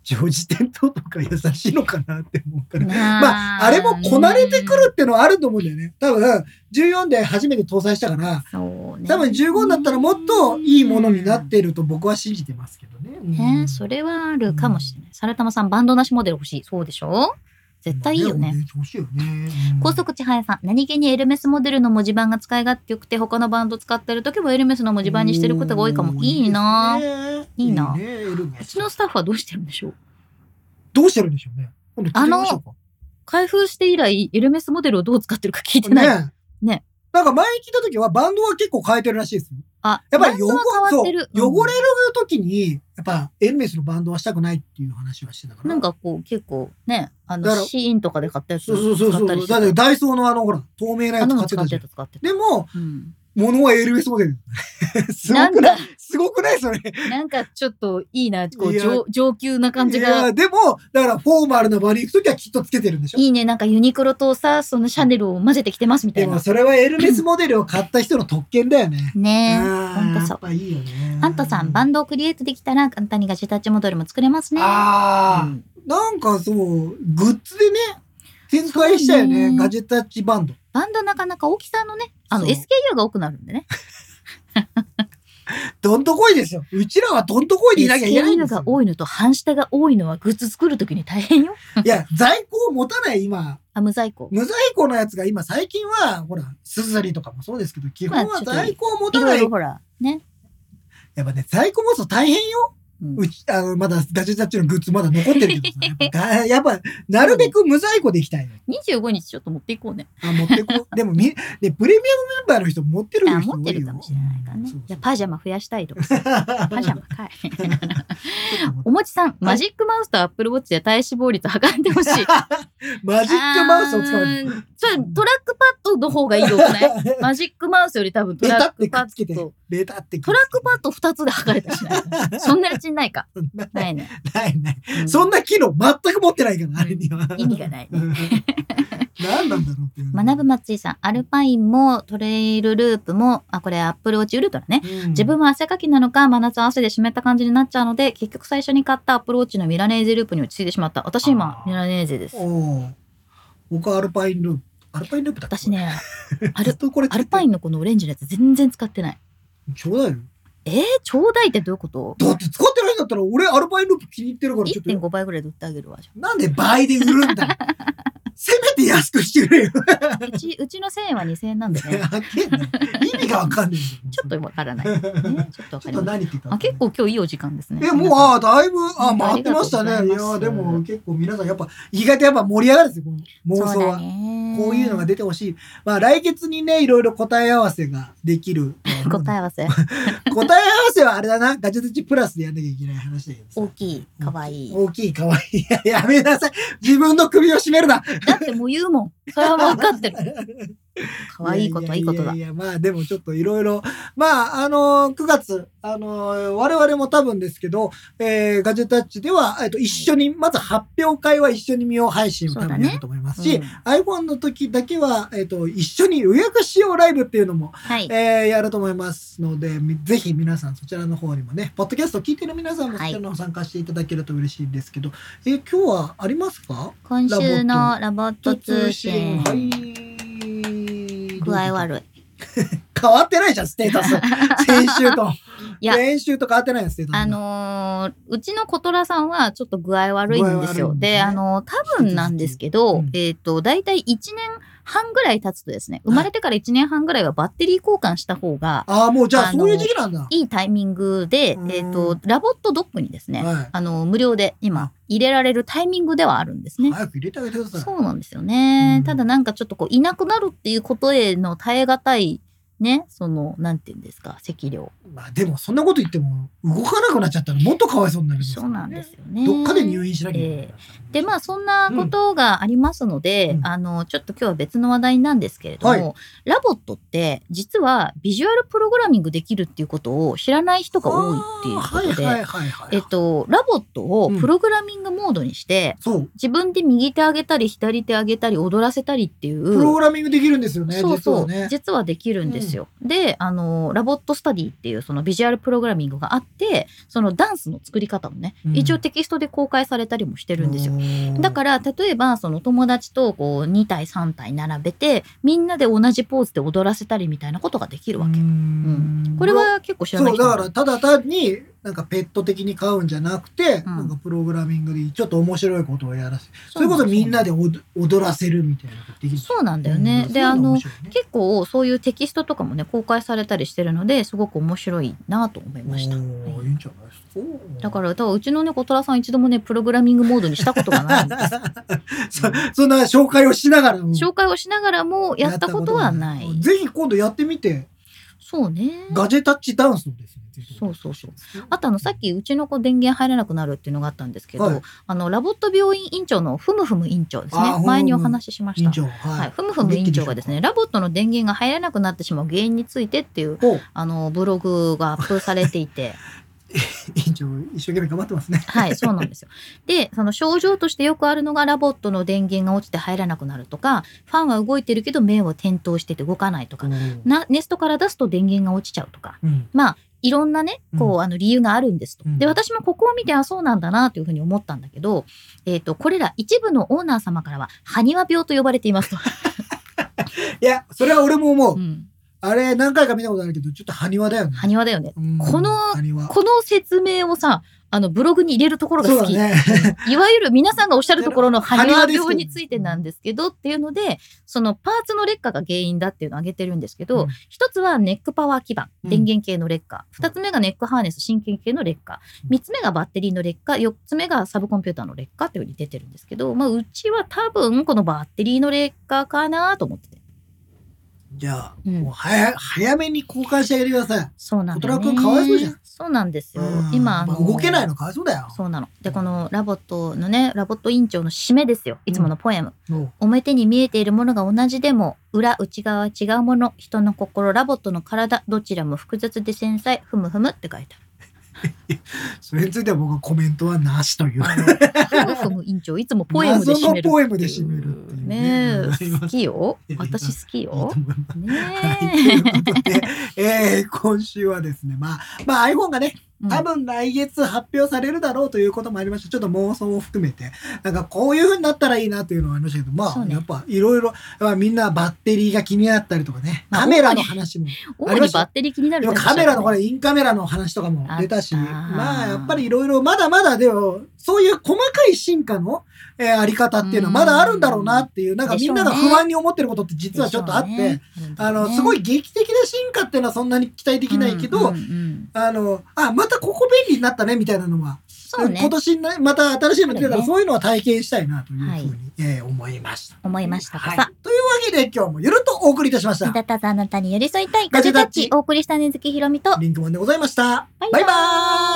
B: 常時点灯とか優しいのかなって思うから。
C: ま
B: まあ、あれもこなれてくるってのはあると思うんだよね。多分、14で初めて搭載したから、
C: そうね。
B: 多分15になったらもっといいものになってると僕は信じてますけどね。う
C: ね、
B: ん
C: それはあるかもしれない。サラタマさん、バンドなしモデル欲しい。そうでしょ絶対いいよね。。
B: 欲しいよね。うん
C: 高速千早さん、何気にエルメスモデルの文字盤が使い勝手よくて、他のバンド使ってる時もエルメスの文字盤にしてることが多いか
B: お
C: も。
B: ー
C: いいなぁ。
B: ですね
C: いいな
B: ねエルメ
C: う
B: ス
C: ちのスタッフはどうしてるんでしょう
B: どうしてるんでしょうね。今度聞いてみましょうか。
C: 開封して以来、エルメスモデルをどう使ってるか聞いてない。
B: ね
C: ね
B: なんか前聞いた時はバンドは結構変えてるらしいですよ。
C: あ、
B: やっぱり
C: バンドは変わってる。
B: そう
C: うん
B: 汚れる時に、やっぱエルメスのバンドはしたくないっていう話はしてたから。
C: なんかこう、結構ね、
B: だ
C: あの
B: か、ら
C: シーンとかで買ったやつ
B: そうそうそう
C: 使ったり
B: そう。
C: してた
B: だってダイソーのあの、ほら、透明な
C: あ
B: やつ
C: の
B: 買
C: も
B: って
C: 使
B: た
C: っ
B: じゃ
C: て
B: ん。
C: た、使ってた。
B: でも、
C: うん
B: 物は LS モデ
C: [laughs]
B: ル。すご
C: なん
B: くない
C: か、
B: すごくないそれ。
C: なんかちょっといいな、こう、
B: いや
C: 上上級な感じ
B: い
C: が。
B: やでも、だからフォーマルな場に行くときはきっとつけてるんでしょ
C: いいね、なんかユニクロとさ、そのシャネルを混ぜてきてますみた
B: で
C: いな
B: も。それはエルメスモデルを買った人の特権だよね。
C: ねえ、
B: あ
C: ほん
B: ー
C: と
B: や
C: そう
B: っ。ぱいいよね。
C: アントさん、バンドをクリエイトできたら簡単にガジェタッチモデルも作れますね。う
B: ああ、
C: ん
B: なんかそう、グッズでね、展開したよ
C: そう
B: ね。
C: ね
B: ガジェタッチバンド。
C: バンドなかなか大きさのね、あの
B: そう
C: SKU が多くなるんでね。
B: どんとこいですよ。うちらはどんと [laughs] こいでいなきゃいけないんで
C: SKU
B: す
C: が
B: よ。
C: 多いのと半下が多いのはグッズ作るときに大変よ。
B: いや、在庫を持たない今、
C: あ、無在庫。
B: 無在庫のやつが今最近は、ほら、スズリとかもそうですけど、基本
C: まあ
B: は
C: ちょっと
B: 在庫を持
C: い
B: た
C: ろ
B: ないい。
C: ろほら、ね。
B: やっぱね、在庫持つと大変よ。
C: うん
B: うち、あの、まだガジェタッチのグッズまだ残ってるけどさ。やっぱが、やっぱなるべく無在庫でいきたいの。
C: 25日ちょっと持っていこうね。
B: あ、持ってこ
C: [laughs]
B: う。でもみ、で、プレミアムメンバーの人持ってる人
C: あ、
B: 多いよ
C: 持ってるかもしれないからね。
B: そうそう
C: じゃあパジャマ増やした
B: [laughs]
C: いとかさパジャマかい。お
B: マ。
C: もちさん、マジックマウスとアップルウォッチで体脂肪率測ってほ
B: [laughs]
C: しい。
B: マジックマウスを使う。
C: うーん。それトラックパッドの方がいいよくない
B: [laughs]
C: マジックマウスより多分ト
B: ベ
C: ラ
B: タ
C: ッ
B: って
C: ク
B: く
C: パ
B: っつけ
C: ッ
B: て
C: ド。。
B: ベタってくっつけて。
C: トラックパッド2つで測れたりしない。そんなうちにないか。
B: [laughs] な
C: ないいね。
B: ないない。
C: う
B: [laughs]
C: ん
B: そんな機能全く持ってないから、あれには。
C: 意味がないね。
B: 何なんだろうっていう。
C: 学ぶ松井さん、アルパインもトレイルループも、あ、これアップルウォッチウルトラね。
B: うん
C: 自分は汗かきなのか、真夏は汗で湿った感じになっちゃうので、結局最初に買ったアップルウォッチのミラネーゼループに落ち着いてしまった。私今
B: あ、ー
C: ミラネーゼです。
B: おう僕はアルパインループ。アルパインループだっけ
C: 私。ね、 [laughs] ア
B: ずっ
C: ル、
B: とこれ
C: アルパインのこのオレンジのやつ全然使ってない。
B: ちょうだいよ。
C: えー、ちょうだいってどういうこと
B: だって使ってないんだったら俺アルパインループ気に入ってるからちょっと
C: ?1.5 倍ぐらいで売ってあげるわ。じゃ
B: なんで倍で売るんだ
C: [laughs]
B: よせめて安くしてくれよ。 [laughs]
C: あうち、うちの1000円は2000円なんでね。
B: あけんな意味がわかんないんだよ。
C: ちょっとわからない。ね、ちょっとわ
B: ち
C: か
B: ょっ
C: りま
B: と
C: せん
B: 何言ってた
C: あ結構今日いいお時間ですね。
B: え、もう、
C: 皆さん
B: あだいぶ、あ、
C: うん
B: 回ってましたね。
C: あ
B: い
C: りがとうご
B: や、
C: ざ
B: で
C: います
B: も結構皆さん、やっぱ、意外とやっぱ盛り上がるんですよ、この妄
C: そ
B: 想
C: う
B: は
C: だ。ね
B: こういうのが出てほしい。まあ、来月にね、いろいろ答え合わせができる。
C: 答え合わ
B: [laughs]
C: せ。
B: 答え合わせはあれだな、ガチャタッチプラスでやんなきゃいけない話だけどさ
C: 大きい、可愛い
B: 大きい、かわいい。いややめなさい。自分の首を絞めるな。
C: だってもう言うもん。それは分
B: [laughs]
C: かってる。可愛いことはいいことだ
B: や。ややまあでもちょっといろいろ、まああの9月、あの我々も多分ですけど、えーガジェタッチでは、えっと、一緒に、まず発表会は一緒に見よう配信を多
C: そうだ
B: 分
C: ね
B: やると思いますし、
C: うん
B: iPhone の時だけは、えっと、一緒に予約しようライブっていうのも、
C: はい。
B: えーやると思いますので、みぜひ皆さんそちらの方にもね、ポッドキャストを聞いてる皆さんもそ
C: はい
B: ちらの方参加していただけると嬉しいんですけど、えー今日はありますか
C: 今週のラボット通信。
B: はい。
C: 具合悪い。 [laughs]
B: 変わってないじゃん、ステータス。先週と。
C: いや
B: 練習と変わってないんですけど。
C: あのーうちの小虎さんはちょっと具合悪いんです
B: 具合悪
C: よ。
B: いん
C: で
B: ですね
C: あのー多分なんですけど、
B: うん
C: えっ、と、だいたい1年半ぐらい経つとですね、生まれてから1年半ぐらいはバッテリー交換した方が
B: ああ、もうじゃあ
C: あの
B: そういう時期なんだ。
C: いいタイミングで、
B: うん
C: えっ、と、ラボットドッグにですね、
B: は
C: あのー無料で今入れられるタイミングではあるんです
B: い。
C: ね。
B: 早く入れてあげてください。
C: そうなんですよね。
B: うん
C: ただなんかちょっとこういなくなるっていうことへの耐え難いね、その、なんていうんですか、積量。
B: まあでもそんなこと言っても動かなくなっちゃったらもっとかわいそうになる
C: そうなんですよね。
B: どっかで入院しなきゃいけないから。
C: でまあそんなことがありますので、
B: うん
C: あのちょっと今日は別の話題なんですけれども、
B: はい
C: ラボットって実はビジュアルプログラミングできるっていうことを知らない人が多いっていうことで、
B: あーはいはいはいはい。
C: えっと、ラボットをプログラミングモードにして、
B: そう。
C: 自分で右手上げたり左手上げたり踊らせたりっていう。
B: プログラミングできるんですよね、
C: そうそ
B: 実は
C: う
B: ね。
C: 実はできるんですよ。であのラボットスタディっていうそのビジュアルプログラミングがあってそのダンスの作り方もね、
B: うん
C: 一応テキストで公開されたりもしてるんですよ。
B: よ
C: だから例えばその友達とこう2体3体並べてみんなで同じポーズで踊らせたりみたいなことができるわけ。
B: ん
C: これは結構知らな
B: そ
C: いう人
B: だ
C: も
B: からただ単になんかペット的に飼うんじゃなくて、
C: うん
B: なんかプログラミングでちょっと面白いことをやらせそれこそみんなで踊踊らせるみたいなことできる
C: そうなんだよね。
B: うん
C: で
B: そうい
C: あ
B: う面
C: の
B: 白いね
C: 結構そういうテキストとかもね公開されたりしてるのですごく面白いなと思いました。
B: お
C: はい
B: ーいいんじゃないですか
C: だから、多分うちのね、小虎さん一度もね、プログラミングモードにしたことがないんで
B: [laughs] そそんな紹介をしながらも
C: す。紹介をしながらも、やったことはない。
B: ぜひ今度やってみて
C: そうね。
B: ガジェタッチダンスをですねぜひ
C: そうそうそうあとあの、さっきうちの子電源入らなくなるっていうのがあったんですけど、
B: はい
C: あの、ラボット病院院長のふむふむ院長です
B: あーふむ
C: ね
B: ふ。む
C: 前にお話ししまし
B: 院
C: た。
B: 長
C: はい、
B: は
C: ふむふむ院長がですね、ラボットの電源が入らなくなってしまう原因についてっていう、
B: いお
C: あの、ブログがアップされて
B: [laughs]
C: いて、
B: 院長一生懸命頑張ってますね
C: はい、そうなんですよ。で、その症状としてよくあるのがラボットの電源が落ちて入らなくなるとか、ファンは動いてるけど面を転倒してて動かないとか、なネストから出すと電源が落ちちゃうとか、
B: うん
C: いろんなね、こう、あの理由があるんですと。
B: うん
C: で、私もここを見て、あ、そうなんだなというふうに思ったんだけど、えっ、と、これら一部のオーナー様からは、ハニワ病と呼ばれていますと。
B: いやそれは俺も思う、
C: うん、
B: あれ何回か見たことあるけどちょっと埴輪だよね
C: ハニワだよね。
B: うん
C: この
B: 埴輪
C: この説明をさ、あの、ブログに入れるところが
B: そう
C: 好
B: だ
C: き。
B: ね [laughs]
C: [laughs] いわゆる皆さんがおっしゃるところの埴輪病についてなんですけどっていうので、そのパーツの劣化が原因だっていうのを挙げてるんですけ
B: う
C: ど
B: ん、
C: 一、つはネックパワー基板、
B: うん
C: 電源系の劣化。
B: うん
C: 二、つ目がネックハーネス、神経系の劣化。
B: うん
C: 三つ目がバッテリーの劣化。四つ目がサブコンピューターの劣化っていうふうに出てるんですけど、まあ、うちは多分このバッテリーの劣化かなと思ってて。
B: じゃあ、
C: うん
B: もう早早めに交換してあげてください
C: そうなんだよね。
B: 小虎君かわいそうじゃん。
C: そうなんですよ。
B: うん
C: 今、あ
B: まあ
C: の
B: 動けないのかわいそうだよ
C: そうなの。で、このラボットのね、ラボット委員長の締めですよ。いつものポエム。
B: うん
C: 表に見えているものが同じでも裏内側は違うもの人の心ラボットの体どちらも複雑で繊細ふむふむって書いて
B: それについては僕はコメントはなしという
C: あるふむふむ委員長いつもポエムで締めるっていう
B: 謎のポエムで締めるっていう
C: ね
B: ね
C: え好きよ
B: いや
C: 私好き
B: いいと
C: よ
B: 思います
C: ね
B: はい、ということで、 [laughs] えー今週はですね、まあ、まあ、iPhone がね、
C: え
B: 多分来月発表されるだろうということもありました。ちょっと妄想を含めて、なんかこういう風になったらいいなというのはありましたけど、ま
C: そう
B: あ、
C: ね
B: やっぱいろいろ、まあみんなバッテリーが気になったりとかね、
C: まあ
B: カメラの話も、
C: 主
B: あり
C: に
B: ました
C: バッテリー気になる
B: でもカメラのこれ、インカメラの話とかも出たし、
C: あった
B: まあ、やっぱりいろいろ、まだまだでも、そういう細かい進化の、えーあり方っていうのはまだあるんだろうなっていう、なんかみんなが
C: でしょうね
B: 不安に思ってることって実はちょっとあって、あの、すご
C: い
B: い劇的な進化っていうのはそんなに期待できないけど、
C: うんうんうん
B: あの、あ、またここ便利になったね、みたいなのは、
C: そうね
B: 今年ね、また新しいの出た
C: そうだ
B: か
C: ね
B: ら、そういうのは体験したいな、というふうに、
C: はい
B: えー思いました。
C: 思いましたと
B: はい
C: さ。
B: というわけで、今日もゆるっとお送りいたしました
C: 目。立たずあなたに寄り添いたい
B: ガ
C: ガ
B: ジ
C: ジ
B: ェ
C: ェ
B: タ
C: タ
B: ッ
C: ッ
B: チ
C: チお送りしたねずきひろみと
B: リンクマンでございました。
C: バイ
B: バイバ
C: バーイ